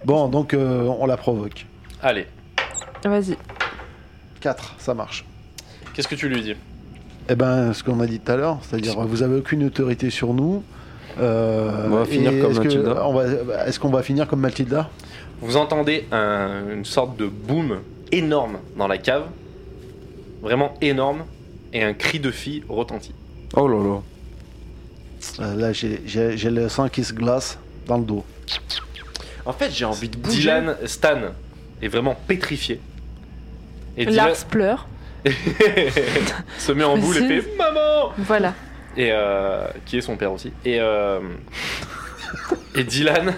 [SPEAKER 4] Bon, donc euh, on la provoque.
[SPEAKER 1] Allez,
[SPEAKER 3] Vas-y.
[SPEAKER 4] 4, ça marche.
[SPEAKER 1] qu'est-ce que tu lui dis
[SPEAKER 4] Eh ben, ce qu'on a dit tout à l'heure, c'est-à-dire euh, vous avez aucune autorité sur nous. Euh,
[SPEAKER 2] On va finir
[SPEAKER 4] et
[SPEAKER 2] comme
[SPEAKER 4] est-ce que-
[SPEAKER 2] Mathilda.
[SPEAKER 4] on va- Est-ce qu'on va finir comme Mathilda
[SPEAKER 1] Vous entendez un- une sorte de boom énorme dans la cave. Vraiment énorme. Et un cri de fille retentit.
[SPEAKER 2] Oh là là.
[SPEAKER 4] Euh, Là, j'ai- j'ai j'ai le sang qui se glace dans le dos.
[SPEAKER 2] En fait, j'ai envie de bouger.
[SPEAKER 1] Dylan Stan est vraiment pétrifié. Et Dylan
[SPEAKER 3] Lars pleure.
[SPEAKER 1] se met en boule et fait Maman
[SPEAKER 3] Voilà.
[SPEAKER 1] et euh, qui est son père aussi. Et, euh, et Dylan.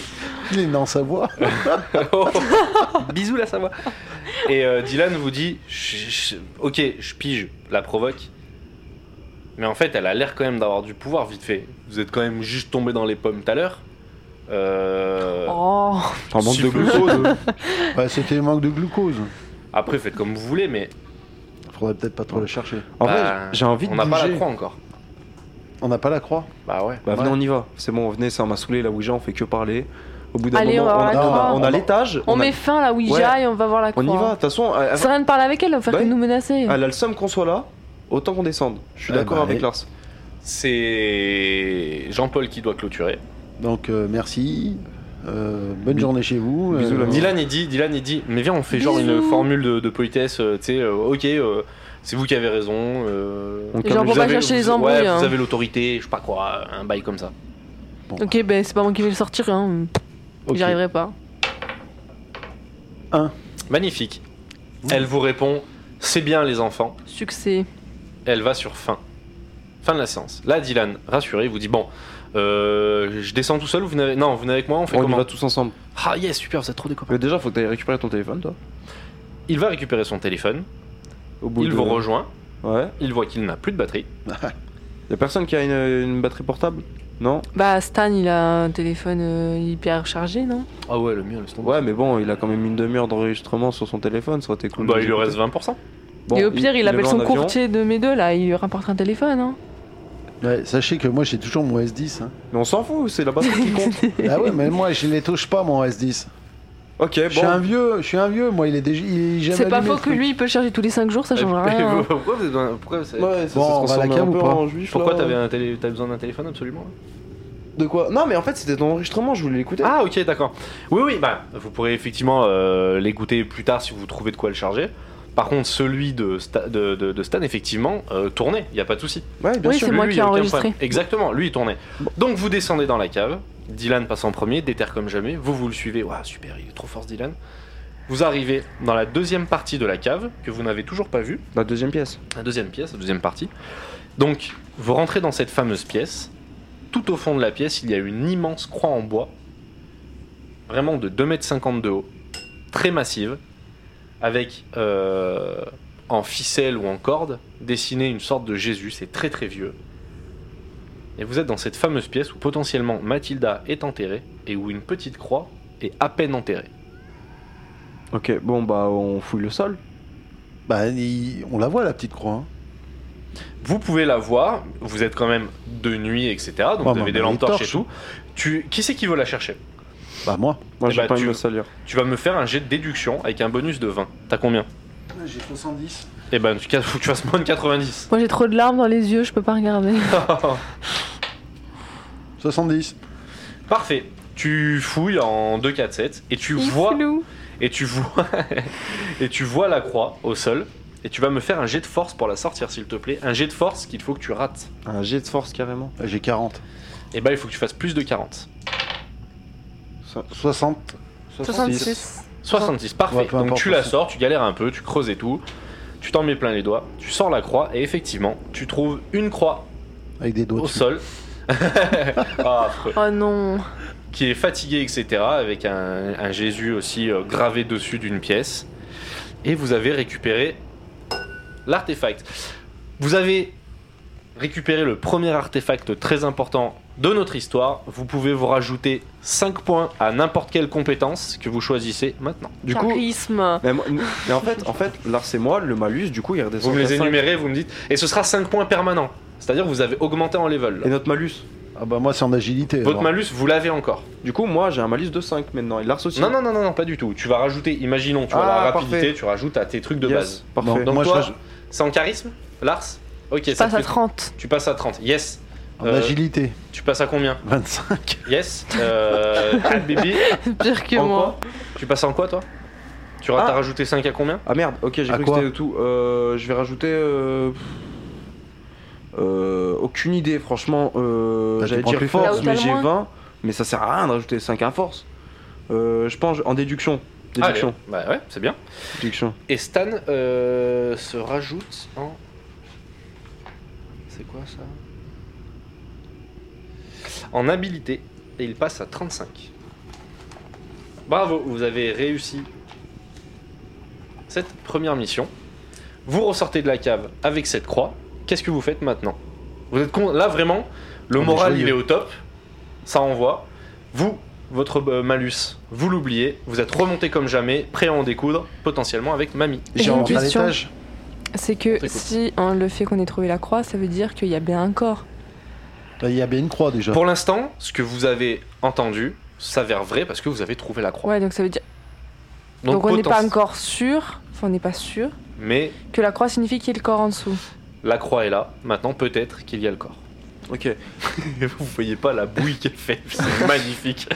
[SPEAKER 4] Il est dans sa voix.
[SPEAKER 1] Oh. Bisous la Savoie. Et euh, Dylan vous dit, Je- je- ok, je pige, la provoque. Mais en fait, elle a l'air quand même d'avoir du pouvoir vite fait. Vous êtes quand même juste tombé dans les pommes tout à l'heure. Euh,
[SPEAKER 3] Oh.
[SPEAKER 2] T'en manques
[SPEAKER 1] Si
[SPEAKER 2] de
[SPEAKER 1] peu.
[SPEAKER 4] hein,
[SPEAKER 2] glucose.
[SPEAKER 4] Ouais, C'était le manque de glucose.
[SPEAKER 1] Après, faites comme vous voulez, mais
[SPEAKER 4] Faudrait peut-être pas trop le chercher.
[SPEAKER 2] En
[SPEAKER 1] bah,
[SPEAKER 2] vrai, j'ai envie de
[SPEAKER 1] on n'a pas la
[SPEAKER 2] bouger.
[SPEAKER 1] croix encore.
[SPEAKER 4] On n'a pas la croix.
[SPEAKER 1] Bah ouais.
[SPEAKER 2] Bah venez,
[SPEAKER 4] Ouais.
[SPEAKER 2] on y va. C'est bon, venez, ça m'a saoulé la Ouija, on fait que parler. Au bout d'un
[SPEAKER 3] Allez,
[SPEAKER 2] moment,
[SPEAKER 3] on va
[SPEAKER 2] on,
[SPEAKER 3] voir
[SPEAKER 4] la
[SPEAKER 2] a,
[SPEAKER 4] croix.
[SPEAKER 2] on a l'étage.
[SPEAKER 3] On
[SPEAKER 2] a-
[SPEAKER 3] met fin à la Ouija et on va voir la croix.
[SPEAKER 2] on y va. De toute façon, elle,
[SPEAKER 3] Ça sert à rien de parler avec elle, on va faire
[SPEAKER 2] Bah
[SPEAKER 3] que
[SPEAKER 2] oui.
[SPEAKER 3] nous menacer.
[SPEAKER 2] elle a le seum qu'on soit là, autant qu'on descende. Je suis
[SPEAKER 4] Eh
[SPEAKER 2] d'accord
[SPEAKER 4] bah,
[SPEAKER 2] avec
[SPEAKER 4] allez.
[SPEAKER 2] Lars.
[SPEAKER 1] C'est Jean-Paul qui doit clôturer.
[SPEAKER 4] Donc euh, merci. Euh, bonne journée chez vous. Euh,
[SPEAKER 2] Bisous, la
[SPEAKER 1] Dylan il dit, Dylan il dit, mais viens on fait genre
[SPEAKER 3] Bisous.
[SPEAKER 1] une formule de, de politesse, euh, tu sais, euh, ok, euh, c'est vous qui avez raison. euh,
[SPEAKER 2] On
[SPEAKER 3] Genre,
[SPEAKER 2] Comme
[SPEAKER 3] on
[SPEAKER 1] vous
[SPEAKER 3] va
[SPEAKER 1] avez- vous-
[SPEAKER 3] chercher les embrouilles.
[SPEAKER 1] ouais,
[SPEAKER 3] hein.
[SPEAKER 1] vous avez l'autorité, je sais pas quoi, un bail comme ça.
[SPEAKER 3] Ok, ben c'est pas moi qui vais le sortir, hein.
[SPEAKER 4] Ok.
[SPEAKER 3] j'y arriverai pas.
[SPEAKER 1] Magnifique. Elle vous répond, c'est bien les enfants.
[SPEAKER 3] Succès.
[SPEAKER 1] Elle va sur fin. Fin de la séance. Là, Dylan, rassuré, vous dit bon, euh, je descends tout seul. ou Vous n'avez non, vous venez avec moi. On fait
[SPEAKER 2] On y
[SPEAKER 1] comment
[SPEAKER 2] va tous ensemble.
[SPEAKER 1] Ah yes, super, vous êtes trop des copains.
[SPEAKER 2] Mais déjà, faut que t'ailles récupérer ton téléphone, toi.
[SPEAKER 1] Il va récupérer son téléphone.
[SPEAKER 2] Au bout
[SPEAKER 1] il
[SPEAKER 2] de-
[SPEAKER 1] vous rejoint.
[SPEAKER 2] Ouais.
[SPEAKER 1] Il voit qu'il n'a plus de batterie.
[SPEAKER 2] Y a personne qui a une, une batterie portable Non
[SPEAKER 3] Bah, Stan, il a un téléphone euh, hyper chargé, non
[SPEAKER 1] Ah ouais, le mien, le
[SPEAKER 2] Ouais, mais bon, il a quand même une demi-heure d'enregistrement sur son téléphone, ça aurait été cool.
[SPEAKER 1] Bah,
[SPEAKER 2] de
[SPEAKER 1] il lui
[SPEAKER 2] l'écouter.
[SPEAKER 1] reste 20%.
[SPEAKER 2] Bon,
[SPEAKER 3] Et au pire, il, appelle
[SPEAKER 2] va
[SPEAKER 3] son
[SPEAKER 2] en avion.
[SPEAKER 3] courtier de mes deux, là, il lui rapporte un téléphone, hein.
[SPEAKER 4] Ouais, sachez que moi j'ai toujours mon S10. hein.
[SPEAKER 2] Mais on s'en fout, c'est la batterie qui compte.
[SPEAKER 4] ah ouais, mais moi je les touche pas mon S10.
[SPEAKER 2] Ok,
[SPEAKER 4] Je suis un
[SPEAKER 2] Eh bon.
[SPEAKER 4] vieux, je suis un vieux, moi il est déjà. il est jamais
[SPEAKER 5] C'est pas
[SPEAKER 4] allumé,
[SPEAKER 5] faux
[SPEAKER 4] le
[SPEAKER 5] que
[SPEAKER 4] truc.
[SPEAKER 5] lui, il peut le charger tous les 5 jours, ça change
[SPEAKER 1] Ah, Mais
[SPEAKER 5] rien. hein.
[SPEAKER 1] Pourquoi vous êtes dans- pourquoi c'est-
[SPEAKER 2] Ouais, ça,
[SPEAKER 4] Bon,
[SPEAKER 2] ça se
[SPEAKER 4] on va à la
[SPEAKER 2] transforme
[SPEAKER 4] cave
[SPEAKER 2] un
[SPEAKER 4] ou
[SPEAKER 2] peu hein,
[SPEAKER 4] pas
[SPEAKER 2] en juif,
[SPEAKER 1] Pourquoi
[SPEAKER 2] là.
[SPEAKER 1] t'avais
[SPEAKER 5] euh.
[SPEAKER 1] un télé- t'avais besoin d'un téléphone absolument
[SPEAKER 2] De quoi Non, mais en fait, c'était ton enregistrement, je voulais l'écouter.
[SPEAKER 1] Ah ok d'accord. Oui oui bah vous pourrez effectivement euh, l'écouter plus tard si vous trouvez de quoi le charger. Par contre celui de, Sta- de, de- de Stan effectivement euh, tournait, il y a pas de souci.
[SPEAKER 2] ouais, bien
[SPEAKER 5] Oui,
[SPEAKER 2] sûr.
[SPEAKER 5] c'est
[SPEAKER 1] Lui,
[SPEAKER 5] moi
[SPEAKER 1] lui,
[SPEAKER 5] qui
[SPEAKER 1] y a
[SPEAKER 5] ai
[SPEAKER 1] aucun
[SPEAKER 5] enregistré.
[SPEAKER 1] problème. Exactement, lui il tournait. Donc vous descendez dans la cave, Dylan passe en premier, déterre comme jamais, vous vous le suivez, waouh super, il est trop fort ce Dylan. Vous arrivez dans la deuxième partie de la cave que vous n'avez toujours pas vue.
[SPEAKER 2] La deuxième pièce.
[SPEAKER 1] La bah, deuxième pièce, la deuxième partie. Donc, vous rentrez dans cette fameuse pièce. Tout au fond de la pièce, il y a une immense croix en bois, vraiment de 2,50 m de haut, très massive, avec euh, en ficelle ou en corde, dessiné une sorte de Jésus, c'est très très vieux. Et vous êtes dans cette fameuse pièce où potentiellement Mathilda est enterrée et où une petite croix est à peine enterrée.
[SPEAKER 2] Ok, bon, bah, on fouille le sol.
[SPEAKER 4] Bah, il- on la voit la petite croix. hein.
[SPEAKER 1] Vous pouvez la voir, vous êtes quand même de nuit, etc. Donc
[SPEAKER 4] Ouais,
[SPEAKER 1] vous
[SPEAKER 4] mais
[SPEAKER 1] avez
[SPEAKER 4] on
[SPEAKER 1] des
[SPEAKER 4] a
[SPEAKER 1] lampes
[SPEAKER 4] des
[SPEAKER 1] torches et
[SPEAKER 4] torches.
[SPEAKER 1] tout. Tu... Qui c'est qui veut la chercher
[SPEAKER 4] Bah moi.
[SPEAKER 2] Moi,
[SPEAKER 1] Eh
[SPEAKER 2] j'ai
[SPEAKER 1] bah,
[SPEAKER 2] pas envie
[SPEAKER 1] tu-
[SPEAKER 2] de me salir.
[SPEAKER 1] Tu vas me faire un jet de déduction avec un bonus de 20. T'as combien
[SPEAKER 4] J'ai 70.
[SPEAKER 1] Eh ben, tu... faut que tu fasses moins de 90.
[SPEAKER 5] Moi, j'ai trop de larmes dans les yeux, je peux pas regarder.
[SPEAKER 1] Ah, Parfait. Tu fouilles en 2, 4, 7 et tu
[SPEAKER 5] Il
[SPEAKER 1] vois
[SPEAKER 5] flou.
[SPEAKER 1] et tu vois et tu vois la croix au sol et tu vas me faire un jet de force pour la sortir s'il te plaît, un jet de force qu'il faut que tu rates.
[SPEAKER 2] Un jet de force, carrément.
[SPEAKER 4] J'ai 40.
[SPEAKER 1] Eh ben, il faut que tu fasses plus de 40.
[SPEAKER 4] 60.
[SPEAKER 5] 66.
[SPEAKER 1] 66, parfait.
[SPEAKER 4] Ouais, peu
[SPEAKER 1] Donc
[SPEAKER 4] importe,
[SPEAKER 1] tu la
[SPEAKER 4] façon.
[SPEAKER 1] sors, tu galères un peu, tu creuses et tout, tu t'en mets plein les doigts, tu sors la croix et effectivement, tu trouves une croix
[SPEAKER 4] Avec des doigts.
[SPEAKER 1] au
[SPEAKER 4] dessus.
[SPEAKER 1] sol. Ah, affreux.
[SPEAKER 5] Oh non.
[SPEAKER 1] qui est fatigué, etc., avec un, un Jésus aussi euh, gravé dessus d'une pièce. Et vous avez récupéré l'artefact. Vous avez récupéré le premier artefact très important de notre histoire. Vous pouvez vous rajouter 5 points à n'importe quelle compétence que vous choisissez maintenant.
[SPEAKER 2] Du coup.
[SPEAKER 5] Charisme.
[SPEAKER 2] Mais, moi- mais en fait, en fait, l'art c'est moi, le malus, du coup, il redescend.
[SPEAKER 1] Vous me les
[SPEAKER 2] à cinq.
[SPEAKER 1] énumérez, vous me dites. Et ce sera 5 points permanents. C'est-à-dire que vous avez augmenté en level. là.
[SPEAKER 2] Et notre malus
[SPEAKER 4] Ah bah moi c'est en agilité.
[SPEAKER 1] Votre
[SPEAKER 4] alors.
[SPEAKER 1] malus, vous l'avez encore.
[SPEAKER 2] Du coup, moi, j'ai un malus de 5 maintenant. Et l'art aussi.
[SPEAKER 1] Non, non, non, non, non, pas du tout. Tu vas rajouter, imaginons, tu vois,
[SPEAKER 2] Ah,
[SPEAKER 1] la rapidité,
[SPEAKER 2] parfait.
[SPEAKER 1] tu rajoutes à tes trucs de
[SPEAKER 2] Yes,
[SPEAKER 1] base.
[SPEAKER 2] Parfait.
[SPEAKER 1] Donc
[SPEAKER 4] Moi, je
[SPEAKER 1] toi,
[SPEAKER 4] raj-
[SPEAKER 1] c'est en charisme, Lars Ok,
[SPEAKER 5] Je
[SPEAKER 1] ça te
[SPEAKER 5] passe à
[SPEAKER 1] fait-
[SPEAKER 5] 30.
[SPEAKER 1] tu passes à 30. Yes.
[SPEAKER 4] En
[SPEAKER 1] Euh,
[SPEAKER 4] agilité.
[SPEAKER 1] Tu passes à combien
[SPEAKER 4] 25.
[SPEAKER 1] Yes. Euh... ah, bébé.
[SPEAKER 5] Pire que
[SPEAKER 1] En
[SPEAKER 5] moi.
[SPEAKER 1] quoi Tu passes en quoi, toi Tu as
[SPEAKER 2] Ah.
[SPEAKER 1] t'as rajouté 5 à combien
[SPEAKER 2] Ah merde, ok, j'ai
[SPEAKER 4] À
[SPEAKER 2] cru que
[SPEAKER 4] quoi
[SPEAKER 2] c'était tout. Euh, je vais rajouter. euh, euh, aucune idée, franchement. euh,
[SPEAKER 4] Bah, tu
[SPEAKER 2] J'allais
[SPEAKER 4] prends
[SPEAKER 2] dire
[SPEAKER 4] plus fort.
[SPEAKER 2] force,
[SPEAKER 5] Là
[SPEAKER 2] mais
[SPEAKER 5] où t'as le
[SPEAKER 2] j'ai
[SPEAKER 5] moins.
[SPEAKER 2] 20. Mais ça sert à rien de rajouter 5 à force. Euh, je pense en déduction. Déduction.
[SPEAKER 1] Allez. Bah ouais, c'est bien.
[SPEAKER 2] Déduction.
[SPEAKER 1] Et Stan euh, se rajoute en. C'est quoi ça En habilité. Et il passe à 35. Bravo, vous avez réussi cette première mission. Vous ressortez de la cave avec cette croix. Qu'est-ce que vous faites maintenant Vous êtes con... là vraiment, le
[SPEAKER 4] On est
[SPEAKER 1] moral
[SPEAKER 4] joyeux.
[SPEAKER 1] il est au top. Ça envoie. Vous, votre euh, malus, vous l'oubliez. Vous êtes remonté comme jamais, prêt à en découdre, potentiellement avec mamie.
[SPEAKER 5] J'ai une
[SPEAKER 4] rentré à
[SPEAKER 5] question.
[SPEAKER 4] l'étage.
[SPEAKER 5] C'est que
[SPEAKER 1] T'écoute.
[SPEAKER 5] si on le fait qu'on ait trouvé la croix, ça veut dire qu'il y a bien un corps.
[SPEAKER 4] Bah, Il y a bien une croix déjà.
[SPEAKER 1] Pour l'instant, ce que vous avez entendu s'avère vrai parce que vous avez trouvé la croix.
[SPEAKER 5] Ouais, donc ça veut dire. Donc, on n'est
[SPEAKER 1] poten-
[SPEAKER 5] pas encore sûr. Enfin, on n'est pas sûr
[SPEAKER 1] Mais
[SPEAKER 5] que la croix signifie qu'il y a le corps en dessous.
[SPEAKER 1] la croix est là. Maintenant, peut-être qu'il y a le corps.
[SPEAKER 2] Ok. Eh,
[SPEAKER 1] vous voyez pas la bouille qu'elle fait. C'est magnifique.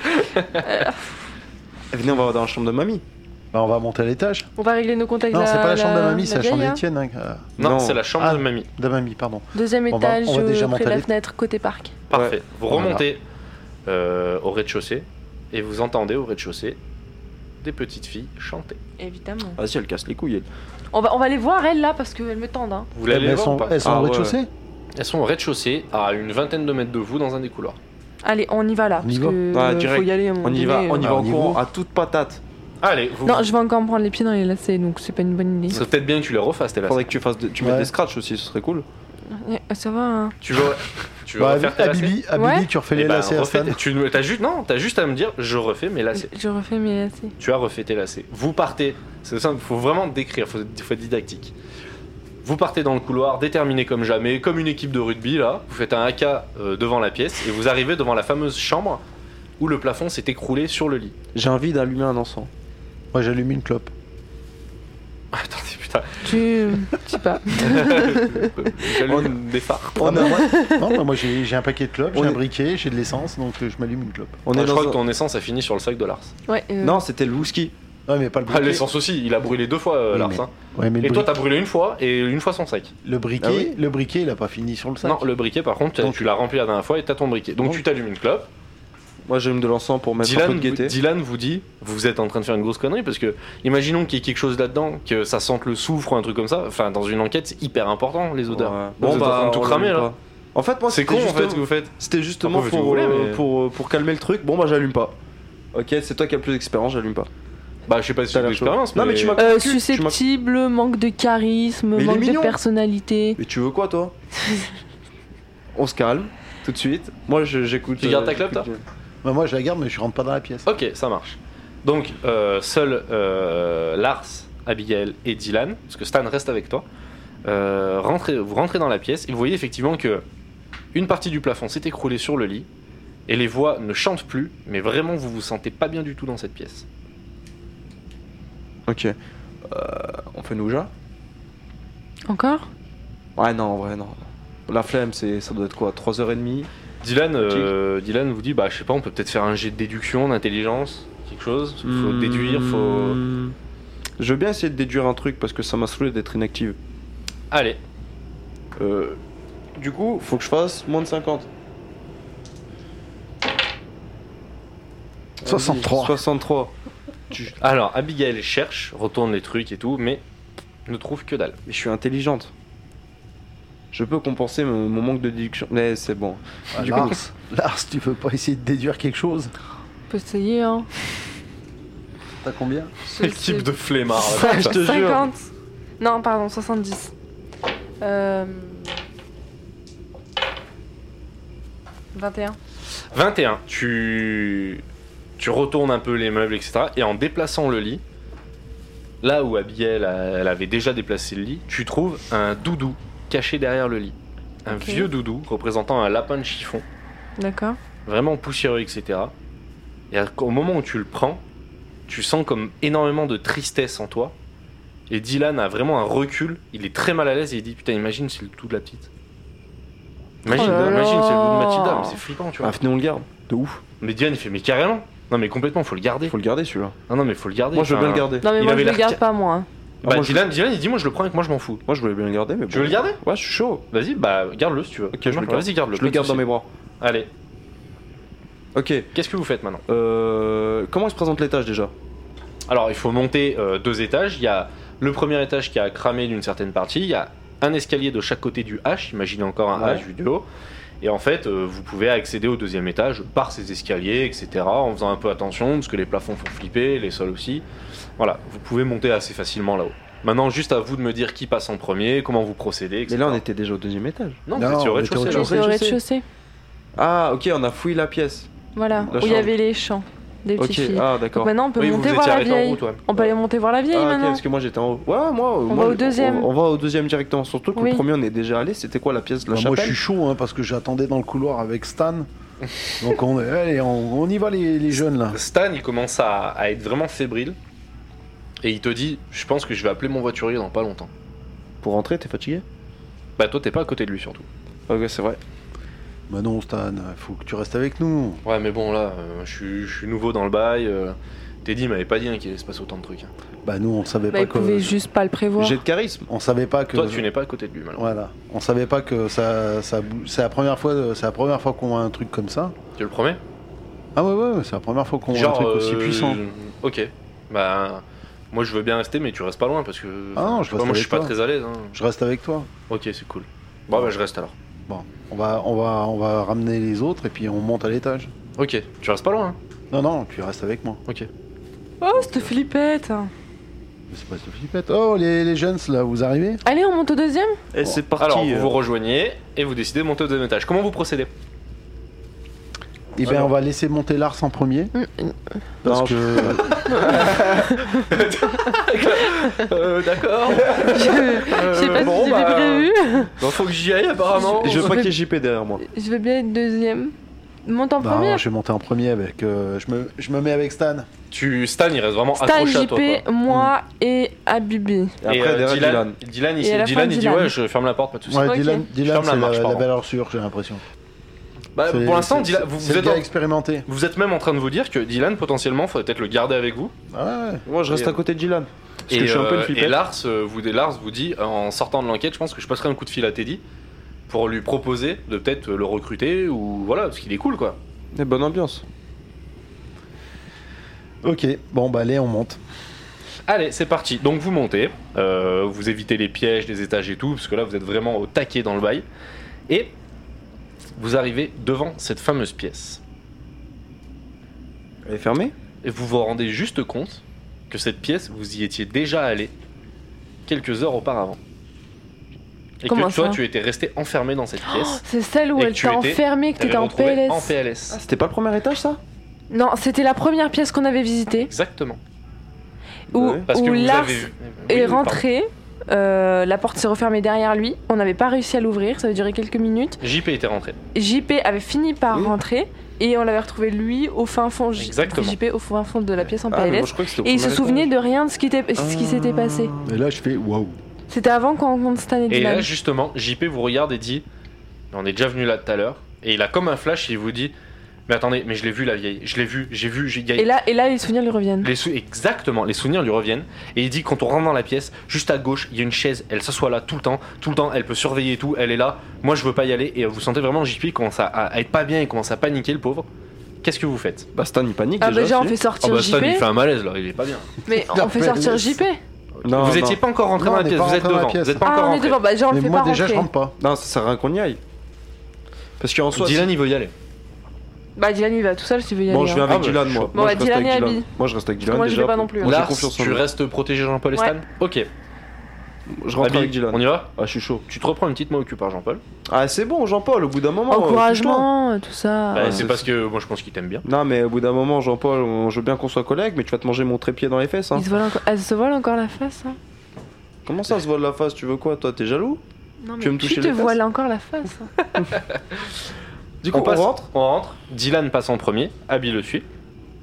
[SPEAKER 2] Venez, on va dans la chambre de mamie.
[SPEAKER 4] Bah, on va monter à l'étage.
[SPEAKER 5] On va régler nos contacts.
[SPEAKER 4] Non, c'est pas la chambre de mamie, c'est la
[SPEAKER 5] vieille,
[SPEAKER 4] chambre
[SPEAKER 5] hein.
[SPEAKER 4] d'Étienne. hein, euh,
[SPEAKER 1] Non,
[SPEAKER 2] Non.
[SPEAKER 1] c'est la chambre
[SPEAKER 4] Ah.
[SPEAKER 1] de mamie.
[SPEAKER 4] de mamie, pardon.
[SPEAKER 5] Deuxième
[SPEAKER 4] On va-
[SPEAKER 5] étage,
[SPEAKER 4] on va déjà
[SPEAKER 5] euh, près de la
[SPEAKER 4] monter.
[SPEAKER 5] fenêtre, côté parc.
[SPEAKER 1] Parfait. Vous
[SPEAKER 4] Voilà.
[SPEAKER 1] remontez euh, au rez-de-chaussée et vous entendez au rez-de-chaussée des petites filles chanter.
[SPEAKER 5] Évidemment.
[SPEAKER 2] Vas-y, Ah, elle casse les couilles. elle.
[SPEAKER 5] On va, on va les voir, elles, là, parce qu'elles me tendent. Hein.
[SPEAKER 1] Vous voulez aller les
[SPEAKER 4] Eh, elles,
[SPEAKER 1] voir ou
[SPEAKER 4] sont,
[SPEAKER 1] pas
[SPEAKER 4] elles sont
[SPEAKER 2] Ah,
[SPEAKER 4] au
[SPEAKER 2] ouais.
[SPEAKER 4] rez-de-chaussée
[SPEAKER 1] Elles sont au rez-de-chaussée à une vingtaine de mètres de vous dans un des couloirs.
[SPEAKER 5] Allez, on y va, là.
[SPEAKER 4] On y
[SPEAKER 5] parce
[SPEAKER 4] va.
[SPEAKER 5] que,
[SPEAKER 2] Ouais,
[SPEAKER 5] euh,
[SPEAKER 2] direct.
[SPEAKER 5] faut y aller. à un moment
[SPEAKER 2] On y va,
[SPEAKER 5] donné,
[SPEAKER 2] on y
[SPEAKER 5] euh.
[SPEAKER 2] va
[SPEAKER 4] Ah,
[SPEAKER 2] en
[SPEAKER 4] on y
[SPEAKER 2] courant,
[SPEAKER 4] va.
[SPEAKER 2] à toute patate.
[SPEAKER 1] Allez, vous.
[SPEAKER 5] Non, je vais encore me prendre les pieds dans les lacets, donc c'est pas une bonne idée.
[SPEAKER 1] Ça peut-être bien que tu les refasses, tes lacets.
[SPEAKER 2] Faudrait que tu fasses, de- tu mettes
[SPEAKER 4] Ouais.
[SPEAKER 2] des scratchs aussi, ce serait cool.
[SPEAKER 5] Eh, Ça va, hein.
[SPEAKER 1] Tu veux, tu veux
[SPEAKER 4] Bah,
[SPEAKER 1] refaire tes
[SPEAKER 4] à
[SPEAKER 1] lacets
[SPEAKER 4] Bibi, à
[SPEAKER 5] Ouais.
[SPEAKER 4] Bibi, tu refais
[SPEAKER 1] Eh
[SPEAKER 4] les
[SPEAKER 1] ben,
[SPEAKER 4] lacets à
[SPEAKER 1] refais
[SPEAKER 4] Stan.
[SPEAKER 1] tes- tu ne- t'as juste non, t'as juste à me dire je refais
[SPEAKER 4] Ah,
[SPEAKER 1] mes lacets.
[SPEAKER 5] Je refais mes lacets.
[SPEAKER 1] Tu as refait tes lacets. Vous partez, c'est simple, faut vraiment décrire, faut, faut être didactique. Vous partez dans le couloir, déterminé comme jamais, comme une équipe de rugby là. Vous faites un AK euh, devant la pièce et vous arrivez devant la fameuse chambre où le plafond s'est écroulé sur le lit.
[SPEAKER 2] J'ai envie d'allumer un encens.
[SPEAKER 4] Moi, j'allume une clope.
[SPEAKER 1] Attendez, putain.
[SPEAKER 5] Tu. Je sais pas.
[SPEAKER 1] J'allume des phares.
[SPEAKER 2] On,
[SPEAKER 4] Ah,
[SPEAKER 2] est-
[SPEAKER 4] moi, non, bah, moi j'ai j'ai un paquet de clopes,
[SPEAKER 2] On
[SPEAKER 4] j'ai un
[SPEAKER 2] est-
[SPEAKER 4] briquet, j'ai de l'essence, donc euh, je m'allume une clope.
[SPEAKER 2] on est
[SPEAKER 1] Ouais, je
[SPEAKER 2] dans
[SPEAKER 1] crois
[SPEAKER 2] un-
[SPEAKER 1] que ton essence a fini sur le sac de Lars.
[SPEAKER 5] Ouais. euh,
[SPEAKER 2] Non, c'était le whisky.
[SPEAKER 4] Ouais, mais pas le
[SPEAKER 1] Ah,
[SPEAKER 4] briquet.
[SPEAKER 1] l'essence aussi, il a brûlé deux fois euh,
[SPEAKER 4] Oui,
[SPEAKER 1] Lars.
[SPEAKER 4] mais-
[SPEAKER 1] hein.
[SPEAKER 4] Ouais, mais
[SPEAKER 1] Et
[SPEAKER 4] le,
[SPEAKER 1] toi,
[SPEAKER 4] bri-
[SPEAKER 1] t'as brûlé une fois et une fois son sac.
[SPEAKER 4] le briquet,
[SPEAKER 2] Ah oui
[SPEAKER 4] le briquet, il a pas fini sur le sac.
[SPEAKER 1] Non, le briquet, par contre, t'as-
[SPEAKER 4] Donc-
[SPEAKER 1] tu l'as rempli la dernière fois et t'as ton briquet. Donc
[SPEAKER 4] Donc-
[SPEAKER 1] tu t'allumes une clope.
[SPEAKER 2] Moi, j'allume de l'encens pour mettre un peu
[SPEAKER 1] Dylan,
[SPEAKER 2] de gaieté.
[SPEAKER 1] vous- Dylan vous dit Vous êtes en train de faire une grosse connerie parce que, imaginons qu'il y ait quelque chose là-dedans, que ça sente le soufre ou un truc comme ça. Enfin, dans une enquête, c'est hyper important les odeurs.
[SPEAKER 2] Ouais.
[SPEAKER 1] Bon,
[SPEAKER 2] Vous êtes
[SPEAKER 1] bah,
[SPEAKER 2] en train de
[SPEAKER 1] on
[SPEAKER 2] tout
[SPEAKER 1] l'allume
[SPEAKER 2] cramer là.
[SPEAKER 1] pas.
[SPEAKER 2] En fait, moi,
[SPEAKER 1] C'est
[SPEAKER 2] c'était
[SPEAKER 1] con en fait
[SPEAKER 2] justement-
[SPEAKER 1] ce que vous faites.
[SPEAKER 2] C'était justement
[SPEAKER 1] Après, vous faites ce que
[SPEAKER 2] pour,
[SPEAKER 1] vous voulez,
[SPEAKER 2] euh,
[SPEAKER 1] mais-
[SPEAKER 2] pour, euh, pour calmer le truc. Bon, bah, j'allume pas. Ok, c'est toi qui as le plus d'expérience, j'allume pas.
[SPEAKER 1] Bah, je sais pas si
[SPEAKER 2] T'as
[SPEAKER 1] c'est
[SPEAKER 2] l'air
[SPEAKER 1] l'expérience.
[SPEAKER 2] chaud. Non, mais tu m'as-
[SPEAKER 5] euh,
[SPEAKER 2] Tu- tu m'as-
[SPEAKER 5] susceptible, manque de charisme,
[SPEAKER 2] Mais il est
[SPEAKER 5] manque de
[SPEAKER 2] mignon.
[SPEAKER 5] personnalité.
[SPEAKER 2] Mais tu veux quoi, toi On se calme, tout de suite. Moi, je- j'écoute. euh,
[SPEAKER 1] Tu gardes ta clope, toi
[SPEAKER 2] j'écoute-
[SPEAKER 4] Bah, moi, je la garde, mais je rentre pas dans la pièce.
[SPEAKER 1] Ok, ça marche. Donc, euh, seuls euh, Lars, Abigail et Dylan, parce que Stan reste avec toi, euh, rentrez- vous rentrez dans la pièce et vous voyez effectivement que une partie du plafond s'est écroulée sur le lit et les voix ne chantent plus, mais vraiment vous vous sentez pas bien du tout dans cette pièce.
[SPEAKER 2] Ok. Euh, on fait Nouja
[SPEAKER 5] Encore
[SPEAKER 2] Ouais, non, en vrai, non. La flemme, c'est ça doit être quoi 3h30
[SPEAKER 1] Dylan, euh, Dylan vous dit bah je sais pas, on peut peut-être faire un jet de déduction, d'intelligence, quelque chose. Faut déduire, faut.
[SPEAKER 2] Hmm. Je veux bien essayer de déduire un truc parce que ça m'a saoulé d'être inactive.
[SPEAKER 1] Allez,
[SPEAKER 2] Euh, du coup, faut que je fasse moins de 50.
[SPEAKER 4] 63.
[SPEAKER 2] 63.
[SPEAKER 1] alors Abigail cherche, retourne les trucs et tout, mais ne trouve que dalle.
[SPEAKER 2] Mais je suis intelligente. Je peux compenser mon mon manque de déduction. Mais c'est bon.
[SPEAKER 4] Ah,
[SPEAKER 2] Du
[SPEAKER 4] Lars,
[SPEAKER 2] coup-
[SPEAKER 4] Lars, tu veux pas essayer de déduire quelque chose
[SPEAKER 5] On peut essayer, hein.
[SPEAKER 4] T'as combien
[SPEAKER 3] C'est-
[SPEAKER 1] Équipe de flemmards. là,
[SPEAKER 2] je te jure.
[SPEAKER 3] 50 Non, pardon, 70. Euh... 21.
[SPEAKER 1] 21, tu... tu retournes un peu les meubles, etc. Et en déplaçant le lit, là où Abigail a- elle avait déjà déplacé le lit, tu trouves un doudou caché derrière le lit. Un
[SPEAKER 3] Ok.
[SPEAKER 1] vieux doudou représentant un lapin de chiffon,
[SPEAKER 3] D'accord.
[SPEAKER 1] vraiment poussiéreux, etc. Et à- au moment où tu le prends, tu sens comme énormément de tristesse en toi. Et Dylan a vraiment un recul, il est très mal à l'aise et il dit Putain, imagine, c'est le tout de la petite. Imagine,
[SPEAKER 5] Oh là
[SPEAKER 1] imagine, c'est le doudou de
[SPEAKER 5] là.
[SPEAKER 1] Mathilda, mais c'est flippant, tu vois.
[SPEAKER 2] Ah, venez, on le garde. De ouf.
[SPEAKER 1] Mais Diane, il fait, mais carrément Non, mais complètement, faut le garder.
[SPEAKER 2] Faut le garder celui-là.
[SPEAKER 1] Non, non, mais faut le garder.
[SPEAKER 2] Moi, je veux bien
[SPEAKER 1] Enfin,
[SPEAKER 2] le garder.
[SPEAKER 5] Non, mais
[SPEAKER 1] Il
[SPEAKER 5] moi,
[SPEAKER 1] avait
[SPEAKER 5] je le
[SPEAKER 1] l'air
[SPEAKER 5] garde
[SPEAKER 1] ca-
[SPEAKER 5] pas, moi. hein.
[SPEAKER 1] Bah,
[SPEAKER 2] Ah, moi, je-
[SPEAKER 1] Dylan, Dylan, il dit, moi, je le prends avec moi, je m'en fous.
[SPEAKER 2] Moi, je voulais bien le garder, mais
[SPEAKER 1] Tu
[SPEAKER 2] bon.
[SPEAKER 1] veux le garder
[SPEAKER 2] Ouais, je suis chaud.
[SPEAKER 1] Vas-y, bah, garde-le si tu veux.
[SPEAKER 2] Ok, je le garde.
[SPEAKER 1] Vas-y, garde-le.
[SPEAKER 2] Je le
[SPEAKER 1] pas de
[SPEAKER 2] garde dans
[SPEAKER 1] souci.
[SPEAKER 2] mes bras.
[SPEAKER 1] Allez,
[SPEAKER 2] Ok.
[SPEAKER 1] qu'est-ce que vous faites maintenant
[SPEAKER 2] Euh, comment il se présente l'étage déjà
[SPEAKER 1] Alors, il faut monter euh, deux étages. Il y a le premier étage qui a cramé d'une certaine partie. Il y a un escalier de chaque côté du H. Imaginez encore un
[SPEAKER 2] Ouais.
[SPEAKER 1] H du haut. Et en fait, euh, vous pouvez accéder au deuxième étage par ces escaliers, etc. En faisant un peu attention, parce que les plafonds font flipper, les sols aussi. Voilà, vous pouvez monter assez facilement là-haut. Maintenant, juste à vous de me dire qui passe en premier, comment vous procédez, etc.
[SPEAKER 2] Mais là, on était déjà au deuxième étage.
[SPEAKER 1] Non,
[SPEAKER 4] Non,
[SPEAKER 1] vous étiez au
[SPEAKER 4] on était au
[SPEAKER 5] On
[SPEAKER 1] rez-de-chaussée.
[SPEAKER 5] était
[SPEAKER 1] là.
[SPEAKER 5] au
[SPEAKER 2] rez-de-chaussée.
[SPEAKER 5] rez-de-chaussée.
[SPEAKER 2] Ah, ok, on a fouillé la pièce.
[SPEAKER 5] Voilà. Où
[SPEAKER 2] La
[SPEAKER 5] il y
[SPEAKER 2] chambre.
[SPEAKER 5] avait les champs des petites
[SPEAKER 2] Ok,
[SPEAKER 5] filles.
[SPEAKER 2] ah,
[SPEAKER 5] Donc
[SPEAKER 2] d'accord.
[SPEAKER 5] maintenant, on peut
[SPEAKER 1] Oui, vous vous
[SPEAKER 5] monter
[SPEAKER 1] étiez
[SPEAKER 5] voir la
[SPEAKER 1] arrêté en
[SPEAKER 5] vieille.
[SPEAKER 1] route, ouais.
[SPEAKER 5] On peut aller monter voir la vieille
[SPEAKER 2] Ah, ok,
[SPEAKER 5] maintenant.
[SPEAKER 2] parce que moi j'étais en haut. Ouais, moi, moi,
[SPEAKER 5] va au
[SPEAKER 2] je-
[SPEAKER 5] deuxième.
[SPEAKER 2] On, on va au deuxième directement. Surtout que
[SPEAKER 5] Oui.
[SPEAKER 2] le premier, on est déjà allé. C'était quoi la pièce de la
[SPEAKER 4] Bah,
[SPEAKER 2] chapelle
[SPEAKER 4] Moi, je suis chaud, hein, parce que j'attendais dans le couloir avec Stan. Donc, on, allez, on, on y va, les, les jeunes, là.
[SPEAKER 1] Stan, il commence à, à être vraiment fébrile. Et il te dit Je pense que je vais appeler mon voiturier dans pas longtemps.
[SPEAKER 2] Pour rentrer, t'es fatigué
[SPEAKER 1] Bah, toi, t'es pas à côté de lui surtout.
[SPEAKER 2] Ok, c'est vrai.
[SPEAKER 4] Bah non, Stan, faut que tu restes avec nous.
[SPEAKER 1] Ouais, mais bon, là, euh, je suis- je suis nouveau dans le bail. euh, Teddy m'avait pas dit hein, qu'il allait se passer autant de trucs. hein.
[SPEAKER 4] Bah nous, on savait
[SPEAKER 5] Bah,
[SPEAKER 4] pas
[SPEAKER 5] ils pouvaient
[SPEAKER 4] que...
[SPEAKER 5] juste pas le prévoir.
[SPEAKER 2] J'ai de charisme.
[SPEAKER 4] On savait pas que...
[SPEAKER 1] Toi, tu n'es pas à côté de lui, malheureusement.
[SPEAKER 4] Voilà. On savait pas que ça... ça bou- C'est la première fois, c'est la première fois qu'on voit un truc comme ça.
[SPEAKER 1] Tu le promets
[SPEAKER 4] Ah ouais, ouais, ouais, c'est la première fois qu'on voit un
[SPEAKER 1] Genre,
[SPEAKER 4] truc aussi
[SPEAKER 1] euh,
[SPEAKER 4] puissant.
[SPEAKER 1] Ok. Bah, moi, je veux bien rester, mais tu restes pas loin parce que.
[SPEAKER 4] Ah non,
[SPEAKER 1] sais
[SPEAKER 4] je
[SPEAKER 1] pas,
[SPEAKER 4] reste
[SPEAKER 1] Moi, je
[SPEAKER 4] avec
[SPEAKER 1] suis pas
[SPEAKER 4] toi.
[SPEAKER 1] très à l'aise. hein.
[SPEAKER 4] Je reste avec toi.
[SPEAKER 1] Ok, c'est cool. Bon, bah, je reste alors.
[SPEAKER 4] Bon, on va, on va, on va ramener les autres et puis on monte à l'étage.
[SPEAKER 1] Ok, tu restes pas loin. hein.
[SPEAKER 4] Non, non, tu restes avec moi.
[SPEAKER 5] Oh, cette flippette
[SPEAKER 4] Mais C'est pas ce flippette. Oh, les, les jeunes, là, vous arrivez
[SPEAKER 5] Allez, on monte au deuxième
[SPEAKER 2] Et c'est parti.
[SPEAKER 1] alors, vous
[SPEAKER 2] euh.
[SPEAKER 1] vous rejoignez et vous décidez de monter au deuxième étage. Comment vous procédez
[SPEAKER 4] Eh bien, on va laisser monter Lars en premier.
[SPEAKER 5] Mm.
[SPEAKER 4] Parce
[SPEAKER 2] Non,
[SPEAKER 4] que...
[SPEAKER 1] Euh, d'accord.
[SPEAKER 5] Je sais pas
[SPEAKER 1] bon,
[SPEAKER 5] si
[SPEAKER 1] bah,
[SPEAKER 5] j'avais prévu.
[SPEAKER 1] Bah, faut que j'y aille apparemment.
[SPEAKER 2] Et je veux
[SPEAKER 5] on
[SPEAKER 2] pas
[SPEAKER 5] fait-
[SPEAKER 2] qu'il y ait JP derrière moi.
[SPEAKER 5] Je veux bien être deuxième.
[SPEAKER 3] Monte en
[SPEAKER 4] Bah,
[SPEAKER 3] premier.
[SPEAKER 4] je vais monter en premier avec. euh, je, me, je me mets avec Stan.
[SPEAKER 1] Tu, Stan, il reste vraiment
[SPEAKER 3] Stan,
[SPEAKER 1] accroché à toi. Hmm. quoi.
[SPEAKER 5] JP, moi et Abibi.
[SPEAKER 2] Et après,
[SPEAKER 1] Et, euh,
[SPEAKER 2] derrière
[SPEAKER 1] Dylan,
[SPEAKER 2] Dylan.
[SPEAKER 1] Dylan, il,
[SPEAKER 5] Et à la
[SPEAKER 1] Dylan,
[SPEAKER 5] fin,
[SPEAKER 1] il dit
[SPEAKER 5] Dylan.
[SPEAKER 1] ouais, je ferme la porte, pas de soucis.
[SPEAKER 4] Ouais,
[SPEAKER 3] Ok.
[SPEAKER 4] Dylan, Dylan,
[SPEAKER 1] ferme la
[SPEAKER 4] c'est la, Euh,
[SPEAKER 1] marche,
[SPEAKER 4] la
[SPEAKER 1] pardon.
[SPEAKER 4] valeur sûre, j'ai l'impression.
[SPEAKER 1] Bah,
[SPEAKER 4] C'est-
[SPEAKER 1] pour l'instant,
[SPEAKER 4] c'est-
[SPEAKER 1] Dylan,
[SPEAKER 4] c'est-
[SPEAKER 1] vous,
[SPEAKER 4] c'est
[SPEAKER 1] vous
[SPEAKER 4] le
[SPEAKER 1] êtes
[SPEAKER 4] gars
[SPEAKER 1] en-
[SPEAKER 4] expérimenté.
[SPEAKER 1] vous êtes même en train de vous dire que Dylan, potentiellement, faudrait peut-être le garder avec vous.
[SPEAKER 4] Ah ouais.
[SPEAKER 2] Moi, je reste
[SPEAKER 1] Et,
[SPEAKER 2] à côté de Dylan. Parce
[SPEAKER 1] Et,
[SPEAKER 2] que je suis un peu
[SPEAKER 1] euh,
[SPEAKER 2] une
[SPEAKER 1] et
[SPEAKER 2] flippette.
[SPEAKER 1] Lars, euh, vous, des- Lars vous dit, en sortant de l'enquête, je pense que je passerai un coup de fil à Teddy pour lui proposer de peut-être le recruter ou voilà, parce qu'il est cool quoi.
[SPEAKER 2] Et bonne ambiance.
[SPEAKER 4] Ok, bon, bah allez, on monte.
[SPEAKER 1] Allez, c'est parti. Donc vous montez, euh, vous évitez les pièges, les étages et tout, parce que là vous êtes vraiment au taquet dans le bail. Et vous arrivez devant cette fameuse pièce.
[SPEAKER 2] Elle est fermée
[SPEAKER 1] Et vous vous rendez juste compte que cette pièce, vous y étiez déjà allé quelques heures auparavant. Et
[SPEAKER 5] Comment
[SPEAKER 1] que toi,
[SPEAKER 5] ça
[SPEAKER 1] tu étais resté enfermé dans cette pièce.
[SPEAKER 5] Oh, C'est celle où
[SPEAKER 1] Et
[SPEAKER 5] elle
[SPEAKER 1] que tu
[SPEAKER 5] t'a
[SPEAKER 1] étais-
[SPEAKER 5] enfermé, que
[SPEAKER 1] T'avais
[SPEAKER 5] t'étais en
[SPEAKER 1] retrouvé
[SPEAKER 5] PLS.
[SPEAKER 1] En PLS.
[SPEAKER 2] Ah, C'était pas le premier étage, ça
[SPEAKER 5] Non, c'était la première pièce qu'on avait visitée
[SPEAKER 1] Exactement.
[SPEAKER 5] où,
[SPEAKER 2] Ouais.
[SPEAKER 1] Parce
[SPEAKER 5] où
[SPEAKER 1] que vous
[SPEAKER 5] Lars
[SPEAKER 1] avez...
[SPEAKER 5] est
[SPEAKER 1] Oui, pardon.
[SPEAKER 5] rentré. euh, la porte s'est refermée derrière lui. On n'avait pas réussi à l'ouvrir. Ça a duré quelques minutes.
[SPEAKER 1] JP était rentré.
[SPEAKER 5] JP avait fini par
[SPEAKER 2] Oui.
[SPEAKER 5] rentrer et on l'avait retrouvé lui au fin fond. J-
[SPEAKER 1] Exactement.
[SPEAKER 5] JP au fin fond de la pièce en
[SPEAKER 2] Ah, mais moi,
[SPEAKER 5] PLS.
[SPEAKER 2] je crois que c'était au
[SPEAKER 5] et il se
[SPEAKER 2] premier
[SPEAKER 5] souvenait
[SPEAKER 2] étage.
[SPEAKER 5] de rien de ce qui, était- ce qui
[SPEAKER 2] Ah.
[SPEAKER 5] s'était passé.
[SPEAKER 4] Et là, je fais waouh.
[SPEAKER 5] C'était avant qu'on rencontre Stan et
[SPEAKER 1] Et
[SPEAKER 5] Dylan.
[SPEAKER 1] là, justement, JP vous regarde et dit Mais On est déjà venu là tout à l'heure. Et il a comme un flash, il vous dit Mais attendez, mais je l'ai vu la vieille. Je l'ai vu, j'ai vu, j'ai
[SPEAKER 5] Et là, et là, les souvenirs lui reviennent.
[SPEAKER 1] Les sou- Exactement, les souvenirs lui reviennent. Et il dit quand on rentre dans la pièce, juste à gauche, il y a une chaise, elle s'assoit là tout le temps, tout le temps, elle peut surveiller et tout, elle est là. Moi je veux pas y aller. Et vous sentez vraiment JP commence à, à être pas bien, il commence à paniquer le pauvre. Qu'est-ce que vous faites
[SPEAKER 2] Bah, Stan, il panique.
[SPEAKER 5] Ah, bah, déjà, on
[SPEAKER 2] si.
[SPEAKER 5] fait sortir JP.
[SPEAKER 1] un malaise là, il est pas bien.
[SPEAKER 5] Mais
[SPEAKER 4] La
[SPEAKER 5] on fait sortir
[SPEAKER 4] PLS.
[SPEAKER 5] JP.
[SPEAKER 2] Non,
[SPEAKER 1] vous
[SPEAKER 2] non.
[SPEAKER 1] étiez pas encore rentré
[SPEAKER 4] Non,
[SPEAKER 1] dans la
[SPEAKER 4] on est
[SPEAKER 1] pièce,
[SPEAKER 4] pas
[SPEAKER 1] vous êtes
[SPEAKER 4] rentré dans la
[SPEAKER 1] devant.
[SPEAKER 4] pièce.
[SPEAKER 1] Vous êtes pas
[SPEAKER 5] Ah,
[SPEAKER 1] encore
[SPEAKER 5] on est
[SPEAKER 1] rentré.
[SPEAKER 5] devant. Bah, déjà, on le
[SPEAKER 4] Mais
[SPEAKER 5] fait
[SPEAKER 4] moi,
[SPEAKER 5] pas
[SPEAKER 4] déjà, je
[SPEAKER 5] rentrer.
[SPEAKER 4] rentre pas.
[SPEAKER 2] Non, ça sert à rien qu'on y aille. Parce qu'en soi.
[SPEAKER 1] Dylan il veut y aller.
[SPEAKER 5] Bah, Dylan, il va tout seul s'il veut y
[SPEAKER 2] si- Bon,
[SPEAKER 5] aller.
[SPEAKER 2] je viens
[SPEAKER 5] hein.
[SPEAKER 1] hein.
[SPEAKER 2] avec
[SPEAKER 1] Ah,
[SPEAKER 2] Dylan,
[SPEAKER 1] bah,
[SPEAKER 2] moi.
[SPEAKER 1] je-
[SPEAKER 5] Bon,
[SPEAKER 2] moi,
[SPEAKER 5] bah,
[SPEAKER 2] je reste
[SPEAKER 5] Dylan
[SPEAKER 2] avec
[SPEAKER 5] et
[SPEAKER 2] Dylan.
[SPEAKER 5] Abby.
[SPEAKER 2] Moi, je reste avec
[SPEAKER 5] Parce que
[SPEAKER 2] Dylan.
[SPEAKER 5] moi, je vais
[SPEAKER 2] déjà.
[SPEAKER 5] pas non plus.
[SPEAKER 2] Moi, j'ai
[SPEAKER 1] Lars,
[SPEAKER 2] confiance en
[SPEAKER 1] tu
[SPEAKER 2] lui.
[SPEAKER 1] restes protéger Jean-Paul et
[SPEAKER 5] Ouais.
[SPEAKER 1] Stan Ok.
[SPEAKER 2] Je rentre
[SPEAKER 1] Abby,
[SPEAKER 2] avec Dylan.
[SPEAKER 1] On y va
[SPEAKER 2] Ah, je suis chaud.
[SPEAKER 1] Tu te reprends une petite moi occupée par Jean-Paul.
[SPEAKER 2] Ah, c'est bon, Jean-Paul, au bout d'un moment. euh, touche-toi.
[SPEAKER 5] Encouragement, euh, tout ça.
[SPEAKER 1] Bah,
[SPEAKER 2] ouais,
[SPEAKER 1] c'est
[SPEAKER 2] Ah, c'est-
[SPEAKER 1] parce que moi je pense qu'il t'aime bien.
[SPEAKER 2] Non, mais au bout d'un moment, Jean-Paul, on- je veux bien qu'on soit collègues, mais tu vas te manger mon trépied dans les fesses. Hein.
[SPEAKER 5] Ils se volent encore- Elle se vole encore la face. hein.
[SPEAKER 2] Comment ça se vole la face Tu veux quoi, toi T'es jaloux
[SPEAKER 5] Non,
[SPEAKER 2] mais veux me
[SPEAKER 5] tu
[SPEAKER 2] toucher
[SPEAKER 5] te
[SPEAKER 2] les fesses
[SPEAKER 5] voiles encore la face. hein.
[SPEAKER 2] Du coup, on,
[SPEAKER 1] passe-
[SPEAKER 2] rentre
[SPEAKER 1] On rentre. Dylan passe en premier. Abby le suit.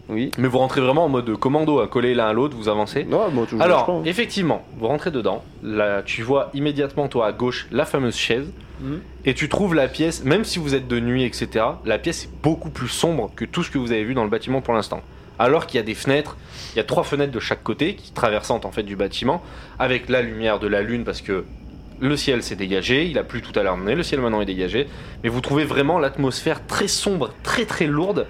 [SPEAKER 2] Oui.
[SPEAKER 1] Mais vous rentrez vraiment en mode commando, à coller l'un à l'autre, vous avancez.
[SPEAKER 2] Non, bon, tu
[SPEAKER 1] Alors,
[SPEAKER 2] je
[SPEAKER 1] effectivement, vous rentrez dedans, là, tu vois immédiatement, toi, à gauche, la fameuse chaise,
[SPEAKER 2] Mhm.
[SPEAKER 1] et tu trouves la pièce, même si vous êtes de nuit, etc., la pièce est beaucoup plus sombre que tout ce que vous avez vu dans le bâtiment pour l'instant. Alors qu'il y a des fenêtres, il y a trois fenêtres de chaque côté, qui traversantes en fait du bâtiment, avec la lumière de la lune, parce que le ciel s'est dégagé, il a plu tout à l'heure, mais le ciel maintenant est dégagé, mais vous trouvez vraiment l'atmosphère très sombre, très très lourde,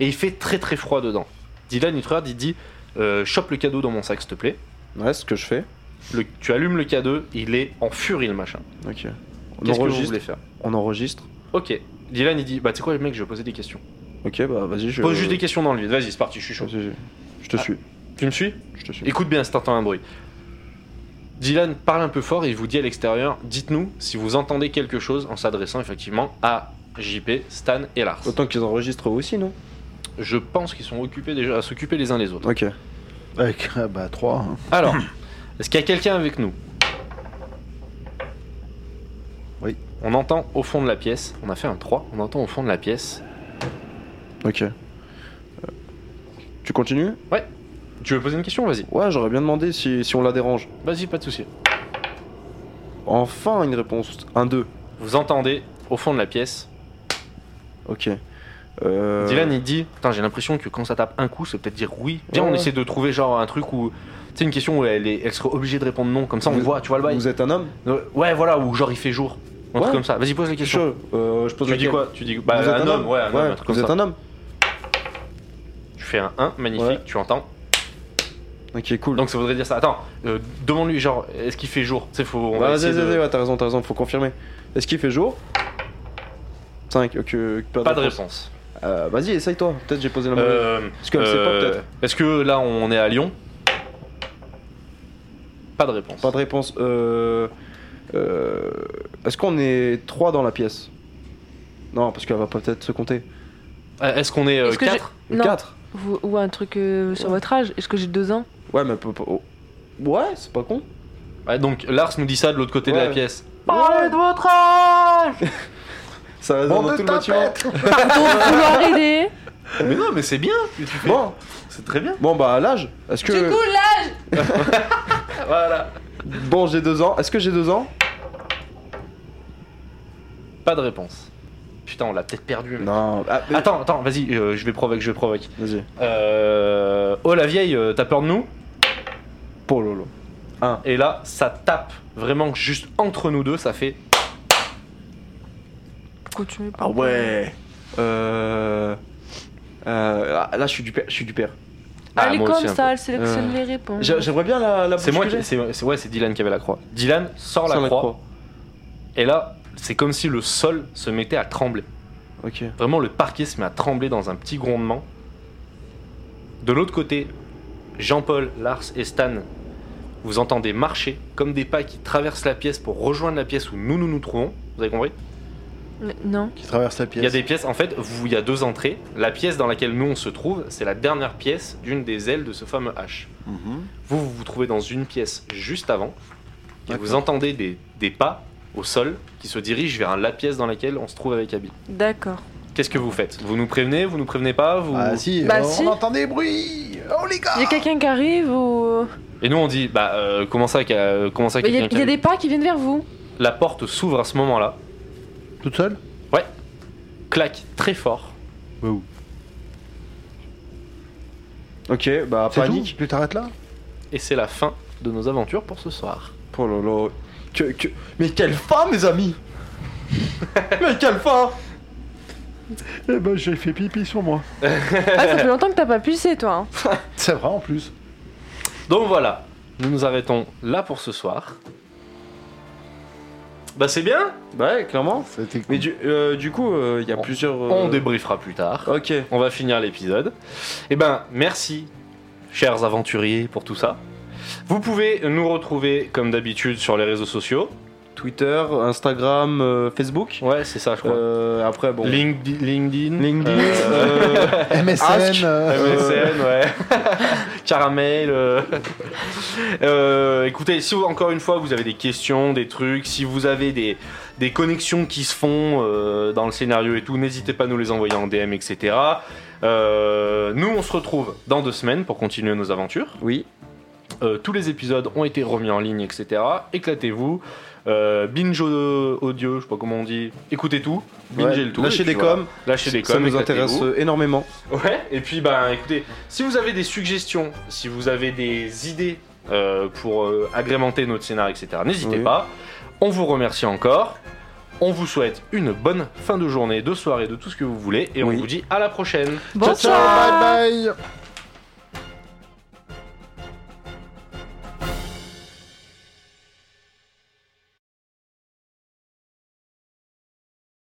[SPEAKER 1] et il fait très très froid dedans. Dylan, il te regarde, il dit, euh, chope le cadeau dans mon sac, s'il te plaît.
[SPEAKER 2] Ouais, ce que je fais.
[SPEAKER 1] Le- tu allumes le K2, il est en furie le machin.
[SPEAKER 2] Ok. On
[SPEAKER 1] Qu'est-ce que vous
[SPEAKER 2] enregistre.
[SPEAKER 1] voulez faire
[SPEAKER 2] On enregistre.
[SPEAKER 1] Ok. Dylan il dit Bah, tu sais quoi, mec, je vais poser des questions.
[SPEAKER 2] Ok, bah vas-y, je.
[SPEAKER 1] Pose juste des questions dans le vide, vas-y, c'est parti, je suis chaud.
[SPEAKER 2] Vas-y, Je te
[SPEAKER 1] Ah.
[SPEAKER 2] suis.
[SPEAKER 1] Tu me suis
[SPEAKER 2] Je te suis.
[SPEAKER 1] Écoute bien si t'entends un bruit. Dylan parle un peu fort et il vous dit à l'extérieur Dites-nous si vous entendez quelque chose en s'adressant effectivement à JP, Stan et Lars.
[SPEAKER 2] Autant qu'ils enregistrent eux aussi, non
[SPEAKER 1] Je pense qu'ils sont occupés déjà à s'occuper les uns les autres.
[SPEAKER 2] Ok.
[SPEAKER 4] Avec, ah, bah, 3.
[SPEAKER 1] Alors, est-ce qu'il y a quelqu'un avec nous
[SPEAKER 4] Oui.
[SPEAKER 1] On entend au fond de la pièce, on a fait un 3, on entend au fond de la pièce
[SPEAKER 2] Ok. Euh, Tu continues
[SPEAKER 1] Tu veux poser une question Vas-y.
[SPEAKER 2] Ouais, j'aurais bien demandé si, si on la dérange.
[SPEAKER 1] Vas-y, pas de souci.
[SPEAKER 2] Enfin, une réponse. Un 2.
[SPEAKER 1] Vous entendez au fond de la pièce,
[SPEAKER 2] Ok. Euh...
[SPEAKER 1] Dylan il dit Putain, j'ai l'impression que quand ça tape un coup, c'est peut-être dire oui. Viens,
[SPEAKER 2] Ouais,
[SPEAKER 1] on
[SPEAKER 2] ouais.
[SPEAKER 1] essaie de trouver genre un truc où. Tu sais, une question où elle, est- elle serait obligée de répondre non, comme ça on
[SPEAKER 2] Vous-
[SPEAKER 1] voit, tu vois le bail
[SPEAKER 2] Vous êtes un homme
[SPEAKER 1] Euh, Ouais, voilà, ou genre il fait jour. Un
[SPEAKER 2] Ouais.
[SPEAKER 1] truc comme ça. Vas-y, pose les
[SPEAKER 2] Je,
[SPEAKER 1] questions.
[SPEAKER 2] euh, je pose
[SPEAKER 1] Tu dis
[SPEAKER 2] laquelle
[SPEAKER 1] quoi Tu dis bah,
[SPEAKER 2] Vous êtes
[SPEAKER 1] un, homme, ouais, un homme, un truc
[SPEAKER 2] vous
[SPEAKER 1] comme
[SPEAKER 2] êtes
[SPEAKER 1] ça.
[SPEAKER 2] un homme
[SPEAKER 1] Tu fais un 1, magnifique,
[SPEAKER 2] Ouais.
[SPEAKER 1] tu entends.
[SPEAKER 2] Ok, cool.
[SPEAKER 1] Donc ça voudrait dire ça. Attends, euh, demande-lui genre, est-ce qu'il fait jour Tu sais, faut. on va
[SPEAKER 2] Ouais, Bah, vas-y,
[SPEAKER 1] essayer
[SPEAKER 2] vas-y,
[SPEAKER 1] de-
[SPEAKER 2] ouais, t'as raison, t'as raison, faut confirmer. Est-ce qu'il fait jour 5, ok.
[SPEAKER 1] Pas de réponse.
[SPEAKER 2] Euh, vas-y, essaye toi, peut-être j'ai posé la mauvaise.
[SPEAKER 1] Euh,
[SPEAKER 2] Parce qu'elle sait pas,
[SPEAKER 1] euh,
[SPEAKER 2] peut-être.
[SPEAKER 1] Est-ce que là on est à Lyon Pas de réponse.
[SPEAKER 2] Pas de réponse. Euh, euh, Est-ce qu'on est 3 dans la pièce Non, parce qu'elle va pas peut-être se compter.
[SPEAKER 1] Euh, Est-ce qu'on est, euh,
[SPEAKER 5] Est-ce que j'ai-
[SPEAKER 1] quatre
[SPEAKER 5] Non.
[SPEAKER 2] 4
[SPEAKER 5] Vous- Ou un truc euh, sur votre âge. Est-ce que j'ai deux ans
[SPEAKER 2] Ouais, mais. peu- peu- oh. Ouais, c'est pas con.
[SPEAKER 5] Oh.
[SPEAKER 1] Ouais, Donc Lars nous dit ça de l'autre côté de la
[SPEAKER 2] Ouais.
[SPEAKER 1] pièce.
[SPEAKER 2] Parlez
[SPEAKER 5] de votre âge
[SPEAKER 2] Ça résonne
[SPEAKER 4] Bande
[SPEAKER 2] dans
[SPEAKER 4] de
[SPEAKER 2] tout le bâtiment.
[SPEAKER 4] tapettes
[SPEAKER 5] Pardon de vouloir aider.
[SPEAKER 1] Mais non, mais c'est bien ce que tu fais.
[SPEAKER 2] Bon,
[SPEAKER 1] C'est très bien.
[SPEAKER 2] bon bah l'âge. Est-ce que
[SPEAKER 5] Du coup, l'âge
[SPEAKER 1] Voilà.
[SPEAKER 2] bon j'ai deux ans Est-ce que j'ai deux ans
[SPEAKER 1] Pas de réponse. Putain, on l'a peut-être perdu. mais-
[SPEAKER 2] Non. Ah, mais-
[SPEAKER 1] Attends, attends, vas-y, euh, je vais provoquer, je vais provoquer.
[SPEAKER 2] Vas-y.
[SPEAKER 1] Euh... Oh la vieille, euh, t'as peur de nous
[SPEAKER 2] Pour Lolo.
[SPEAKER 1] Et là, ça tape vraiment juste entre nous deux, ça fait.
[SPEAKER 5] Continue.
[SPEAKER 2] Ah ouais. Euh. euh, là, là, je suis du père. Je suis du père.
[SPEAKER 1] Ah,
[SPEAKER 5] Elle est
[SPEAKER 1] moi aussi,
[SPEAKER 5] comme
[SPEAKER 1] un
[SPEAKER 5] ça, elle sélectionne les
[SPEAKER 2] Euh,
[SPEAKER 5] réponses.
[SPEAKER 2] J'a- J'aimerais bien la. la
[SPEAKER 1] Mhm. C'est moi,
[SPEAKER 2] bouche que
[SPEAKER 1] qui-
[SPEAKER 2] j'ai.
[SPEAKER 1] c'est c'est- ouais, c'est Dylan qui avait la croix. Dylan sort la,
[SPEAKER 2] Sans
[SPEAKER 1] croix, et là, c'est comme si le sol se mettait à trembler.
[SPEAKER 2] Ok.
[SPEAKER 1] Vraiment, le parquet se met à trembler dans un petit grondement. De l'autre côté, Jean-Paul, Lars et Stan, vous entendez marcher comme des pas qui traversent la pièce pour rejoindre la pièce où nous nous nous trouvons. Vous avez compris
[SPEAKER 5] Mais Non.
[SPEAKER 4] Qui traverse la pièce.
[SPEAKER 1] Il y a des pièces, en fait, vous- il y a deux entrées. La pièce dans laquelle nous on se trouve, c'est la dernière pièce d'une des ailes de ce fameux H.
[SPEAKER 4] Mhm.
[SPEAKER 1] Vous, vous vous trouvez dans une pièce juste avant, et
[SPEAKER 4] D'accord.
[SPEAKER 1] vous entendez des, des pas au sol qui se dirigent vers la pièce dans laquelle on se trouve avec Abby.
[SPEAKER 5] D'accord.
[SPEAKER 1] Qu'est-ce que vous faites Vous nous prévenez Vous nous prévenez pas vous...
[SPEAKER 4] Ah si,
[SPEAKER 5] Bah,
[SPEAKER 4] on,
[SPEAKER 5] si.
[SPEAKER 4] on entend des bruits Oh les gars
[SPEAKER 5] Il y a quelqu'un qui arrive ou.
[SPEAKER 1] Et nous on dit, bah euh, comment ça, qu'a- euh, comment ça
[SPEAKER 5] Mais Il Bah, y a,
[SPEAKER 1] quelqu'un qui
[SPEAKER 5] il y a
[SPEAKER 1] arrive
[SPEAKER 5] des pas qui viennent vers vous.
[SPEAKER 1] La porte s'ouvre à ce moment-là,
[SPEAKER 4] Toute seule
[SPEAKER 1] claque très fort.
[SPEAKER 2] Ok, bah
[SPEAKER 4] C'est
[SPEAKER 2] panique.
[SPEAKER 4] tout Tu t'arrêtes là
[SPEAKER 1] Et c'est la fin de nos aventures pour ce soir.
[SPEAKER 2] Oh là là. Que- que- Mais quelle fin, mes amis Mais quelle fin
[SPEAKER 4] Eh ben j'ai fait pipi sur moi.
[SPEAKER 5] Ah, ça fait longtemps que t'as pas pulsé, toi. hein.
[SPEAKER 4] C'est vrai en plus.
[SPEAKER 1] Donc voilà, nous nous arrêtons là pour ce soir. Bah c'est bien,
[SPEAKER 2] Ouais, clairement.
[SPEAKER 4] C'était
[SPEAKER 2] Mais du, euh, du coup, il y a
[SPEAKER 1] On-
[SPEAKER 2] plusieurs. euh,
[SPEAKER 1] on débriefera plus tard.
[SPEAKER 2] Ok.
[SPEAKER 1] On va finir l'épisode. Eh ben, merci, chers aventuriers, pour tout ça. Vous pouvez nous retrouver, comme d'habitude, sur les réseaux sociaux.
[SPEAKER 2] Twitter, Instagram, euh, Facebook.
[SPEAKER 1] Ouais, c'est ça, je crois.
[SPEAKER 2] Euh, après, bon.
[SPEAKER 1] Linkdi- LinkedIn.
[SPEAKER 2] LinkedIn.
[SPEAKER 1] euh,
[SPEAKER 2] euh, Ask.
[SPEAKER 4] MSN. euh,
[SPEAKER 1] MSN, ouais. Caramel. euh. Euh, écoutez, si vous- encore une fois vous avez des questions, des trucs, si vous avez des, des connexions qui se font euh, dans le scénario et tout, n'hésitez pas à nous les envoyer en DM, etc. Euh, nous, on se retrouve dans deux semaines pour continuer nos aventures.
[SPEAKER 2] oui.
[SPEAKER 1] Euh, tous les épisodes ont été remis en ligne, etc. Éclatez-vous. Euh, binge au- audio, je sais pas comment on dit. Écoutez tout, bingez
[SPEAKER 2] Ouais,
[SPEAKER 1] le tout.
[SPEAKER 2] lâchez
[SPEAKER 1] et puis
[SPEAKER 2] des
[SPEAKER 1] voilà.
[SPEAKER 2] coms.
[SPEAKER 1] Lâchez des coms.
[SPEAKER 2] Ça nous
[SPEAKER 1] éclatez-vous.
[SPEAKER 2] intéresse euh, énormément.
[SPEAKER 1] Ouais, et puis bah écoutez, si vous avez des suggestions, si vous avez des idées euh, pour euh, agrémenter notre scénar, etc., n'hésitez
[SPEAKER 2] Oui.
[SPEAKER 1] pas. On vous remercie encore. On vous souhaite une bonne fin de journée, de soirée, de tout ce que vous voulez, et
[SPEAKER 2] Oui. Ah,
[SPEAKER 1] on vous dit à la prochaine.
[SPEAKER 4] Ciao, ciao,
[SPEAKER 5] Bonsoir.
[SPEAKER 4] bye bye